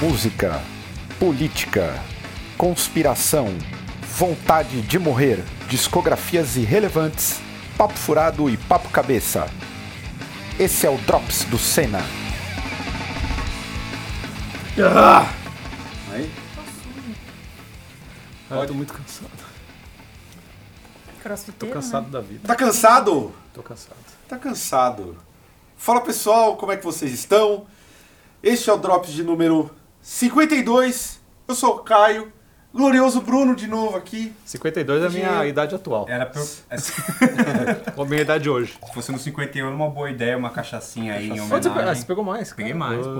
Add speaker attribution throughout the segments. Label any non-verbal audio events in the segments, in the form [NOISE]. Speaker 1: música, política, conspiração, vontade de morrer, discografias irrelevantes, papo furado e papo cabeça. Esse é o Drops do Senna.
Speaker 2: Aí,
Speaker 3: Ah, eu tô muito cansado. Tô
Speaker 4: né?
Speaker 5: Crossfiteiro, né?
Speaker 3: cansado da vida.
Speaker 2: tá cansado?
Speaker 3: Tô cansado.
Speaker 2: Tá cansado. Fala pessoal, como é que vocês estão? Este é o Drops de número 52. Eu sou o Caio. Glorioso Bruno de novo aqui.
Speaker 3: 52 é a minha
Speaker 2: Dinheiro.
Speaker 3: idade atual.
Speaker 4: Era pra eu... é, Se
Speaker 3: Ou a minha idade hoje.
Speaker 4: fosse no 51, era uma boa ideia, uma cachaçinha aí em
Speaker 3: Onde você, pe- ah, você
Speaker 4: homenagem.
Speaker 3: pegou mais?
Speaker 4: Peguei
Speaker 3: cara.
Speaker 4: mais,
Speaker 3: Ah,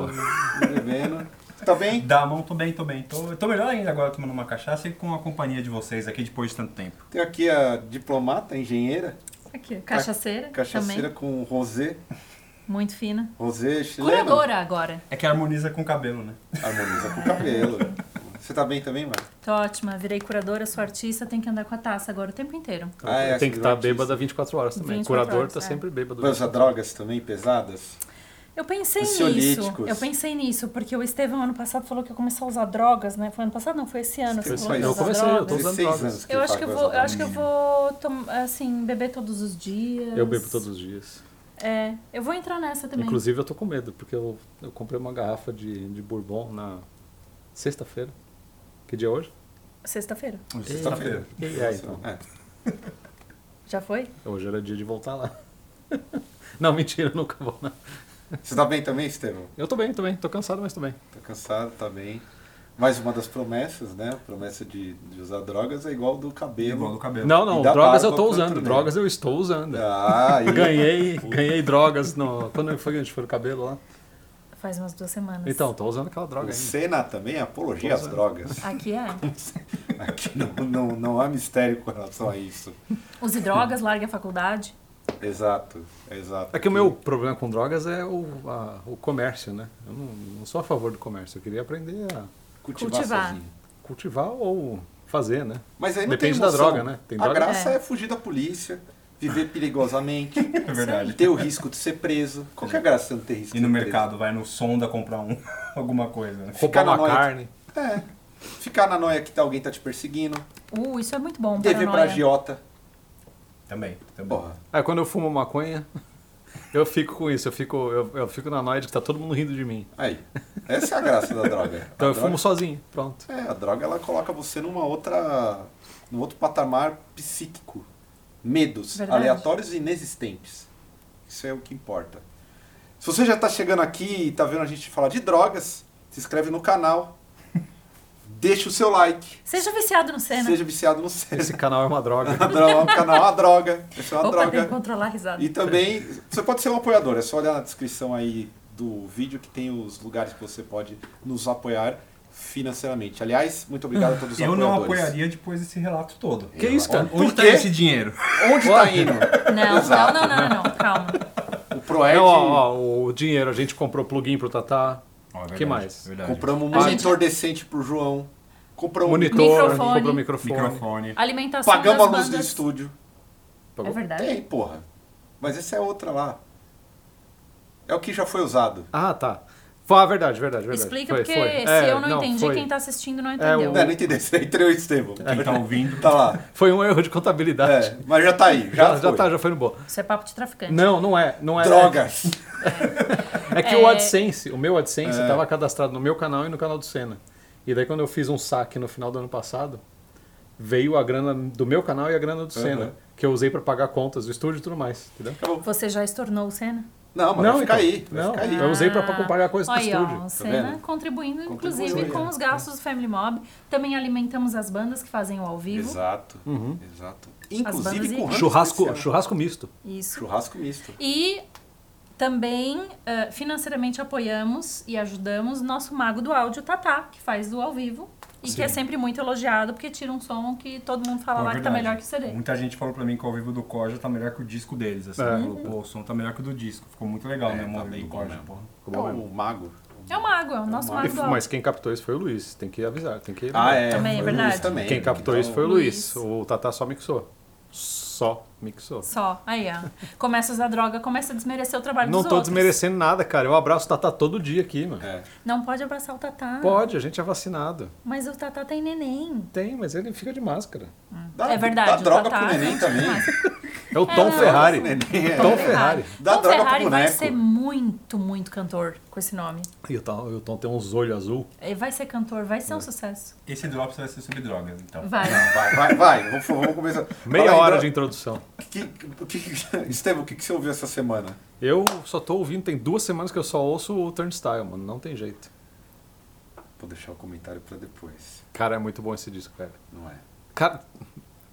Speaker 4: pô.
Speaker 2: Bebendo. Tá bem?
Speaker 4: Da mão, tô bem, tô bem. Tô, tô melhor ainda agora tomando uma cachaça e com a companhia de vocês aqui depois de tanto tempo.
Speaker 2: Tem aqui a diplomata, a engenheira,
Speaker 5: Aqui,
Speaker 3: É,
Speaker 5: cachaceira,
Speaker 2: cachaceira
Speaker 5: também.
Speaker 2: com rosé,
Speaker 5: Muito fina.
Speaker 2: rosé chileno.
Speaker 5: Curadora agora.
Speaker 4: É que harmoniza com o cabelo, né?
Speaker 2: Harmoniza com o cabelo. Você tá bem também, mano?
Speaker 5: Tô ótima, virei curadora, sou artista, tenho que andar com a taça agora o tempo inteiro.
Speaker 2: Ah, é,
Speaker 3: tem
Speaker 2: assim,
Speaker 3: que tá estar
Speaker 2: do artista.
Speaker 3: bêbada 24 horas também.
Speaker 5: 24
Speaker 3: Curador
Speaker 5: horas,
Speaker 3: tá
Speaker 5: é.
Speaker 3: sempre bêbado.
Speaker 2: Vai usar drogas também pesadas?
Speaker 5: Eu pensei nisso.
Speaker 2: Ansiolíticos.
Speaker 5: Eu pensei nisso, porque o Estevão ano passado falou que eu comecei a usar drogas, né? Foi ano passado? Não, foi esse ano. que
Speaker 2: Foi
Speaker 5: você
Speaker 2: esse
Speaker 5: falou que
Speaker 2: ano.
Speaker 5: ia usar
Speaker 3: Eu comecei, eu tô
Speaker 5: drogas.
Speaker 3: usando
Speaker 2: 16
Speaker 3: drogas.
Speaker 2: anos
Speaker 5: Eu acho que eu
Speaker 2: fala
Speaker 5: vou, eu
Speaker 2: vai usar
Speaker 5: acho que eu vou tom- assim, beber todos os dias.
Speaker 3: Eu bebo todos os dias.
Speaker 5: É, eu vou entrar nessa também.
Speaker 3: Inclusive eu tô com medo, porque eu, eu comprei uma garrafa de, de bourbon na sexta-feira. Que dia é hoje?
Speaker 5: Sexta-feira.
Speaker 4: Hoje é Sexta-feira.
Speaker 3: E aí, então?
Speaker 2: tá
Speaker 4: né?
Speaker 2: É.
Speaker 5: Já foi?
Speaker 3: Hoje era dia de voltar lá. [LAUGHS] Não, mentira, eu nunca vou não.
Speaker 2: Você tá bem também, Estevão?
Speaker 3: Eu tô bem, tô bem. Tô cansado, mas tô bem.
Speaker 2: Tá cansado, tá bem. Mais uma das promessas, né? A promessa de, de usar drogas é igual do cabelo.
Speaker 4: Igual do cabelo.
Speaker 3: Não, não,
Speaker 2: E dá
Speaker 3: drogas
Speaker 2: barba
Speaker 3: eu tô
Speaker 2: pro
Speaker 3: usando.
Speaker 2: outro, né?
Speaker 3: Drogas eu estou usando.
Speaker 2: Ah,
Speaker 3: [LAUGHS]
Speaker 2: aí. [LAUGHS]
Speaker 3: Ganhei, ganhei drogas no, quando foi que a gente foi no cabelo lá.
Speaker 5: Faz umas duas semanas.
Speaker 3: Então, tô usando aquela droga
Speaker 2: O
Speaker 3: ainda.
Speaker 2: Senna também é apologia às drogas.
Speaker 5: Aqui é.
Speaker 2: Aqui não, não, não há mistério com relação a isso.
Speaker 5: Use drogas, largue a faculdade.
Speaker 2: Exato, exato.
Speaker 3: É que o meu problema com drogas é o, a- o comércio, né? Eu não, não sou a favor do comércio. Eu queria aprender a
Speaker 2: Cultivar,
Speaker 5: Cultivar.
Speaker 2: sozinho.
Speaker 3: cultivar ou fazer, né?
Speaker 2: Mas aí não
Speaker 3: Depende
Speaker 2: tem
Speaker 3: da
Speaker 2: emoção.
Speaker 3: droga, né? Tem
Speaker 2: A
Speaker 3: droga-
Speaker 2: graça
Speaker 5: É.
Speaker 2: é fugir da polícia, viver perigosamente, [LAUGHS]
Speaker 4: É verdade.
Speaker 2: ter o risco de ser preso. Qual que é a graça de não ter risco
Speaker 4: E
Speaker 2: de
Speaker 4: no
Speaker 2: ser preso?
Speaker 4: mercado, vai no Sonda comprar um, [LAUGHS] alguma coisa, né?
Speaker 2: Ficar
Speaker 3: Roubar
Speaker 2: na
Speaker 3: uma
Speaker 2: noite.
Speaker 3: carne.
Speaker 2: É. Ficar na noia que tá- alguém tá te perseguindo.
Speaker 5: Uh, isso é muito bom.
Speaker 2: Dever pra
Speaker 5: paranoia.
Speaker 2: agiota.
Speaker 4: Também, também.
Speaker 2: Porra.
Speaker 3: Aí É, quando eu fumo maconha, [LAUGHS] eu fico com isso. Eu fico, eu, eu fico na noia de que tá todo mundo rindo de mim.
Speaker 2: Aí. Essa é a graça da Tá droga.
Speaker 3: Então
Speaker 2: A
Speaker 3: eu fumo sozinho, pronto.
Speaker 2: É, a droga ela coloca você numa outra. num outro patamar psíquico. Medos
Speaker 5: Verdade.
Speaker 2: aleatórios e inexistentes. Isso é o que importa. Se você já tá chegando aqui e tá vendo a gente falar de drogas, se inscreve no
Speaker 5: [LAUGHS]
Speaker 2: canal. deixa o seu like.
Speaker 5: Seja viciado no Senna.
Speaker 2: Seja viciado no [LAUGHS] sexo.
Speaker 3: Esse canal é uma droga.
Speaker 2: [LAUGHS] O canal é uma droga. Isso é uma
Speaker 5: Opa, tem
Speaker 2: droga.
Speaker 5: que controlar a risada.
Speaker 2: E também, você pode ser um apoiador, é só olhar na descrição aí do vídeo que tem os lugares que você pode nos apoiar financeiramente. Aliás, muito obrigado a todos os
Speaker 4: Eu
Speaker 2: apoiadores.
Speaker 4: não apoiaria depois desse relato todo.
Speaker 3: Que isso, cara?
Speaker 4: Onde
Speaker 2: Por
Speaker 4: tá
Speaker 2: quê?
Speaker 4: esse dinheiro?
Speaker 2: Onde tá indo?
Speaker 5: Não,
Speaker 2: Exato.
Speaker 5: não, não, não, não, não, calma.
Speaker 2: O Proed,
Speaker 3: Não, É, ó, ó, o dinheiro, a gente comprou plugin pro Tatá.
Speaker 4: Ó, é verdade,
Speaker 3: Que mais?
Speaker 4: Verdade.
Speaker 2: compramos um
Speaker 5: A gente-
Speaker 2: monitor decente pro João, compramos
Speaker 3: Monitor,
Speaker 5: Microfone.
Speaker 3: comprou microfone.
Speaker 4: Microfone.
Speaker 2: um...
Speaker 5: Alimentação
Speaker 2: pagamos a
Speaker 5: das
Speaker 2: luz do
Speaker 5: bandas.
Speaker 2: estúdio.
Speaker 5: É verdade.
Speaker 2: Tem, porra. Mas essa é outra lá. É o que já foi usado.
Speaker 3: Ah, tá. Foi, ah, verdade, verdade, verdade.
Speaker 5: Explica
Speaker 3: Foi,
Speaker 5: porque
Speaker 3: foi.
Speaker 5: se
Speaker 3: É,
Speaker 5: eu não, entendi,
Speaker 3: foi.
Speaker 5: quem tá assistindo não
Speaker 3: É, o-
Speaker 5: entendeu.
Speaker 2: Não, não entendi, você entrei o Estevão.
Speaker 4: Quem tá ouvindo.
Speaker 2: Tá lá.
Speaker 3: Foi um erro de contabilidade.
Speaker 2: É, mas já tá aí, já,
Speaker 3: já, já
Speaker 2: foi.
Speaker 3: tá, já foi no bom.
Speaker 5: Isso é papo de traficante.
Speaker 3: Não, não é, não é.
Speaker 2: Drogas.
Speaker 3: É que
Speaker 5: É.
Speaker 3: o AdSense, o meu AdSense
Speaker 2: É.
Speaker 3: estava cadastrado no meu canal e no canal do Senna. E daí quando eu fiz um saque no final do ano passado, veio a grana do meu canal e a grana do Senna, que eu usei para pagar contas do estúdio e tudo mais, entendeu?
Speaker 5: Você já estornou o Senna?
Speaker 2: Não, mas vai ficar
Speaker 3: então.
Speaker 2: aí. Vai
Speaker 3: não,
Speaker 2: ficar aí.
Speaker 3: eu usei para pagar coisas do
Speaker 5: Olha, Ah. aí,
Speaker 3: estúdio.
Speaker 5: ó, o tá Senna
Speaker 2: vendo?
Speaker 5: contribuindo, inclusive,
Speaker 2: Contribuindo,
Speaker 5: com os gastos do Family Mob. Também alimentamos as bandas que fazem o ao vivo.
Speaker 2: Exato. Exato.
Speaker 5: bandas
Speaker 2: Inclusive
Speaker 5: e-
Speaker 2: com rango
Speaker 3: Uhum. Churrasco,
Speaker 2: especial.
Speaker 3: churrasco misto.
Speaker 5: Isso.
Speaker 2: Churrasco misto.
Speaker 5: E também eh, financeiramente apoiamos e ajudamos nosso mago do áudio, Tatá, que faz do ao vivo. E que é sempre muito elogiado, porque tira um som que todo mundo fala
Speaker 4: Pô, é
Speaker 5: lá que tá
Speaker 4: verdade.
Speaker 5: melhor que o CD.
Speaker 4: Muita gente falou pra mim que ao vivo do Corja tá melhor que o disco deles, assim. Falou, Pô, o som tá melhor que o do disco. Ficou muito legal,
Speaker 2: É,
Speaker 4: né,
Speaker 2: tá
Speaker 4: mano?
Speaker 2: bem
Speaker 4: do
Speaker 2: bom
Speaker 4: Corja,
Speaker 2: mesmo.
Speaker 4: porra.
Speaker 2: É o mago.
Speaker 5: É o mago, é o nosso
Speaker 3: E
Speaker 5: mago
Speaker 3: f-
Speaker 2: [LAUGHS]
Speaker 5: do áudio.
Speaker 3: mas quem captou isso foi o Luiz, tem que avisar, tem que
Speaker 2: Ah, é.
Speaker 5: Também é
Speaker 2: foi o Luiz
Speaker 5: verdade.
Speaker 2: Também. Então,
Speaker 3: Quem captou isso foi o Luiz, o Tatá só mixou. Só mixou.
Speaker 5: Só. Aí, ó. Começa a usar droga, começa a desmerecer o trabalho
Speaker 3: Não
Speaker 5: dos
Speaker 3: tô
Speaker 5: outros.
Speaker 3: desmerecendo nada, cara. Eu abraço o Tatá todo dia aqui, mano.
Speaker 2: É.
Speaker 5: Não pode abraçar o Tatá.
Speaker 3: Pode, a gente é vacinado.
Speaker 5: Mas o Tatá tem neném.
Speaker 3: Tem, mas ele fica de máscara.
Speaker 2: Dá,
Speaker 5: é verdade.
Speaker 2: Dá
Speaker 5: o
Speaker 2: droga
Speaker 5: Tatá
Speaker 2: pro neném
Speaker 5: não
Speaker 2: também.
Speaker 5: faz.
Speaker 3: É o Tom
Speaker 5: É.
Speaker 3: Ferrari.
Speaker 2: Neném, é.
Speaker 3: Tom Ferrari.
Speaker 2: Dá
Speaker 5: Tom
Speaker 2: droga pro
Speaker 5: Ferrari vai
Speaker 2: boneco.
Speaker 5: ser muito, muito cantor com esse nome.
Speaker 3: E o Tom, e o Tom tem uns olhos azul.
Speaker 5: Ele vai ser cantor, vai
Speaker 2: É.
Speaker 5: ser um sucesso.
Speaker 4: Esse drops vai ser sobre drogas, então.
Speaker 5: Vai.
Speaker 2: Vai, vai, vai. Vamos, vamos começar.
Speaker 3: Meia
Speaker 2: Fala aí,
Speaker 3: hora
Speaker 2: Dro-
Speaker 3: de introdução.
Speaker 2: Que, [LAUGHS] que, Estevam, o que, que você ouviu essa semana?
Speaker 3: Eu só tô ouvindo, tem duas semanas que eu só ouço o Turnstile, mano. Não tem jeito.
Speaker 2: Vou deixar o comentário pra depois.
Speaker 3: Cara, é muito bom esse disco, velho.
Speaker 2: Não é?
Speaker 3: Cara.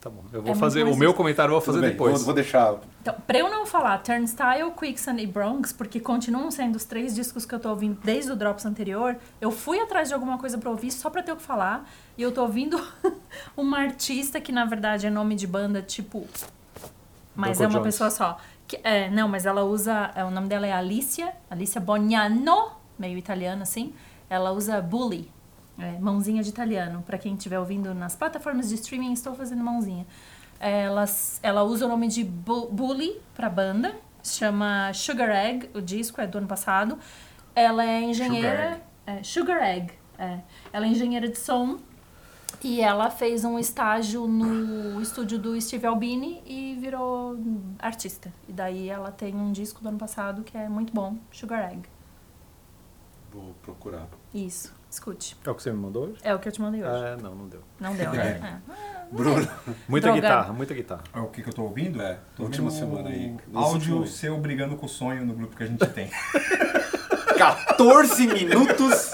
Speaker 3: Tá bom. Eu vou
Speaker 5: É muito
Speaker 3: fazer.
Speaker 5: bom
Speaker 3: O
Speaker 5: esse
Speaker 3: meu
Speaker 5: disco.
Speaker 3: comentário eu vou
Speaker 2: Tudo
Speaker 3: fazer
Speaker 2: bem,
Speaker 3: depois.
Speaker 2: Vou, vou deixar.
Speaker 5: Então, pra eu não falar Turnstile, Quicksand e Bronx, porque continuam sendo os três discos que eu tô ouvindo desde o Drops anterior, eu fui atrás de alguma coisa pra ouvir só pra ter o que falar. E eu tô ouvindo [LAUGHS] uma artista que, na verdade, é nome de banda, tipo. Mas
Speaker 3: Duncan
Speaker 5: é uma
Speaker 3: Jones.
Speaker 5: pessoa só. Que- é, não, mas ela usa. é, o nome dela é Alicia. Alicia Boniano, meio italiana, assim. Ela usa bully. é, mãozinha de italiano. Pra quem estiver ouvindo nas plataformas de streaming, estou fazendo mãozinha. Ela, s- ela usa o nome de Bu- Bully pra banda. Chama Sugar Egg, o disco é do ano passado. Ela é engenheira. é, Sugar Egg. é. Ela é engenheira de som. E ela fez um estágio no estúdio do Steve Albini e virou artista. E daí ela tem um disco do ano passado que é muito bom, Sugar Egg.
Speaker 2: Vou procurar.
Speaker 5: Isso, escute.
Speaker 3: É o que você me mandou hoje?
Speaker 5: É o que eu te mandei hoje.
Speaker 3: É, não, não deu.
Speaker 5: Não deu,
Speaker 4: É.
Speaker 5: né? É.
Speaker 2: Bruno.
Speaker 3: Muita
Speaker 5: Drogado.
Speaker 3: guitarra, muita guitarra.
Speaker 4: É o que, que eu tô ouvindo?
Speaker 2: É,
Speaker 4: tô
Speaker 2: última
Speaker 4: ouvindo
Speaker 2: semana aí,
Speaker 4: o
Speaker 2: nos
Speaker 4: Áudio
Speaker 2: últimos-
Speaker 4: seu brigando com o sonho no grupo que a gente
Speaker 2: [LAUGHS]
Speaker 4: tem.
Speaker 2: 14 minutos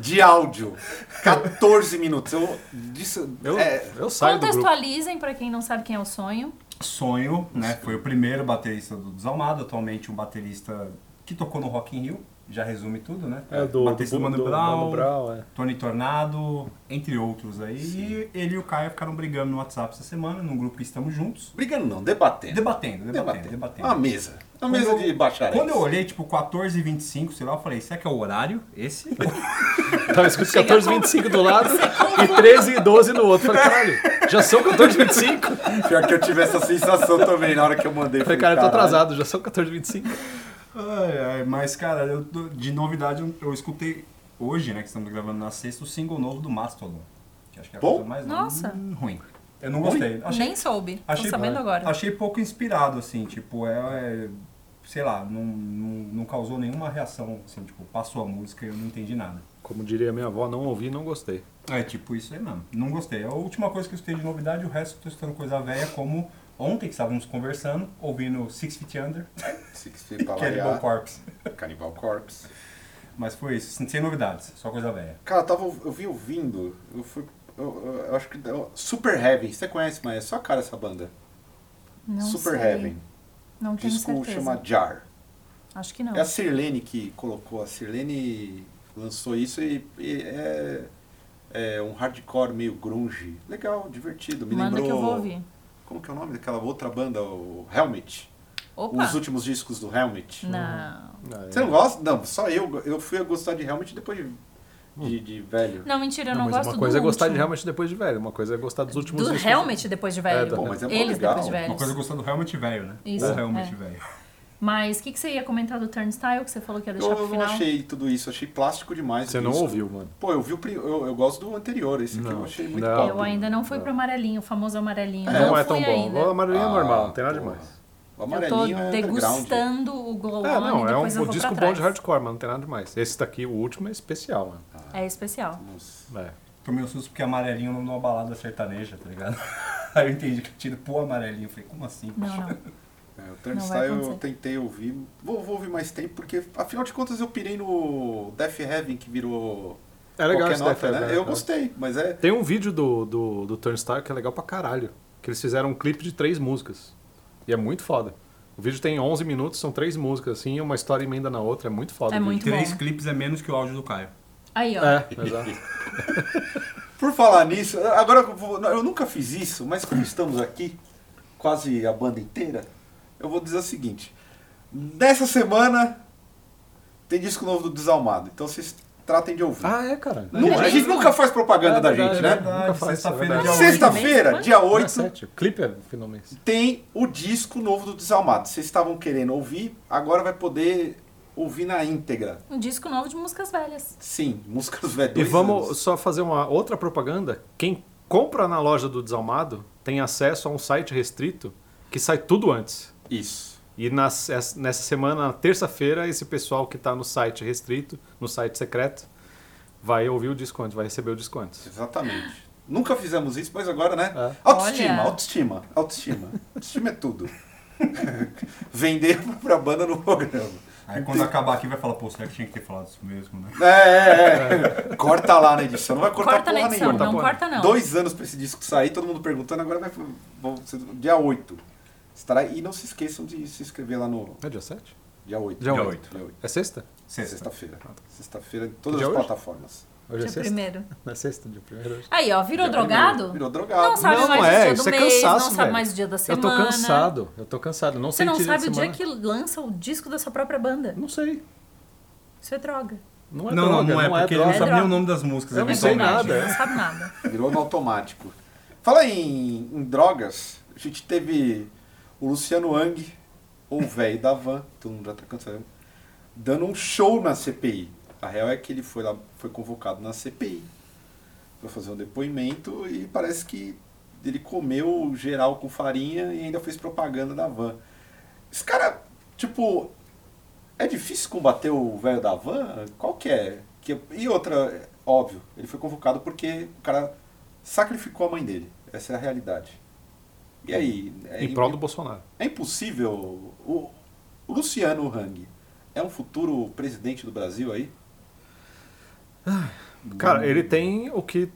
Speaker 2: de áudio. 14 minutos. Eu disse.
Speaker 3: Eu,
Speaker 2: é,
Speaker 3: eu saio do grupo.
Speaker 5: Contextualizem pra quem não sabe quem é o sonho.
Speaker 4: Sonho, né? Foi o primeiro baterista do Desalmado, atualmente um baterista que tocou no Rock in Rio, já resume tudo, né?
Speaker 2: É,
Speaker 4: baterista do, Mano Brown,
Speaker 3: é.
Speaker 4: Tony Tornado, entre outros aí. E ele e o Caio ficaram brigando no WhatsApp essa semana, num grupo que estamos juntos.
Speaker 2: brigando não, debatendo.
Speaker 4: Debatendo, debatendo,
Speaker 2: Debatendo.
Speaker 4: debatendo.
Speaker 2: Uma mesa. Uma
Speaker 4: Quando
Speaker 2: mesa
Speaker 4: eu-
Speaker 2: de bacharéis.
Speaker 4: Quando eu olhei, tipo, 14h25, sei lá, eu falei, será que é o horário esse?
Speaker 3: Tava escrito 14,25 do lado e 13 e 12 no outro. Falei, caralho, já são [LAUGHS]
Speaker 2: [LAUGHS]
Speaker 3: 14,25?
Speaker 2: Pior que eu tive essa sensação também na hora que eu mandei.
Speaker 3: Falei, cara, eu tô
Speaker 2: "Caralho".
Speaker 3: atrasado, já são 14,25.
Speaker 4: Ai, ai, mas, cara, eu tô- de novidade, eu, eu escutei hoje, né, que estamos gravando na sexta, o single novo do Mastodon. Que acho que é a
Speaker 2: Bom?
Speaker 4: coisa mais
Speaker 5: Nossa.
Speaker 4: hum, ruim. Eu não gostei. Achei,
Speaker 5: Nem soube. Tô
Speaker 4: achei-
Speaker 5: sabendo agora.
Speaker 4: Achei pouco inspirado, assim, tipo, é... é, sei lá, não, não, não causou nenhuma reação, assim, tipo, passou a música e eu não entendi nada.
Speaker 3: Como diria minha avó, não ouvi, não gostei.
Speaker 4: É, tipo, isso aí mesmo. Não gostei. É a última coisa que eu escutei de novidade, o resto eu tô escutando coisa velha, como ontem que estávamos conversando, ouvindo Six Feet Under, [LAUGHS]
Speaker 2: Six Feet pra
Speaker 4: que é Animal
Speaker 2: variar.
Speaker 4: Corpse.
Speaker 2: Canibal Corpse.
Speaker 4: Mas foi isso, sem sem novidades, só coisa velha.
Speaker 2: Cara, eu, tava, eu vim ouvindo, eu fui. Eu, eu- eu acho que. deu- Super Heaven, você conhece, mas é só cara essa banda.
Speaker 5: Não
Speaker 2: Super
Speaker 5: sei.
Speaker 2: Heaven.
Speaker 5: Não tenho
Speaker 2: Disco
Speaker 5: certeza.
Speaker 2: chama Jar.
Speaker 5: Acho que não.
Speaker 2: É a Sirlene que colocou, a Sirlene lançou isso e, e é, é um hardcore meio grunge. Legal, divertido. Me
Speaker 5: Manda
Speaker 2: lembrou.
Speaker 5: que eu vou ouvir.
Speaker 2: Como que é o nome daquela outra banda, o Helmet?
Speaker 5: Opa!
Speaker 2: Os últimos discos do Helmet.
Speaker 5: Não.
Speaker 3: É.
Speaker 2: Você não gosta? Não, só eu. Eu fui a gostar de Helmet depois de,
Speaker 3: Hum.
Speaker 2: de- de velho.
Speaker 5: Não, mentira, eu não,
Speaker 3: mas
Speaker 5: gosto
Speaker 3: uma coisa é
Speaker 5: do
Speaker 3: gostar de
Speaker 5: último.
Speaker 3: realmente depois de velho, uma coisa é gostar dos últimos
Speaker 5: Do
Speaker 3: discos.
Speaker 5: realmente depois de velho.
Speaker 3: É, bom,
Speaker 2: mas é mó
Speaker 5: Eles
Speaker 2: legal.
Speaker 5: depois de velhos.
Speaker 4: Uma coisa gostar do Helmet velho, né?
Speaker 5: Isso,
Speaker 4: Ou Helmet
Speaker 5: é.
Speaker 4: velho.
Speaker 5: Mas o que, que você ia comentar do Turnstile que você falou que ia
Speaker 2: Eu,
Speaker 5: deixar pro
Speaker 2: eu não
Speaker 5: final?
Speaker 2: achei tudo isso, achei plástico demais.
Speaker 3: Você
Speaker 2: o
Speaker 3: não
Speaker 2: disco.
Speaker 3: ouviu, mano.
Speaker 2: Pô, eu vi o pri- eu, eu gosto do anterior, esse aqui
Speaker 3: Não.
Speaker 2: eu achei muito
Speaker 3: Não.
Speaker 2: top.
Speaker 5: É, Eu ainda não fui pro amarelinho, o famoso amarelinho.
Speaker 3: Não, é
Speaker 5: fui
Speaker 3: tão bom.
Speaker 5: ainda.
Speaker 3: O amarelinho é normal,
Speaker 2: Ah,
Speaker 3: não tem nada
Speaker 2: porra.
Speaker 3: demais.
Speaker 2: O
Speaker 5: Eu tô
Speaker 2: amarelinho é underground.
Speaker 5: degustando o Glow On
Speaker 3: É, não,
Speaker 5: e
Speaker 3: é um,
Speaker 5: depois eu
Speaker 3: um
Speaker 5: vou
Speaker 3: disco
Speaker 5: pra
Speaker 3: bom
Speaker 5: trás.
Speaker 3: de hardcore, mas não tem nada demais. Esse daqui, o último, é especial, mano.
Speaker 5: É especial.
Speaker 2: Nossa.
Speaker 3: É.
Speaker 4: Tomei um susto porque amarelinho é o nome de uma balada sertaneja, tá ligado? [LAUGHS] Aí eu entendi que eu tiro pô amarelinho. Eu falei, como assim?
Speaker 5: Não, não.
Speaker 2: É, o
Speaker 5: vai
Speaker 2: Turnstile eu
Speaker 5: acontecer.
Speaker 2: tentei ouvir. Vou, vou ouvir mais tempo, porque afinal de contas eu pirei no Death Heaven que virou.
Speaker 3: É legal
Speaker 2: qualquer
Speaker 3: esse
Speaker 2: nota,
Speaker 3: Death Heaven,
Speaker 2: né?
Speaker 3: é,
Speaker 2: Eu
Speaker 3: é.
Speaker 2: gostei, mas é.
Speaker 3: Tem um vídeo do, do, do Turnstile que é legal pra caralho. Que eles fizeram um clipe de três músicas. E é muito foda. O vídeo tem 11 minutos, são três músicas, assim, uma história emenda na outra. É muito foda.
Speaker 5: É
Speaker 3: o
Speaker 5: muito
Speaker 3: vídeo.
Speaker 4: Três
Speaker 5: bom.
Speaker 4: clipes é menos que o áudio do Caio.
Speaker 5: Aí, ó.
Speaker 3: É, exato. [LAUGHS]
Speaker 2: Por falar nisso, agora eu, vou- eu nunca fiz isso, mas como estamos aqui, quase a banda inteira, eu vou dizer o seguinte. Nessa semana tem disco novo do Desalmado. Então vocês tratem de ouvir.
Speaker 3: Ah, é, cara.
Speaker 2: Não, a gente nunca faz propaganda
Speaker 3: É
Speaker 2: da
Speaker 3: verdade,
Speaker 2: gente, né?
Speaker 3: é Nunca faz,
Speaker 4: Sexta-feira,
Speaker 3: é
Speaker 4: dia
Speaker 3: verdade.
Speaker 4: 8.
Speaker 2: Sexta-feira,
Speaker 5: Mesmo,
Speaker 2: dia
Speaker 3: Não é
Speaker 2: 8,
Speaker 3: sete. O clipe é finalmente.
Speaker 2: tem o disco novo do Desalmado. Vocês estavam querendo ouvir, agora vai poder ouvir na íntegra.
Speaker 5: Um disco novo de músicas velhas.
Speaker 2: Sim, [LAUGHS] músicas velhas.
Speaker 3: E vamos só fazer uma outra propaganda. Quem compra na loja do Desalmado tem acesso a um site restrito que sai tudo antes.
Speaker 2: Isso.
Speaker 3: E nas- es- nessa semana, na terça-feira, esse pessoal que está no site restrito, no site secreto, vai ouvir o disco antes, vai receber o disco antes.
Speaker 2: Exatamente. Nunca fizemos isso, mas agora, né?
Speaker 3: É.
Speaker 2: Autoestima,
Speaker 5: Olha.
Speaker 2: autoestima, autoestima. Autoestima é tudo. [LAUGHS] Vender pra banda no programa.
Speaker 4: Aí
Speaker 3: Então-
Speaker 4: quando acabar aqui vai falar, pô, será que tinha que ter falado isso mesmo, né?
Speaker 2: É, é, é. Corta lá na edição. Não vai cortar
Speaker 5: Corta na
Speaker 2: porra
Speaker 5: edição,
Speaker 2: nenhuma.
Speaker 5: não
Speaker 3: Corta
Speaker 5: corta não.
Speaker 2: Dois anos pra esse disco sair, todo mundo perguntando, agora vai. vão ser- Dia 8. Estará... E não se esqueçam de se inscrever lá no
Speaker 3: É dia 7?
Speaker 2: dia 8.
Speaker 3: Dia oito.
Speaker 2: Dia 8.
Speaker 3: É sexta?
Speaker 4: Sexta.
Speaker 2: Sexta-feira. Sexta-feira em todas
Speaker 3: Dia
Speaker 2: as
Speaker 3: hoje?
Speaker 2: plataformas.
Speaker 3: Hoje é
Speaker 5: Dia
Speaker 3: sexta?
Speaker 5: primeiro.
Speaker 3: Na sexta, dia primeiro. hoje.
Speaker 5: Aí, ó, virou drogado?
Speaker 2: Virou drogado.
Speaker 5: Não sabe
Speaker 3: Não,
Speaker 5: mais
Speaker 3: é,
Speaker 5: o dia do
Speaker 3: isso é
Speaker 5: mês,
Speaker 3: cansaço,
Speaker 5: não sabe
Speaker 3: velho.
Speaker 5: mais o dia da
Speaker 3: Eu
Speaker 5: semana.
Speaker 3: tô cansado, eu tô cansado. Não
Speaker 5: Você
Speaker 3: sei
Speaker 5: não
Speaker 3: que dia
Speaker 5: sabe o
Speaker 3: de
Speaker 5: dia
Speaker 3: semana.
Speaker 5: que lança o disco da sua própria banda.
Speaker 3: Não sei.
Speaker 5: Isso é droga.
Speaker 3: Não é
Speaker 4: Não, não,
Speaker 3: droga,
Speaker 4: não é, porque ele
Speaker 3: droga.
Speaker 4: não
Speaker 5: É
Speaker 4: sabe nem
Speaker 5: droga.
Speaker 4: o nome das músicas.
Speaker 3: Eu não sei
Speaker 4: eventualmente.
Speaker 3: nada.
Speaker 5: Não sabe nada.
Speaker 2: Virou no automático. Fala em, em drogas, a gente teve o Luciano Ang, ou o velho da van, todo mundo já tá cansado, dando um show na CPI. A real é que ele foi lá, foi convocado na CPI para fazer um depoimento e parece que ele comeu geral com farinha e ainda fez propaganda da van. Esse cara, tipo, é difícil combater o velho da van? Qual que é? Que, e outra, óbvio, ele foi convocado porque o cara sacrificou a mãe dele. Essa é a realidade. E aí? É,
Speaker 3: Em prol do Bolsonaro.
Speaker 2: é impossível. O, o Luciano Hang é um futuro presidente do Brasil aí?
Speaker 3: Cara, ele tem o que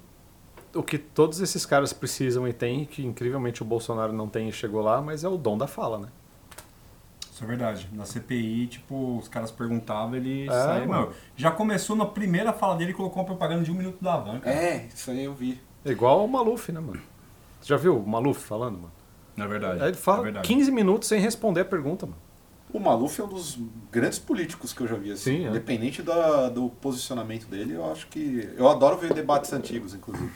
Speaker 3: o que todos esses caras precisam e têm, que incrivelmente o Bolsonaro não tem e chegou lá, mas é o dom da fala, né?
Speaker 4: Isso é verdade. Na CPI, tipo, os caras perguntavam, ele
Speaker 3: É,
Speaker 4: saía.
Speaker 3: mano.
Speaker 4: Mano, já começou na primeira fala dele e colocou uma propaganda de um minuto da van, cara.
Speaker 2: É, isso aí eu vi.
Speaker 3: É Igual o Maluf, né, mano? Você já viu o Maluf falando, mano?
Speaker 4: Na É verdade.
Speaker 3: Aí É, ele fala 15 minutos sem responder a pergunta, mano.
Speaker 2: O Maluf é um dos grandes políticos que eu já vi. Assim.
Speaker 3: Sim, é.
Speaker 2: Independente da- do posicionamento dele, eu acho que. Eu adoro ver debates antigos, inclusive.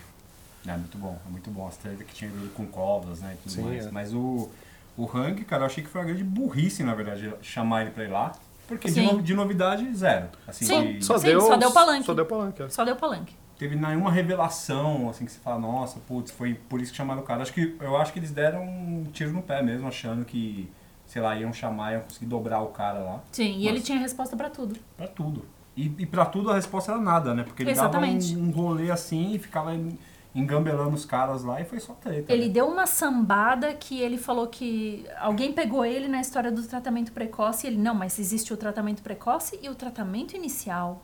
Speaker 4: É muito bom, é muito bom. As treta que tinha dele com covas, né? E tudo
Speaker 3: Sim,
Speaker 4: mais.
Speaker 3: é.
Speaker 4: Mas o, o Hang, cara, eu achei que foi uma grande burrice, na verdade, chamar ele pra ir lá. Porque de,
Speaker 5: Sim.
Speaker 4: no- de novidade, zero. Assim,
Speaker 5: Sim.
Speaker 4: de-
Speaker 3: Só
Speaker 5: Sim,
Speaker 3: deu
Speaker 5: só deu palanque.
Speaker 3: Só deu palanque, é.
Speaker 5: Só deu palanque.
Speaker 4: teve nenhuma revelação, assim, que você fala, nossa, putz, foi por isso que chamaram o cara. Acho que, eu acho que eles deram um tiro no pé mesmo, achando que, sei lá, iam chamar, iam conseguir dobrar o cara lá.
Speaker 5: Sim, e ele
Speaker 4: Nossa.
Speaker 5: tinha resposta pra tudo.
Speaker 4: Pra tudo. E, e pra tudo a resposta era nada, né? Porque ele
Speaker 5: Exatamente.
Speaker 4: dava um, um rolê assim e ficava en- engambelando os caras lá e foi só treta.
Speaker 5: Ele
Speaker 4: né?
Speaker 5: deu uma sambada que ele falou que alguém pegou ele na história do tratamento precoce e ele, não, mas existe o tratamento precoce e o tratamento inicial.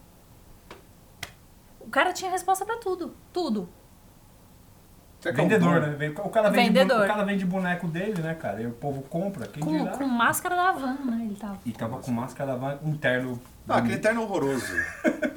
Speaker 5: O cara tinha resposta pra tudo, tudo.
Speaker 2: Será que é um
Speaker 4: Vendedor,
Speaker 2: dono?
Speaker 4: né? Vende- O cara vende,
Speaker 5: Vendedor.
Speaker 4: bone- O cara vende boneco dele, né, cara? E o povo compra. Quem
Speaker 5: Com,
Speaker 4: dirá?
Speaker 5: com máscara da Havan, né? Ele tava.
Speaker 4: E tava com máscara, vai- um terno.
Speaker 2: Ah, aquele terno [LAUGHS] horroroso.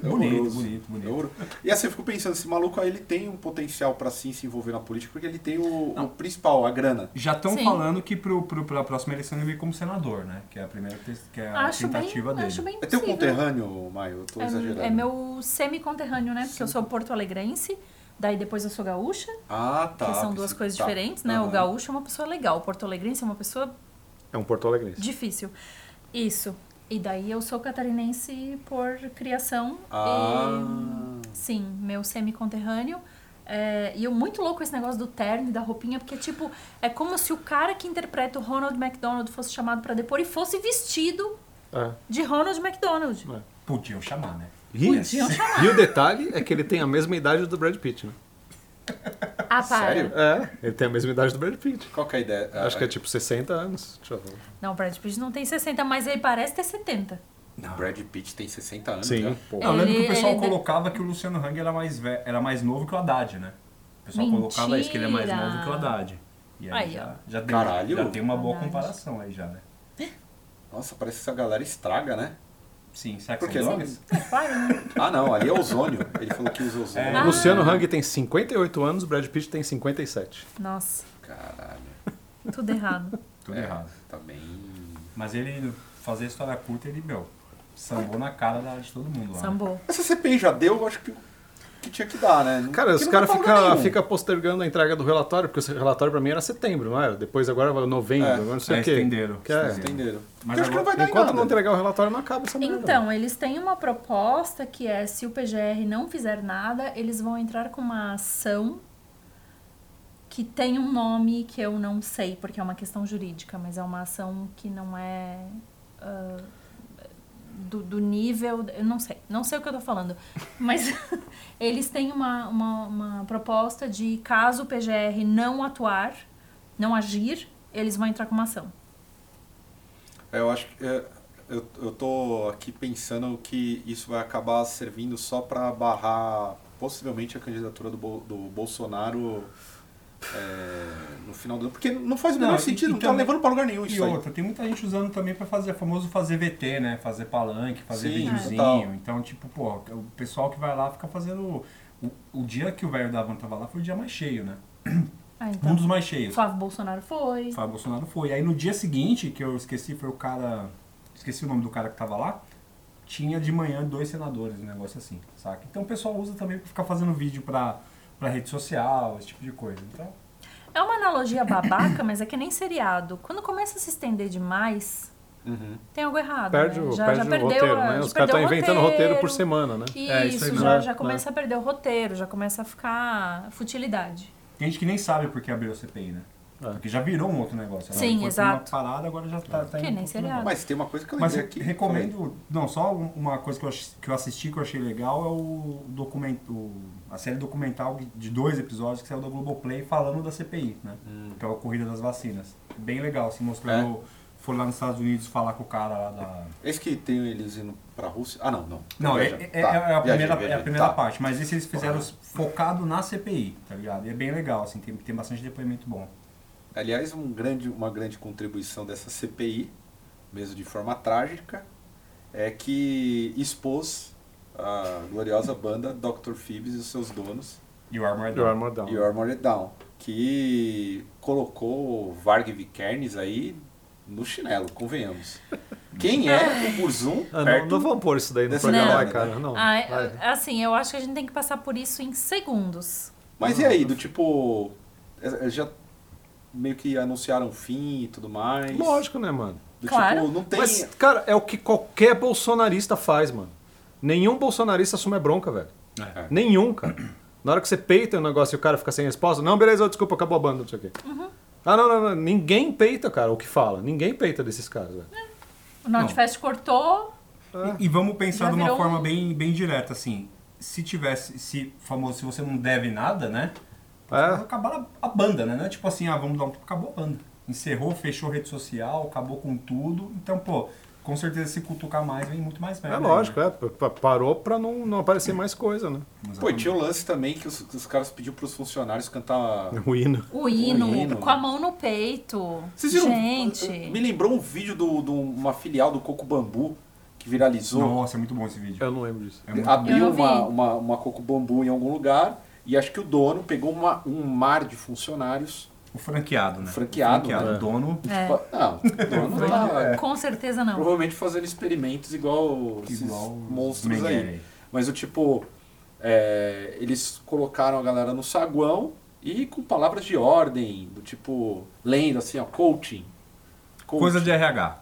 Speaker 4: bonito, bonito, bonito.
Speaker 2: É horror- E assim, eu fico pensando, esse maluco aí ele tem um potencial pra sim se envolver na política, porque ele tem o, o principal, a grana.
Speaker 4: Já estão
Speaker 5: Sim.
Speaker 4: falando que pro, pro, pra próxima eleição ele vem como senador, né? Que é a primeira tes- que é a
Speaker 5: acho, bem,
Speaker 4: tentativa dele.
Speaker 5: acho bem
Speaker 2: É teu
Speaker 5: possível.
Speaker 2: conterrâneo, Maio? Eu tô exagerando.
Speaker 5: É, é meu semi-conterrâneo, né? Porque eu sou porto-alegrense, daí depois eu sou gaúcha,
Speaker 2: Ah, tá.
Speaker 5: que são duas
Speaker 2: pensei-
Speaker 5: coisas
Speaker 2: tá.
Speaker 5: diferentes, né? O
Speaker 2: Aham.
Speaker 5: gaúcho é uma pessoa legal, o porto-alegrense é uma pessoa
Speaker 3: É um Porto Alegrense.
Speaker 5: difícil. Isso. E daí eu sou catarinense por criação.
Speaker 2: Ah.
Speaker 5: E, sim, meu semi-conterrâneo. É, e eu muito louco esse negócio do terno e da roupinha, porque, tipo, é como se o cara que interpreta o Ronald McDonald fosse chamado pra depor e fosse vestido
Speaker 3: É.
Speaker 5: de Ronald McDonald.
Speaker 4: Podiam chamar, né?
Speaker 5: Podiam
Speaker 3: E o detalhe é que ele tem a mesma idade do Brad Pitt, né?
Speaker 5: Ah, para.
Speaker 2: Sério?
Speaker 3: É, ele tem a mesma idade do Brad Pitt.
Speaker 2: Qual que é a ideia?
Speaker 3: Acho que é tipo 60 anos. Deixa eu ver.
Speaker 5: Não, o Brad Pitt não tem 60, mas ele parece ter 70.
Speaker 2: Não. Brad Pitt tem 60 anos.
Speaker 3: Sim.
Speaker 2: já.
Speaker 3: Pô.
Speaker 4: Não, eu lembro que
Speaker 5: Ele-
Speaker 4: o pessoal
Speaker 5: ele-
Speaker 4: colocava que o Luciano Hang era mais, ve- era mais novo que o Haddad, né? O pessoal colocava isso, que ele é mais
Speaker 5: Mentira!
Speaker 4: novo que o Haddad. E aí,
Speaker 5: Aí,
Speaker 4: já,
Speaker 5: ó.
Speaker 4: já, tem,
Speaker 2: Caralho!
Speaker 4: já tem uma boa
Speaker 5: Haddad.
Speaker 4: comparação aí já, né?
Speaker 2: Nossa, parece que essa galera estraga, né?
Speaker 4: Sim, será que
Speaker 2: Por quê?
Speaker 4: são drogas?
Speaker 5: É
Speaker 2: [LAUGHS]
Speaker 5: claro, né?
Speaker 2: Ah, não, ali é ozônio. Ele falou que usa ozônio.
Speaker 4: É.
Speaker 3: Luciano Hang tem 58 anos, Brad Pitt tem 57.
Speaker 5: Nossa,
Speaker 4: É.
Speaker 2: Caralho,
Speaker 5: tudo errado.
Speaker 4: Tudo errado.
Speaker 2: tá bem.
Speaker 4: Mas ele, fazer história curta, ele, meu, sambou na cara da- de todo mundo lá. né?
Speaker 5: Sambou.
Speaker 2: Essa CPI já deu, eu acho que, que tinha que dar, né? Não-
Speaker 6: Cara,
Speaker 2: que
Speaker 6: os
Speaker 2: não
Speaker 6: caras
Speaker 2: vai pra lugar
Speaker 6: ficam
Speaker 2: nenhum.
Speaker 6: fica postergando a entrega do relatório, porque o relatório pra mim era setembro, não era? Depois agora vai novembro,
Speaker 2: É,
Speaker 6: agora não sei
Speaker 4: é,
Speaker 6: o quê.
Speaker 4: estenderam,
Speaker 6: Que é.
Speaker 4: estenderam.
Speaker 2: Entenderam.
Speaker 4: Mas
Speaker 2: Porque eu acho que não vai
Speaker 4: agora-
Speaker 2: dar em
Speaker 6: Enquanto
Speaker 2: nada.
Speaker 6: não entregar o relatório, não acaba essa merda.
Speaker 5: Então, eles têm uma proposta que é se o PGR não fizer nada, eles vão entrar com uma ação que tem um nome que eu não sei, porque é uma questão jurídica, mas é uma ação que não é ah, do, do nível. Eu não sei, não sei o que eu tô falando. Mas [LAUGHS] eles têm uma, uma, uma proposta de caso o PGR não atuar, não agir, eles vão entrar com uma ação.
Speaker 2: É, eu acho que é, eu, eu tô aqui pensando que isso vai acabar servindo só para barrar possivelmente a candidatura do, Bol- do Bolsonaro é, no final do ano. Porque não faz o menor
Speaker 4: Não, e-
Speaker 2: sentido,
Speaker 4: e
Speaker 2: não tá
Speaker 4: também-
Speaker 2: levando para lugar nenhum
Speaker 4: E
Speaker 2: isso aí.
Speaker 4: outra, tem muita gente usando também pra fazer, famoso fazer VT, né? Fazer palanque, fazer
Speaker 2: Sim,
Speaker 4: videozinho.
Speaker 2: total.
Speaker 4: Então, tipo, pô, o pessoal que vai lá fica fazendo. O, o dia que o velho da van tava lá foi o dia mais cheio, né?
Speaker 5: Ah,
Speaker 4: Um
Speaker 5: então.
Speaker 4: dos mais cheios.
Speaker 5: Flávio Bolsonaro foi.
Speaker 4: Fábio Bolsonaro foi. Aí no dia seguinte, que eu esqueci, foi o cara. Esqueci o nome do cara que tava lá. Tinha de manhã dois senadores, um negócio assim, saca? Então o pessoal usa também pra ficar fazendo vídeo pra, pra rede social, esse tipo de coisa. Então,
Speaker 5: É uma analogia babaca, mas é que nem seriado. Quando começa a se estender demais, tem algo errado.
Speaker 6: Perde,
Speaker 5: né?
Speaker 6: o,
Speaker 5: já,
Speaker 6: perde
Speaker 5: já
Speaker 6: o
Speaker 5: perdeu
Speaker 6: roteiro,
Speaker 5: a-
Speaker 6: né?
Speaker 5: já
Speaker 6: Os caras
Speaker 5: perdeu
Speaker 6: estão
Speaker 5: o
Speaker 6: inventando roteiro por semana, né?
Speaker 5: Isso,
Speaker 4: É, isso aí mesmo.
Speaker 5: já,
Speaker 6: É,
Speaker 5: já
Speaker 6: né?
Speaker 5: começa a perder o roteiro, já começa a ficar futilidade.
Speaker 4: tem gente que nem sabe por que abriu a CPI, né?
Speaker 6: É.
Speaker 4: Porque já virou um outro negócio. ela
Speaker 5: Sim,
Speaker 4: foi pra
Speaker 5: exato.
Speaker 4: Uma parada, agora já
Speaker 5: Que
Speaker 4: tá, tá indo
Speaker 5: nem
Speaker 4: pra outro
Speaker 5: seriado.
Speaker 4: negócio.
Speaker 2: Mas tem uma coisa é, que eu
Speaker 4: Mas
Speaker 2: lembrei aqui.
Speaker 4: recomendo. Não, só um- uma coisa que eu, ach- que eu assisti que eu achei legal é o documento. o- A série documental de dois episódios que saiu da Globoplay falando da CPI, né? Que é a corrida das vacinas. Bem legal, assim, mostrando. Foi lá nos Estados Unidos falar com o cara lá da.
Speaker 2: Esse é que tem eles indo pra Rússia. Ah, não, não.
Speaker 4: Não, é,
Speaker 2: Viaja.
Speaker 4: é-
Speaker 2: Tá,
Speaker 4: é a
Speaker 2: viajei,
Speaker 4: primeira, é a
Speaker 2: viajei.
Speaker 4: primeira
Speaker 2: Tá.
Speaker 4: parte, mas esse eles fizeram focado na CPI, tá ligado? E é bem legal, assim, tem, tem bastante depoimento bom.
Speaker 2: Aliás, um grande- uma grande contribuição dessa CPI, mesmo de forma trágica, é que expôs a gloriosa banda Dr. Phoebs e os seus donos
Speaker 4: E o Armored
Speaker 6: Your
Speaker 4: Down.
Speaker 6: Armored Down.
Speaker 2: e o Armored Down, que colocou o Varg Vikernes aí no chinelo,
Speaker 6: [LAUGHS]
Speaker 2: convenhamos. Quem é o Burzum
Speaker 6: Ah, não,
Speaker 2: perto
Speaker 6: não vamos pôr isso daí no
Speaker 2: dessa
Speaker 6: programa,
Speaker 5: galera,
Speaker 6: vai, cara.
Speaker 2: né?
Speaker 6: Não.
Speaker 5: Ah,
Speaker 6: vai.
Speaker 5: é- assim, eu acho que a gente tem que passar por isso em segundos.
Speaker 2: Mas e aí, do tipo... é- é, Já meio que anunciaram o fim e tudo mais.
Speaker 6: Lógico, né, mano?
Speaker 2: Do
Speaker 5: Claro.
Speaker 2: tipo, não tem...
Speaker 6: Mas, cara, é o que qualquer bolsonarista faz, mano. Nenhum bolsonarista assume a bronca, velho.
Speaker 2: É.
Speaker 6: Nenhum, cara. Na hora que você peita o negócio e o cara fica sem resposta, não, beleza, desculpa, acabou a banda, não sei o quê.
Speaker 5: Uhum.
Speaker 6: Ah, não, não, não. Ninguém peita, cara, o que fala. Ninguém peita desses caras, velho.
Speaker 5: O Nordfest cortou,
Speaker 4: E, e vamos pensar
Speaker 5: Ah. Já
Speaker 4: de uma
Speaker 5: virou
Speaker 4: forma
Speaker 5: um-
Speaker 4: bem, bem direta, assim. Se tivesse, se famoso, se você não deve nada, né?
Speaker 6: É.
Speaker 4: Acabaram a, a banda, né? Não é tipo assim, ah, vamos dar um. Acabou a banda. Encerrou, fechou rede social, acabou com tudo. Então, pô, com certeza se cutucar mais, vem muito mais
Speaker 6: É
Speaker 4: merda.
Speaker 5: né?
Speaker 6: lógico,
Speaker 4: aí,
Speaker 6: é. p- p- Parou pra não, não aparecer mais coisa, né?
Speaker 4: né?
Speaker 2: é. Pô, e tinha o lance também que os, que os caras pediam pros funcionários cantar.
Speaker 6: O hino.
Speaker 5: o hino,
Speaker 2: hino.
Speaker 5: com a mão no peito.
Speaker 2: Vocês viram?
Speaker 5: gente.
Speaker 2: Me lembrou um vídeo de do, do uma filial do Coco Bambu que viralizou.
Speaker 4: Nossa, é muito bom esse vídeo.
Speaker 6: Eu não lembro disso.
Speaker 4: É muito
Speaker 5: Eu
Speaker 2: Abriu
Speaker 5: não vi.
Speaker 2: uma, uma, uma Coco Bambu em algum lugar e acho que o dono pegou uma- um mar de funcionários.
Speaker 4: O franqueado, né?
Speaker 2: Franqueado,
Speaker 4: o franqueado,
Speaker 2: né?
Speaker 4: o dono.
Speaker 5: É.
Speaker 2: Tipo, não, o
Speaker 4: [LAUGHS]
Speaker 2: dono tá
Speaker 4: É.
Speaker 5: Com certeza não.
Speaker 2: provavelmente fazendo experimentos igual esses
Speaker 4: Igual os
Speaker 2: monstros
Speaker 4: Mengele
Speaker 2: aí.
Speaker 4: aí.
Speaker 2: Mas o tipo, é, eles colocaram a galera no saguão e com palavras de ordem, do tipo, lendo assim, ó, coaching. Coaching.
Speaker 4: Coisa de RH.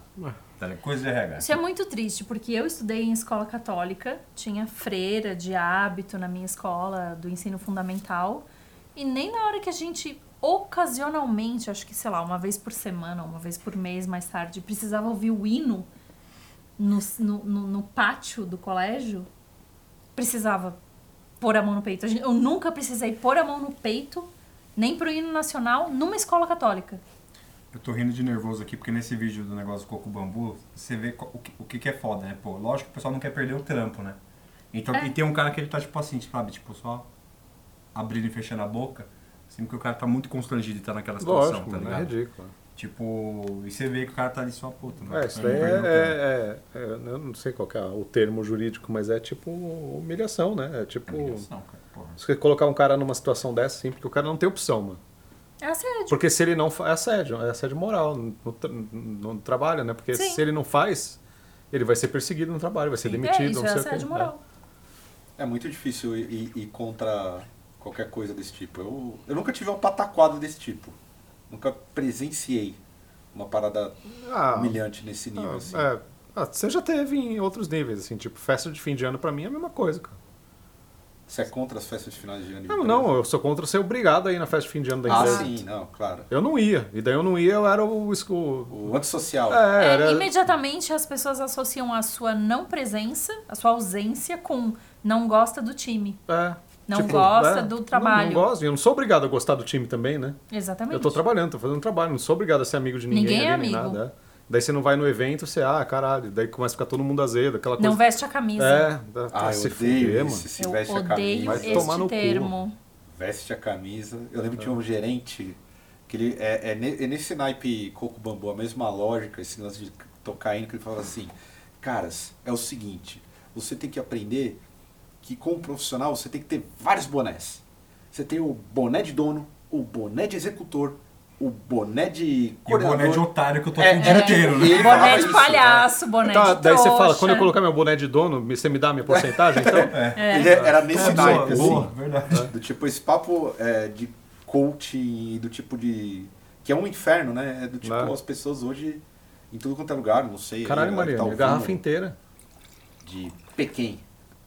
Speaker 4: Tá ligado? Coisa de RH.
Speaker 5: Isso é muito triste, porque eu estudei em escola católica, tinha freira de hábito na minha escola do ensino fundamental, e nem na hora que a gente ocasionalmente, acho que sei lá, uma vez por semana, uma vez por mês mais tarde, precisava ouvir o hino no, no, no- no pátio do colégio, precisava pôr a mão no peito. A gente- Eu nunca precisei pôr a mão no peito, nem pro hino nacional, numa escola católica.
Speaker 4: Eu tô rindo de nervoso aqui, porque nesse vídeo do negócio do coco bambu, você vê co- o que, o que que é foda, né? Pô, lógico que o pessoal não quer perder o trampo, né? Então,
Speaker 5: É.
Speaker 4: e tem um cara que ele tá tipo assim, sabe? Tipo, só abrindo e fechando a boca. Assim, porque o cara tá muito constrangido de estar naquela situação,
Speaker 6: Lógico,
Speaker 4: tá
Speaker 6: mano,
Speaker 4: ligado?
Speaker 6: é ridículo.
Speaker 4: Tipo, e você vê que o cara tá ali só puta, né?
Speaker 6: É, isso daí é, é- é- é- Eu não sei qual que é o termo jurídico, mas é tipo humilhação, né? É tipo.
Speaker 4: Humilhação, cara, porra.
Speaker 6: Se você colocar um cara numa situação dessa, sim, porque o cara não tem opção, mano.
Speaker 5: Essa é a
Speaker 6: Porque se ele não faz. É assédio, é assédio moral no, no tra- no trabalho, né? Porque
Speaker 5: Sim.
Speaker 6: se ele não faz,
Speaker 3: ele vai ser perseguido no trabalho, vai ser demitido,
Speaker 5: é, isso
Speaker 3: não
Speaker 5: é
Speaker 3: sei o quê. né?
Speaker 5: assédio moral.
Speaker 2: É muito difícil ir, ir contra qualquer coisa desse tipo. Eu, eu nunca tive uma pataquada desse tipo. Nunca presenciei uma parada
Speaker 6: né?
Speaker 3: Ah,
Speaker 2: humilhante nesse nível.
Speaker 3: ah,
Speaker 2: assim.
Speaker 3: é. Ah, você já teve em outros níveis, assim, tipo, festa de fim de ano pra mim é a mesma coisa, cara.
Speaker 2: Você é contra as festas de finais de ano? de
Speaker 3: Não,
Speaker 2: empresa?
Speaker 3: não, é- eu sou contra ser obrigado aí na festa de fim de ano da
Speaker 2: Ah,
Speaker 3: empresa.
Speaker 2: sim, não, claro.
Speaker 3: Eu não ia. E daí eu não ia, eu era o. esco-
Speaker 2: O antissocial.
Speaker 3: É,
Speaker 5: É,
Speaker 3: era...
Speaker 5: imediatamente as pessoas associam a sua não presença, a sua ausência com não gosta do time.
Speaker 3: é,
Speaker 5: Não gosta do
Speaker 3: não-
Speaker 5: trabalho.
Speaker 3: Não, gosto, e eu não sou obrigado a gostar do time também, né?
Speaker 5: Exatamente.
Speaker 3: Eu tô trabalhando, tô fazendo trabalho, não sou obrigado a ser amigo de ninguém,
Speaker 5: Ninguém é
Speaker 3: ali, nem
Speaker 5: amigo.
Speaker 3: nada. é. Daí você não vai no evento, você, ah, caralho, daí começa a ficar todo mundo azedo, aquela coisa.
Speaker 5: Não veste a camisa.
Speaker 3: É, dá,
Speaker 2: Ah,
Speaker 3: ah,
Speaker 2: eu
Speaker 3: se
Speaker 2: odeio
Speaker 3: fuder,
Speaker 2: isso,
Speaker 3: mano.
Speaker 2: se
Speaker 5: Eu
Speaker 2: veste a
Speaker 5: odeio
Speaker 2: camisa.
Speaker 3: Vai tomar no
Speaker 5: este
Speaker 3: cu.
Speaker 5: termo.
Speaker 2: Veste a camisa. Eu lembro que tinha um gerente que ele é, é ne- é nesse naipe coco bambu, a mesma lógica, esse lance de tocar indo, que ele falava assim, caras, é o seguinte, você tem que aprender que como profissional você tem que ter vários bonés. Você tem o boné de dono, o boné de executor, o boné de
Speaker 4: E o
Speaker 2: coordenador.
Speaker 4: boné de otário que eu tô
Speaker 2: É,
Speaker 4: aqui o dia
Speaker 2: é.
Speaker 4: inteiro, né?
Speaker 2: Ele falava
Speaker 5: Boné de
Speaker 2: isso,
Speaker 5: palhaço, boné
Speaker 3: Tá,
Speaker 5: de
Speaker 3: daí você fala,
Speaker 5: trouxa.
Speaker 3: quando eu colocar meu boné de dono, me- você me dá a minha porcentagem, então?
Speaker 2: [LAUGHS] Ele era nesse
Speaker 4: [LAUGHS] É, boa,
Speaker 2: naipe, assim.
Speaker 4: boa, verdade.
Speaker 2: Do tipo, esse papo é, de coach e do tipo de. que é um inferno, né? É do tipo,
Speaker 3: Né?
Speaker 2: as pessoas hoje, em tudo quanto é lugar, não sei.
Speaker 3: Caralho,
Speaker 2: aí,
Speaker 3: Mariana,
Speaker 2: tá
Speaker 3: a
Speaker 2: ouvindo
Speaker 3: garrafa inteira.
Speaker 2: De Pequim.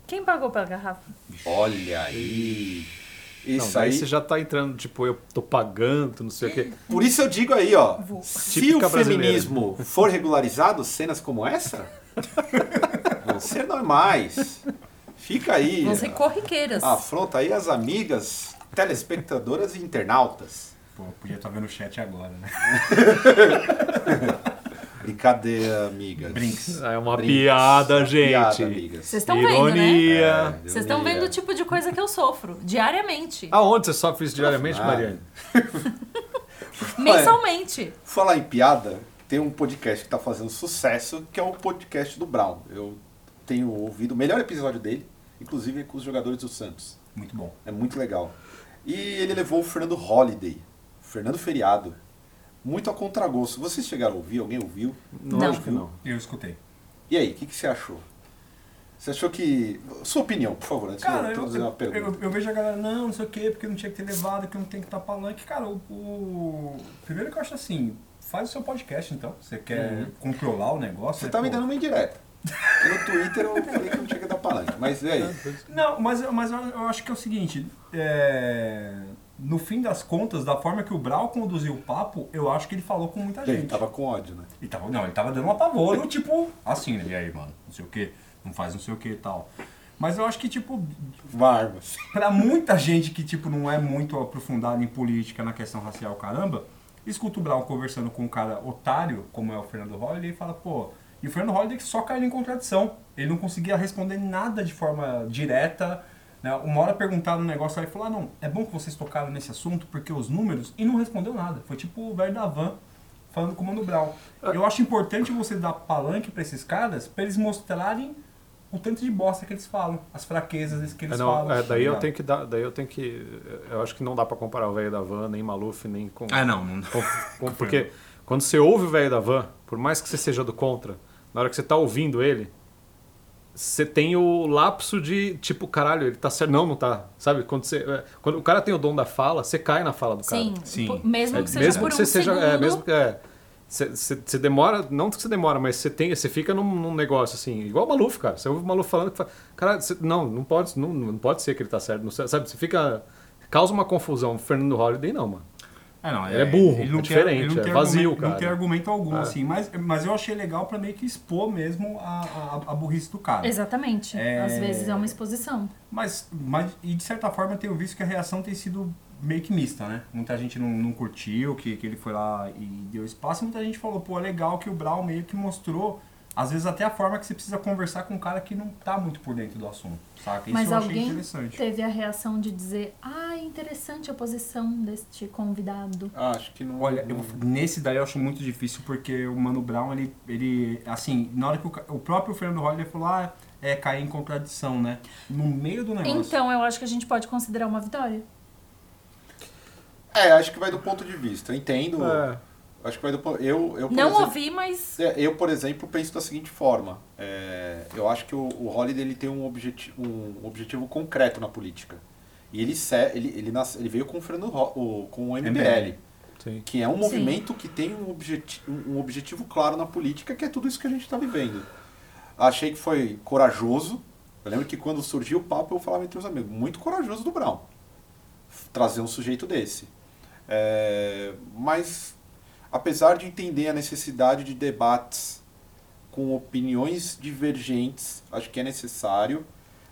Speaker 5: Quem pagou pela garrafa?
Speaker 2: Olha aí.
Speaker 3: Não,
Speaker 2: Isso
Speaker 3: daí
Speaker 2: aí.
Speaker 3: você já tá entrando, tipo, eu tô pagando, não sei o quê.
Speaker 2: Por isso eu digo aí, ó. Se o
Speaker 3: Típica brasileira.
Speaker 2: feminismo for regularizado, cenas como
Speaker 3: [LAUGHS]
Speaker 2: essa vão ser normais. Fica aí.
Speaker 5: Vão ser corriqueiras.
Speaker 2: a Afronta aí as amigas, telespectadoras e internautas.
Speaker 4: Pô, podia estar vendo o chat agora, né?
Speaker 2: Brincadeira, amigas.
Speaker 4: Brinks.
Speaker 3: É uma
Speaker 2: Brinks.
Speaker 3: piada, gente.
Speaker 2: Piada, amigas.
Speaker 5: Vocês estão vendo, né?
Speaker 3: Ironia.
Speaker 2: É.
Speaker 5: Vocês estão vendo o tipo de coisa que eu sofro diariamente,
Speaker 3: Aonde você sofre isso diariamente,
Speaker 2: Ah.
Speaker 3: Mariane?
Speaker 2: é.
Speaker 5: mensalmente.
Speaker 2: Falar em piada, tem um podcast que tá fazendo sucesso, que é o podcast do Brown. Eu tenho ouvido o melhor episódio dele, inclusive é com os jogadores do Santos.
Speaker 4: Muito bom.
Speaker 2: É muito legal. E ele levou o Fernando Holiday, o Fernando Feriado, muito a contragosto. Vocês chegaram a ouvir? Alguém ouviu?
Speaker 5: Não.
Speaker 3: Lógico que não.
Speaker 4: Eu escutei.
Speaker 2: E aí, o que, que você achou? Você achou que. Sua opinião, por favor, antes
Speaker 4: Cara,
Speaker 2: de eu
Speaker 4: eu,
Speaker 2: introduzir uma
Speaker 4: eu,
Speaker 2: pergunta.
Speaker 4: eu- eu vejo a galera, não, não sei o quê, porque não tinha que ter levado, que não tem que estar palanque. Cara, o, o- Primeiro que eu acho assim, faz o seu podcast então. Você quer controlar o negócio?
Speaker 2: Uhum. Você
Speaker 4: né?
Speaker 2: tá me
Speaker 4: Pô,
Speaker 2: dando uma indireta. Porque no Twitter eu falei que não tinha que dar palanque. Mas e aí?
Speaker 4: Não, mas, mas eu, eu acho que é o seguinte, é, no fim das contas, da forma que o Brau conduziu o papo, eu acho que ele falou com muita
Speaker 2: Ele
Speaker 4: gente.
Speaker 2: tava com ódio, né?
Speaker 4: Ele tava, não, ele tava dando um apavoro, tipo, assim, né? E aí, mano, não sei o que, não faz não sei o que e tal. Mas eu acho que, tipo,
Speaker 2: Uma arma. assim.
Speaker 4: pra muita gente que, tipo, não é muito aprofundada em política, na questão racial, caramba, escuta o Brown conversando com um cara otário, como é o Fernando Holliday, e fala, pô... E o Fernando Holliday que só caiu em contradição. Ele não conseguia responder nada de forma direta. Né? Uma hora perguntaram um negócio, aí ele falou, ah, não, é bom que vocês tocaram nesse assunto, porque os números... E não respondeu nada. Foi tipo o velho da van falando com o Mano Brown. Eu acho importante você dar palanque pra esses caras, pra eles mostrarem o tanto de bosta que eles falam, as fraquezas que
Speaker 3: É,
Speaker 4: eles
Speaker 3: não,
Speaker 4: falam.
Speaker 3: é, daí eu
Speaker 4: Tá
Speaker 3: tenho que dar, daí eu tenho que, eu acho que não dá pra comparar o velho da van nem Maluf nem com,
Speaker 4: Ah, não. não.
Speaker 3: com- com- porque quando você ouve o velho da van, por mais que você seja do contra, na hora que você tá ouvindo ele, você tem o lapso de tipo caralho, ele tá certo, não, não tá, sabe? Quando você, é, quando o cara tem o dom da fala, você cai na fala do cara.
Speaker 5: Sim,
Speaker 4: Sim.
Speaker 5: po- mesmo
Speaker 3: É,
Speaker 5: que seja por um segundo.
Speaker 3: é, mesmo que é, você- você você demora, não que você demora, mas você tem, você fica num, num negócio assim, igual o Maluf, cara. Você ouve o Maluf falando que fala, cara, você- não, não pode, não, não pode ser que ele tá certo, não sei", sabe? Você fica causa uma confusão. O Fernando Holliday não, mano.
Speaker 4: É, não,
Speaker 3: Ele é burro, é diferente, é vazio,
Speaker 4: argumento,
Speaker 3: cara.
Speaker 4: Não tem argumento algum,
Speaker 3: É.
Speaker 4: assim. Mas, mas eu achei legal pra meio que expor mesmo a, a, a burrice do cara.
Speaker 5: Exatamente.
Speaker 4: É.
Speaker 5: Às vezes é uma exposição.
Speaker 4: Mas, mas, e de certa forma, eu tenho visto que a reação tem sido meio que mista, né? Muita gente não, não curtiu, que, que ele foi lá e deu espaço. e Muita gente falou, pô, é legal que o Brau meio que mostrou, às vezes até a forma que você precisa conversar com um cara que não tá muito por dentro do assunto, saca? Isso
Speaker 5: Mas
Speaker 4: eu achei
Speaker 5: alguém
Speaker 4: interessante.
Speaker 5: teve a reação de dizer: Ah, interessante a posição deste convidado.
Speaker 2: Ah, acho que não.
Speaker 4: Olha,
Speaker 2: não-
Speaker 4: eu- nesse daí eu acho muito difícil porque o Mano Brown, ele, ele assim, na hora que o, ca- o próprio Fernando Holliday falou, ah, é cair em contradição, né? No meio do negócio.
Speaker 5: Então, eu acho que a gente pode considerar uma vitória.
Speaker 2: É, acho que vai do ponto de vista. Eu entendo
Speaker 3: É.
Speaker 2: Acho que vai depois. Eu, eu, por
Speaker 5: Não
Speaker 2: exemplo-
Speaker 5: ouvi, mas
Speaker 2: É, Eu, por exemplo, penso da seguinte forma. É, eu acho que o, o Holliday ele tem um, objeti um objetivo concreto na política. E ele, se- ele, ele, nasce- ele veio com o, Fernando Ro- o- com o MBL,
Speaker 6: Sim.
Speaker 2: que é um
Speaker 5: Sim.
Speaker 2: movimento que tem um, objeti um um objetivo claro na política, que é tudo isso que a gente está vivendo. Achei que foi corajoso. Eu lembro que quando surgiu o papo, eu falava entre os amigos, muito corajoso do Brown trazer um sujeito desse. É, mas, apesar de entender a necessidade de debates com opiniões divergentes, acho que é necessário.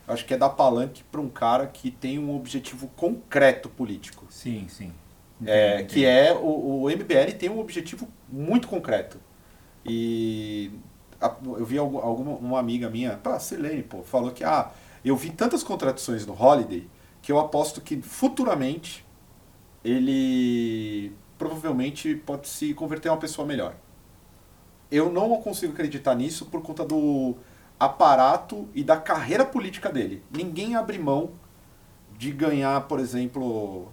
Speaker 2: Acho que é dar palanque para um cara que tem um objetivo concreto político.
Speaker 4: Sim, sim.
Speaker 2: É, que é o, o MBL tem um objetivo muito concreto. E a- eu vi algu- alguma uma amiga minha, pá, Silene, pô, falou que ah, eu vi tantas contradições no Holiday que eu aposto que futuramente ele provavelmente pode se converter em uma pessoa melhor. Eu não consigo acreditar nisso por conta do aparato e da carreira política dele. Ninguém abre mão de ganhar, por exemplo,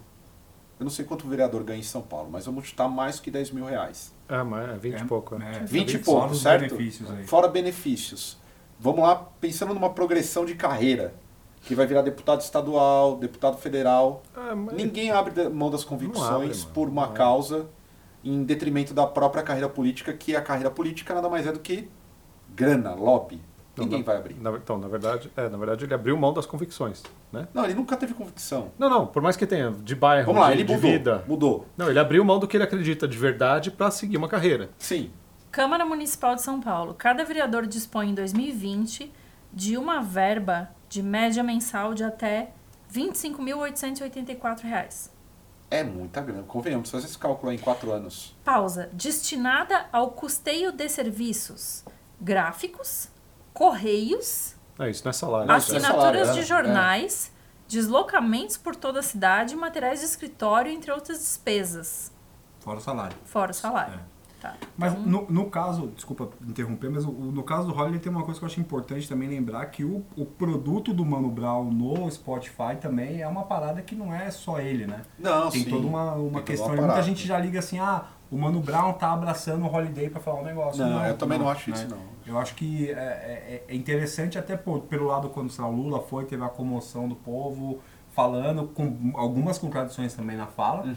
Speaker 2: eu não sei quanto o vereador ganha em São Paulo, mas vamos chutar mais que 10 mil reais.
Speaker 6: Ah, mas é 20 e pouco. É.
Speaker 4: É,
Speaker 2: 20 e
Speaker 4: só
Speaker 2: pouco,
Speaker 4: nos
Speaker 2: certo?
Speaker 4: benefícios aí.
Speaker 2: Fora benefícios. Vamos lá, pensando numa progressão de carreira, que vai virar deputado estadual, deputado federal.
Speaker 6: Ah, mas-
Speaker 2: Ninguém abre mão das
Speaker 6: Não
Speaker 2: convicções
Speaker 6: abre, mano.
Speaker 2: por uma
Speaker 6: Não.
Speaker 2: causa em detrimento da própria carreira política, que a carreira política nada mais é do que grana, lobby.
Speaker 6: Não,
Speaker 2: Ninguém
Speaker 6: não.
Speaker 2: vai abrir.
Speaker 6: Na- então, na verdade, é, na verdade, ele abriu mão das convicções, né?
Speaker 2: Não, ele nunca teve convicção.
Speaker 6: Não, não, por mais que tenha de bairro,
Speaker 2: Vamos lá,
Speaker 6: de,
Speaker 2: ele
Speaker 6: É de
Speaker 2: mudou.
Speaker 6: vida.
Speaker 2: Mudou.
Speaker 6: Não, ele abriu mão do que ele acredita de verdade pra seguir uma carreira.
Speaker 2: Sim.
Speaker 5: Câmara Municipal de São Paulo. Cada vereador dispõe em 2020 de uma verba de média mensal de até R$ 25.884.
Speaker 2: É muita grana. Convenhamos, se você calcular em quatro anos.
Speaker 5: Pausa. Destinada ao custeio de serviços gráficos, correios,
Speaker 6: É, isso não é salário.
Speaker 2: Ah,
Speaker 6: isso é-
Speaker 2: sim.
Speaker 5: assinaturas
Speaker 2: salário,
Speaker 5: de
Speaker 2: é,
Speaker 5: jornais, deslocamentos por toda a cidade, materiais de escritório, entre outras despesas,
Speaker 4: Fora o salário.
Speaker 5: fora o salário. Tá.
Speaker 4: Mas
Speaker 2: Então-
Speaker 4: no, no caso, desculpa interromper, mas o- o- no caso do Holiday tem uma coisa que eu acho importante também lembrar que o, o produto do Mano Brown no Spotify também é uma parada que não é só ele, né?
Speaker 2: Não,
Speaker 4: tem
Speaker 2: sim.
Speaker 4: toda uma,
Speaker 2: Tem
Speaker 4: uma
Speaker 2: toda
Speaker 4: questão. e muita
Speaker 2: parada.
Speaker 4: gente já liga assim, ah, o Mano Brown tá abraçando o Holiday pra falar um negócio.
Speaker 2: Não, eu também não acho isso, não.
Speaker 4: Eu acho que é, é- é interessante até pô, pelo lado quando sei lá, o Lula foi, teve a comoção do povo falando, com algumas contradições também na fala.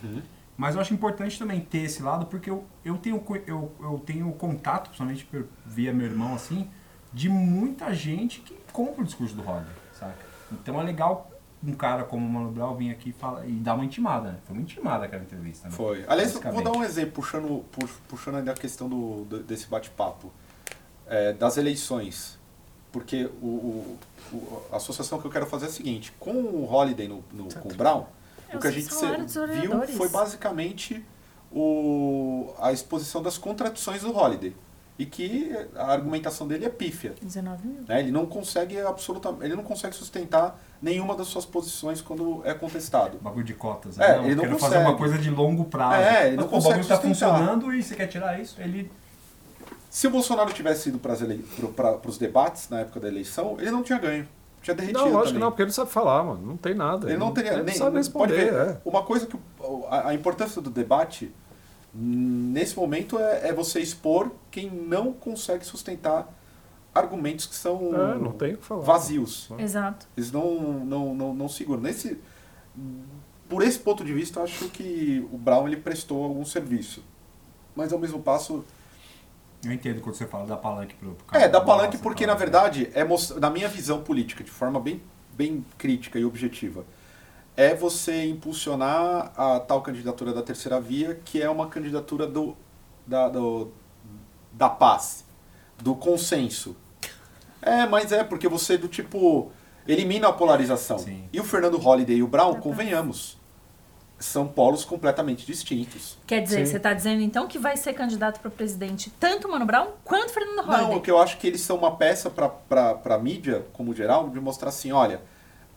Speaker 4: Mas eu acho importante também ter esse lado, porque eu, eu, tenho, co- eu, eu tenho contato, principalmente por- via meu irmão, assim, de muita gente que compra o discurso do Roder, saca? Então é legal um cara como o Mano Brown vir aqui e, fala, e dar uma intimada, né? Foi uma intimada aquela entrevista, né?
Speaker 2: Foi. Aliás, eu vou
Speaker 4: Basicamente.
Speaker 2: dar um exemplo, puxando, pu- puxando ainda a questão do, do- desse bate-papo, é, das eleições. Porque o, o- o- a associação que eu quero fazer é a seguinte: com o Holiday no, no- com o Brown,
Speaker 5: É,
Speaker 2: o que a
Speaker 5: os
Speaker 2: gente se-
Speaker 5: salários dos
Speaker 2: viu
Speaker 5: vereadores.
Speaker 2: foi basicamente o, a exposição das contradições do Holiday. E que a argumentação dele é pífia.
Speaker 5: 19 mil.
Speaker 2: né? Ele não consegue absolutamente. Ele não consegue sustentar nenhuma das suas posições quando é contestado.
Speaker 4: Bagulho de cotas.
Speaker 2: É,
Speaker 4: né?
Speaker 2: ele não
Speaker 4: quero fazer
Speaker 2: consegue.
Speaker 4: uma coisa de longo prazo.
Speaker 2: É, ele não
Speaker 4: Mas, pô,
Speaker 2: consegue
Speaker 4: O bagulho tá
Speaker 2: sustentar.
Speaker 4: funcionando e você quer tirar isso? Ele
Speaker 2: Se o Bolsonaro tivesse ido para os debates na época da eleição, ele não tinha ganho. Tinha derretido.
Speaker 6: Não, lógico que
Speaker 2: também.
Speaker 6: não, porque ele não sabe falar, mano. Não tem nada.
Speaker 2: Ele não teria.
Speaker 6: ele
Speaker 2: nem,
Speaker 6: sabe
Speaker 2: pode
Speaker 6: responder,
Speaker 2: ver.
Speaker 6: é.
Speaker 2: Uma coisa que. o- A, a importância do debate, hum, nesse momento, é, é você expor quem não consegue sustentar argumentos que são
Speaker 6: É, não tem o que falar.
Speaker 2: vazios.
Speaker 5: Exato.
Speaker 2: Eles não, não, não, não seguram. Nesse, por esse ponto de vista, eu acho que o Brown ele prestou algum serviço. Mas, ao mesmo passo,
Speaker 4: Eu entendo quando você fala da palanque pro, pro
Speaker 2: É, dá
Speaker 4: do
Speaker 2: palanque
Speaker 4: Nossa,
Speaker 2: porque,
Speaker 4: tal,
Speaker 2: na verdade, é mos- na minha visão política, de forma bem, bem crítica e objetiva, é você impulsionar a tal candidatura da terceira via, que é uma candidatura do, da, do- da paz, do consenso. É, mas é porque você, do tipo, elimina a polarização.
Speaker 4: Sim.
Speaker 2: E o Fernando Holliday e o Brown, convenhamos, são polos completamente distintos.
Speaker 5: Quer dizer,
Speaker 6: Sim.
Speaker 5: você está dizendo então que vai ser candidato para presidente tanto Mano Brown quanto Fernando
Speaker 2: Não,
Speaker 5: Holliday?
Speaker 2: porque eu acho que eles são uma peça para a mídia, como geral, de mostrar assim, olha,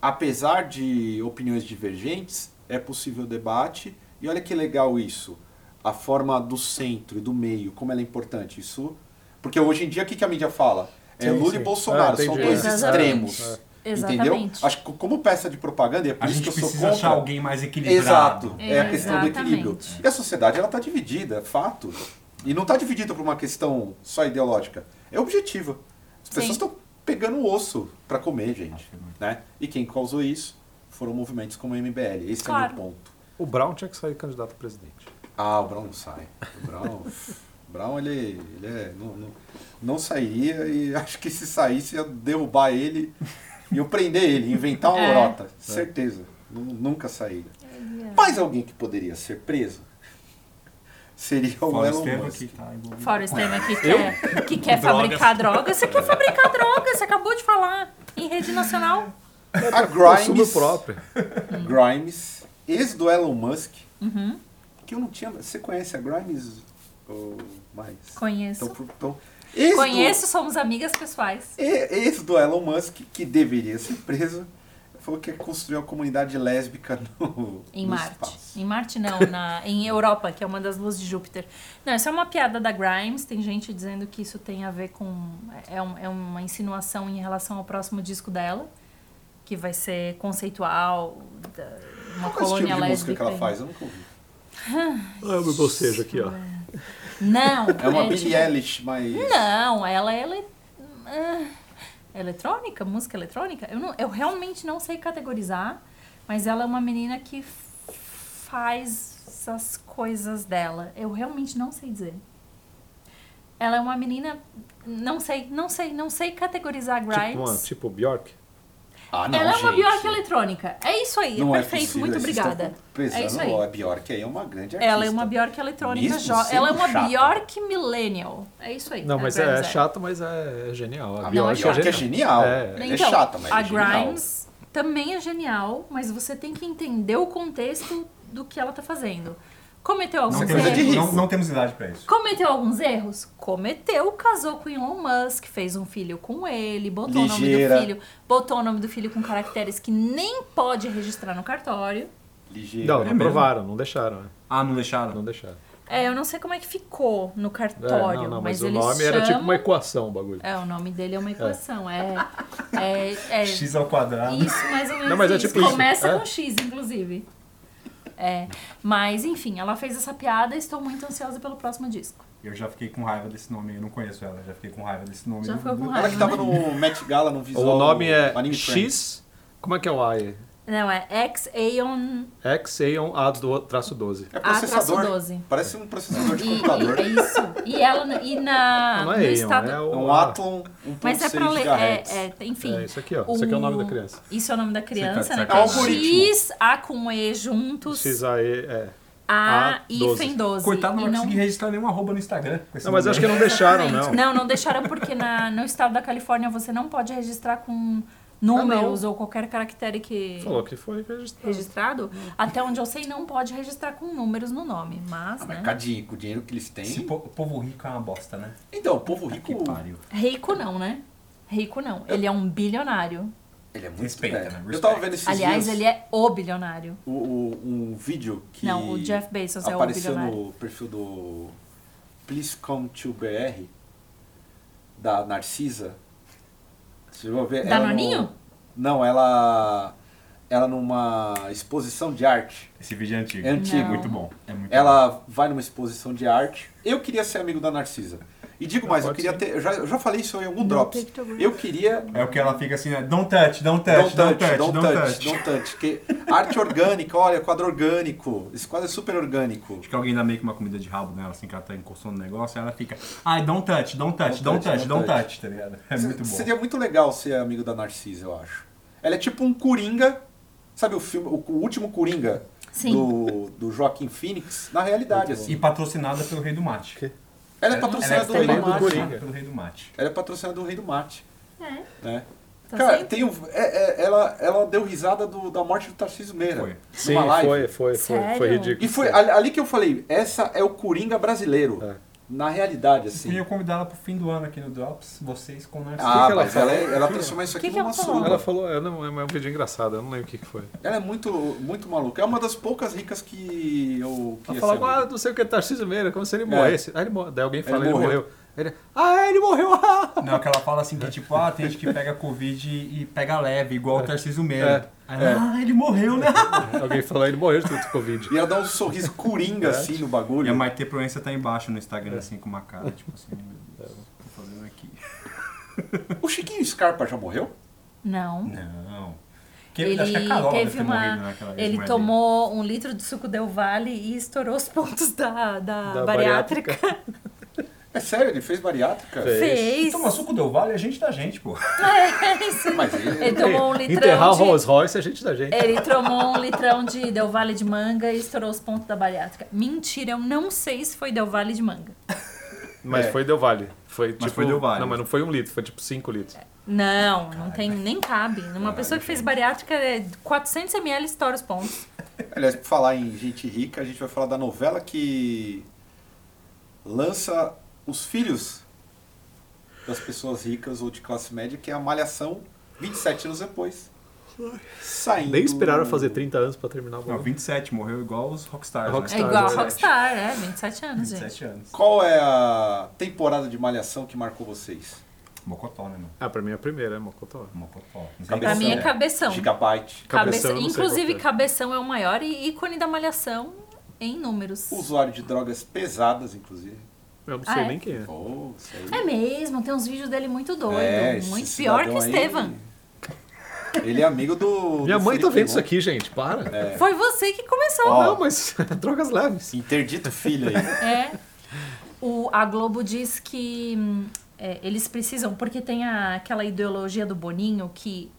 Speaker 2: apesar de opiniões divergentes, é possível debate, e olha que legal isso, a forma do centro e do meio, como ela é importante, isso... Porque hoje em dia, o que, que a mídia fala? É
Speaker 6: Sim,
Speaker 2: Lula e
Speaker 6: sim.
Speaker 2: Bolsonaro,
Speaker 6: Ah,
Speaker 2: são
Speaker 6: entendi.
Speaker 2: dois
Speaker 5: É,
Speaker 2: extremos.
Speaker 5: exatamente.
Speaker 2: Entendeu?
Speaker 5: Exatamente.
Speaker 2: Acho que como peça de propaganda, e é por
Speaker 4: É. A
Speaker 2: isso
Speaker 4: gente
Speaker 2: que eu sou
Speaker 4: precisa
Speaker 2: contra.
Speaker 4: achar alguém mais equilibrado.
Speaker 2: Exato, é a questão do equilíbrio.
Speaker 5: Exatamente.
Speaker 2: E a sociedade ela está dividida, é fato. E não está dividida por uma questão só ideológica, é objetiva. As pessoas
Speaker 5: Sim.
Speaker 2: estão pegando o osso para comer, gente. Né? E quem causou isso foram movimentos como a MBL. Esse é o
Speaker 5: Claro.
Speaker 2: meu ponto.
Speaker 6: O Brown tinha que sair candidato a presidente.
Speaker 2: Ah, o Brown não sai. O Brown, o Brown ele, ele é, não, não, não sairia e acho que se saísse ia derrubar ele e eu prender ele, inventar uma
Speaker 5: É.
Speaker 2: lorota. Certeza. Nu- Nunca sairia. Mais alguém que poderia ser preso seria o
Speaker 4: Fora o
Speaker 2: Elon
Speaker 4: Estevam
Speaker 2: Musk.
Speaker 4: que tá envolvido.
Speaker 5: Fora o Estevam que quer, que quer
Speaker 3: Drogas.
Speaker 5: fabricar drogas. Você quer fabricar drogas, você acabou de falar. Em rede nacional.
Speaker 2: A
Speaker 3: Consumo
Speaker 2: Grimes,
Speaker 3: próprio.
Speaker 2: Grimes, ex do Elon Musk,
Speaker 5: Uhum,
Speaker 2: que eu não tinha... Você conhece a Grimes ou mais?
Speaker 5: Conheço.
Speaker 2: Então, por- então, ex do-
Speaker 5: Conheço, somos amigas pessoais.
Speaker 2: E- Esse do Elon Musk, que deveria ser preso, falou que ia construir uma comunidade lésbica no,
Speaker 5: Em
Speaker 2: no
Speaker 5: Marte.
Speaker 2: espaço.
Speaker 5: Em Marte não,
Speaker 2: [LAUGHS]
Speaker 5: na, em Europa, que é uma das luas de Júpiter. Não, isso é uma piada da Grimes. Tem gente dizendo que isso tem a ver com... É, um- é uma insinuação em relação ao próximo disco dela. Que vai ser conceitual, da-
Speaker 2: Qual é o
Speaker 5: uma colônia
Speaker 2: estilo de música que
Speaker 5: lésbica.
Speaker 2: ela faz? Eu nunca ouvi.
Speaker 3: Olha o meu bocejo aqui, ó.
Speaker 5: Não,
Speaker 2: É uma Billie
Speaker 5: tipo-
Speaker 2: Eilish, mas...
Speaker 5: Não, ela é ele... ah, eletrônica, música eletrônica. Eu, não, eu realmente não sei categorizar, mas ela é uma menina que f- faz as coisas dela. Eu realmente não sei dizer. Ela é uma menina, não sei, não sei, não sei categorizar
Speaker 6: Tipo, uma,
Speaker 5: Grimes.
Speaker 6: tipo Bjork.
Speaker 2: Ah, não,
Speaker 5: ela é uma
Speaker 2: gente.
Speaker 5: Bjork eletrônica. É isso aí,
Speaker 2: Não é
Speaker 5: perfeito,
Speaker 2: possível,
Speaker 5: muito
Speaker 2: vocês estão
Speaker 5: obrigada.
Speaker 2: Pesando,
Speaker 5: É isso aí.
Speaker 2: ó, a Bjork aí é uma grande artista.
Speaker 5: Ela é uma Bjork eletrônica,
Speaker 2: Mesmo
Speaker 5: jo...
Speaker 2: sendo
Speaker 5: ela é uma
Speaker 2: chata.
Speaker 5: Bjork millennial. É isso aí.
Speaker 6: Não,
Speaker 5: a
Speaker 6: mas
Speaker 5: Grimes
Speaker 6: é, chato, mas é, é genial. A
Speaker 2: A
Speaker 5: Não, é
Speaker 2: Bjork,
Speaker 6: Bjork
Speaker 5: chata.
Speaker 2: é genial.
Speaker 6: É.
Speaker 2: Ela
Speaker 5: Então,
Speaker 2: é chata, mas
Speaker 5: a
Speaker 2: é genial.
Speaker 5: Grimes também é genial, mas você tem que entender o contexto do que ela tá fazendo. Cometeu alguns
Speaker 4: Não,
Speaker 2: coisa de
Speaker 4: temos,
Speaker 5: erros.
Speaker 2: rico.
Speaker 4: não, não temos idade pra isso.
Speaker 5: Cometeu alguns erros? Cometeu, casou com Elon Musk, fez um filho com ele, botou
Speaker 2: Ligeira.
Speaker 5: o nome do filho, botou o nome do filho com caracteres que nem pode registrar no cartório.
Speaker 2: Ligeira.
Speaker 6: Não, não
Speaker 4: mesmo?
Speaker 6: provaram, não deixaram. né?
Speaker 4: Ah, não deixaram?
Speaker 6: Não deixaram.
Speaker 5: É, eu não sei como é que ficou no
Speaker 6: É,
Speaker 5: cartório,
Speaker 6: não, não, mas,
Speaker 5: mas,
Speaker 6: o
Speaker 5: eles
Speaker 6: nome era tipo
Speaker 5: chamam-
Speaker 6: uma equação, o bagulho.
Speaker 5: É, o nome dele é uma equação, é... é, é,
Speaker 4: X ao quadrado.
Speaker 5: Isso, mais ou menos.
Speaker 6: Não, mas é
Speaker 5: isso.
Speaker 6: tipo isso,
Speaker 5: Começa
Speaker 6: é.
Speaker 5: com X, inclusive. É. Mas, enfim, ela fez essa piada estou muito ansiosa pelo próximo disco.
Speaker 4: Eu já fiquei com raiva desse nome, eu não conheço ela, já fiquei com raiva desse nome.
Speaker 5: Já
Speaker 4: do-
Speaker 5: ficou
Speaker 4: do-
Speaker 5: com
Speaker 2: Ela que
Speaker 5: raiva.
Speaker 2: tava
Speaker 5: né?
Speaker 2: no Met Gala, no visual...
Speaker 6: o nome é
Speaker 2: Anime Friends.
Speaker 6: X. Como é que é o I?
Speaker 5: Não, é ex Aeon.
Speaker 6: Xeon A do traço 12.
Speaker 2: É processador.
Speaker 5: 12.
Speaker 2: Parece um processador de
Speaker 5: E,
Speaker 2: computador.
Speaker 5: e- é isso. E ela e na
Speaker 6: Não, não é
Speaker 5: Ah, no
Speaker 6: Aeon,
Speaker 5: estado.
Speaker 6: é
Speaker 2: É
Speaker 6: o
Speaker 2: um Atlon 1.6
Speaker 5: Mas é pra ler. É,
Speaker 2: GHz.
Speaker 5: é, enfim.
Speaker 6: É isso aqui, ó. Isso aqui é o nome da criança.
Speaker 5: Isso é o nome da criança, né?
Speaker 4: sacanagem.
Speaker 5: Que
Speaker 2: Algoritmo.
Speaker 5: X, A com E juntos,
Speaker 6: XAE, é.
Speaker 5: A,
Speaker 6: A,
Speaker 5: hífen 12.
Speaker 4: Coitado, não
Speaker 5: e
Speaker 4: vai conseguir registrar nenhum arroba no Instagram. com esse
Speaker 6: Não, mas
Speaker 4: nome
Speaker 6: acho que
Speaker 4: aí.
Speaker 6: não deixaram,
Speaker 5: Exatamente.
Speaker 6: não.
Speaker 5: Não, não deixaram porque na- no estado da Califórnia você não pode registrar com números ou qualquer caractere que
Speaker 6: Falou que foi registrado.
Speaker 5: registrado. Até onde eu sei, não pode registrar com números no nome, mas,
Speaker 2: Ah,
Speaker 5: né?
Speaker 2: mas cadinho, com o dinheiro que eles têm...
Speaker 4: Esse po- povo rico é uma bosta, né?
Speaker 2: Então, o povo rico...
Speaker 4: Que pariu.
Speaker 5: Rico não, né? Rico não. Ele é um bilionário.
Speaker 2: Ele é muito
Speaker 4: Respeita,
Speaker 2: velho.
Speaker 4: né?
Speaker 2: Eu
Speaker 4: Respeita.
Speaker 2: tava vendo esses
Speaker 5: Aliás,
Speaker 2: dias
Speaker 5: ele é o bilionário.
Speaker 2: o- o- um vídeo que
Speaker 5: Não, o Jeff Bezos é o
Speaker 2: apareceu
Speaker 5: bilionário.
Speaker 2: no perfil do Please Come to BR da Narcisa. Você vai ver ela
Speaker 5: Danoninho?
Speaker 2: no- Não, ela ela numa exposição de arte.
Speaker 4: Esse vídeo é antigo.
Speaker 2: É antigo.
Speaker 5: Não.
Speaker 4: Muito bom. É muito bom.
Speaker 2: Ela vai numa exposição de arte. Eu queria ser amigo da Narcisa. E digo mais, eu
Speaker 6: pode
Speaker 2: queria
Speaker 6: ser.
Speaker 2: ter, eu já, eu já falei isso em algum drops. Eu queria
Speaker 4: É o que ela fica assim, né? Don't touch, don't
Speaker 2: Don't
Speaker 4: touch, don't touch, don't touch.
Speaker 2: don't touch. Que arte orgânica, olha, quadro orgânico. Esse quadro é super orgânico.
Speaker 4: Acho que alguém dá meio que uma comida de rabo nela, assim, que ela tá encostando no negócio, aí ela fica, ai, don't touch, don't touch, don't touch, don't touch, tá ligado? É muito bom.
Speaker 2: Seria muito legal ser amigo da Narcisa, eu acho. Ela é tipo um Coringa, sabe o filme, o, o último Coringa
Speaker 5: Sim.
Speaker 2: do, do Joaquim Phoenix, na realidade, assim.
Speaker 4: E patrocinada pelo Rei do Mate.
Speaker 2: Ela é
Speaker 4: Ela
Speaker 2: patrocinada
Speaker 4: é
Speaker 2: do Rei do
Speaker 4: patrocinada
Speaker 2: Mate.
Speaker 6: Coringa.
Speaker 4: pelo Rei do Mate.
Speaker 2: Ela é patrocinada do Rei do Mate,
Speaker 5: É.
Speaker 2: né?
Speaker 5: Tá
Speaker 2: Cara,
Speaker 5: certo.
Speaker 2: tem um, é- é- ela, ela deu risada do- da morte do Tarcísio Meira.
Speaker 4: Foi.
Speaker 6: Sim,
Speaker 2: numa live.
Speaker 6: foi, foi, foi, foi
Speaker 5: Sério?
Speaker 6: ridículo.
Speaker 2: E foi ali ali que eu falei, essa é o Coringa brasileiro.
Speaker 6: É.
Speaker 2: Na realidade,
Speaker 4: E eu
Speaker 2: assim.
Speaker 4: convidar ela pro fim do ano aqui no Drops, vocês com nós.
Speaker 2: Ah,
Speaker 6: que ela
Speaker 2: mas ela, é- ela transforma isso
Speaker 5: Que
Speaker 2: aqui
Speaker 5: que
Speaker 2: numa
Speaker 5: ela falou?
Speaker 2: surra.
Speaker 6: Ela falou, eu não, é um vídeo engraçado, eu não lembro o que, que foi.
Speaker 2: Ela é muito, muito maluca. É uma das poucas ricas que eu. Que
Speaker 6: Ela
Speaker 2: ia
Speaker 6: falava,
Speaker 2: ser
Speaker 6: ah,
Speaker 2: amigo.
Speaker 6: não sei o que é Tarcísio Meira, como se ele morresse. Aí ele morre. Daí alguém fala, ele,
Speaker 2: morreu.
Speaker 6: morreu. Ele, ah, ele morreu! [LAUGHS] ah!"
Speaker 4: Não, que ela fala assim que tipo, ah, tem gente que pega Covid e pega leve, igual o Tarcísio Meira.
Speaker 6: É.
Speaker 4: Aí ela, Ah, ele morreu, né?
Speaker 6: Alguém falou, ele morreu de tudo de Covid.
Speaker 2: E ela dá um sorriso
Speaker 6: É.
Speaker 2: coringa assim no
Speaker 4: E
Speaker 2: bagulho.
Speaker 4: a Maite Proença tá embaixo no Instagram, assim, com uma cara, tipo assim, meu Deus, o que eu tô fazendo aqui?
Speaker 2: O Chiquinho Scarpa já morreu?
Speaker 5: Não.
Speaker 4: Não. Que,
Speaker 5: Ele
Speaker 4: acho que a Carol deve
Speaker 5: teve
Speaker 4: ter
Speaker 5: uma.
Speaker 4: morrido naquela vez,
Speaker 5: Ele
Speaker 4: mas-
Speaker 5: tomou um litro de suco Del Vale e estourou os pontos da, da,
Speaker 6: Da
Speaker 5: bariátrica.
Speaker 2: É sério, ele fez bariátrica?
Speaker 6: Fez.
Speaker 4: Ele
Speaker 5: [LAUGHS] Fez.
Speaker 4: Toma
Speaker 5: [LAUGHS]
Speaker 4: suco Del Vale, a gente da gente, pô.
Speaker 2: Mas ele,
Speaker 5: Ele tomou
Speaker 3: [LAUGHS]
Speaker 5: um litrão.
Speaker 6: Enterrar o
Speaker 5: de...
Speaker 6: Rolls Royce é gente da gente.
Speaker 5: Ele tomou um litrão de Del Valle de manga e estourou os pontos da bariátrica. Mentira, eu não sei se foi Del Valle de manga.
Speaker 6: Mas
Speaker 2: É.
Speaker 6: foi Del Valle. Foi, tipo,
Speaker 4: foi Del Valle.
Speaker 6: Não, mas não foi um litro, foi tipo 5 litros.
Speaker 5: Não, não tem, nem cabe. Numa pessoa que fez bariátrica, é 400 ml estoura os pontos.
Speaker 2: aliás, por falar em gente rica, a gente vai falar da novela que lança os filhos das pessoas ricas ou de classe média, que é a Malhação 27 anos depois. Saindo.
Speaker 6: Nem esperaram fazer 30 anos pra terminar o
Speaker 4: Não,
Speaker 6: bagulho.
Speaker 4: 27, morreu igual os Rockstars, né?
Speaker 5: É
Speaker 6: Rockstar. Tá,
Speaker 5: igual a
Speaker 6: verdade.
Speaker 5: Rockstar, é, 27 anos, gente.
Speaker 4: 27 anos.
Speaker 2: Qual é a temporada de Malhação que marcou vocês?
Speaker 4: Mocotó, né, mano?
Speaker 6: Ah, pra mim é a primeira, é Mocotó.
Speaker 4: Mocotó. Não sei
Speaker 2: Cabeção. né?
Speaker 5: Pra
Speaker 4: quem
Speaker 5: mim é
Speaker 4: é.
Speaker 5: cabeção.
Speaker 2: Gigabyte.
Speaker 5: Cabeça-
Speaker 6: Cabeção, eu não sei
Speaker 5: inclusive,
Speaker 6: qual que é.
Speaker 5: cabeção é o maior e ícone da malhação em números.
Speaker 2: Usuário de drogas pesadas, inclusive.
Speaker 6: Eu não
Speaker 5: Ah,
Speaker 6: sei
Speaker 5: é?
Speaker 6: nem quem é.
Speaker 2: Oh, isso aí.
Speaker 5: É mesmo, tem uns vídeos dele muito doido.
Speaker 2: É, esse
Speaker 5: muito
Speaker 2: cidadão
Speaker 5: pior que o
Speaker 2: aí,
Speaker 5: Estevam.
Speaker 2: Ele é amigo do.
Speaker 6: Minha
Speaker 2: do
Speaker 6: mãe tá
Speaker 2: Felipe
Speaker 6: vendo isso
Speaker 2: Neto.
Speaker 6: aqui, gente. Para.
Speaker 5: Foi você que começou.
Speaker 2: é. Ó.
Speaker 6: Não, mas [LAUGHS] drogas leves.
Speaker 2: Interdito filho aí.
Speaker 5: É. O, a Globo diz que hum, é, eles precisam, porque tem a- aquela ideologia do Boninho que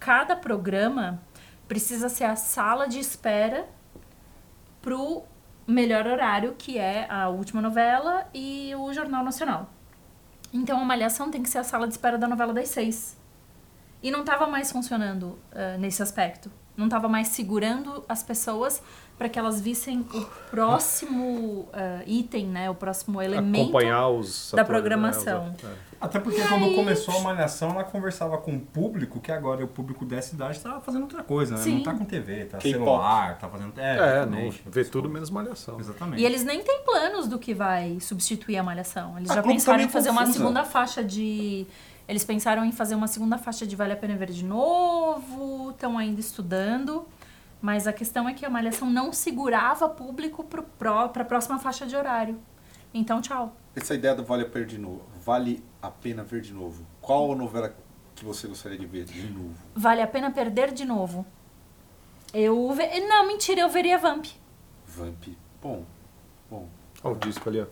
Speaker 5: cada programa precisa ser a sala de espera pro melhor horário, que é a última novela e o Jornal Nacional. Então a Malhação tem que ser a sala de espera da novela das seis. E não estava mais funcionando ah, nesse aspecto. Não estava mais segurando as pessoas para que elas vissem o próximo ah, item, né? O próximo elemento.
Speaker 6: Acompanhar os.
Speaker 5: da
Speaker 6: atores, né,
Speaker 5: programação.
Speaker 6: os atores.
Speaker 4: Até porque quando começou a Malhação, ela conversava com o público, que agora é o público dessa idade, tava fazendo outra coisa, né?
Speaker 5: Sim.
Speaker 4: Não tá com TV, tá
Speaker 2: K-pop.
Speaker 4: celular, tá fazendo...
Speaker 6: É, é não,
Speaker 4: exatamente,
Speaker 6: vê
Speaker 4: essas
Speaker 6: tudo
Speaker 4: coisas.
Speaker 6: menos malhação.
Speaker 2: É.
Speaker 4: Exatamente.
Speaker 5: E eles nem têm planos do que vai substituir a malhação. Eles
Speaker 2: A
Speaker 5: já
Speaker 2: Globo
Speaker 5: pensaram
Speaker 2: também
Speaker 5: em fazer uma
Speaker 2: confusa.
Speaker 5: segunda faixa de. Eles pensaram em fazer uma segunda faixa de Vale a Pena Ver de novo, estão ainda estudando. Mas a questão é que a malhação não segurava público para a próxima faixa de horário. Então, tchau.
Speaker 2: Essa ideia do Vale a Pena de novo. Vale a pena ver de novo. Qual a novela que você gostaria de ver de novo?
Speaker 5: Vale a pena perder de novo. Eu. ve- Não, mentira, eu veria Vamp.
Speaker 2: Vamp. Bom. Bom.
Speaker 6: Olha o disco ali, ó.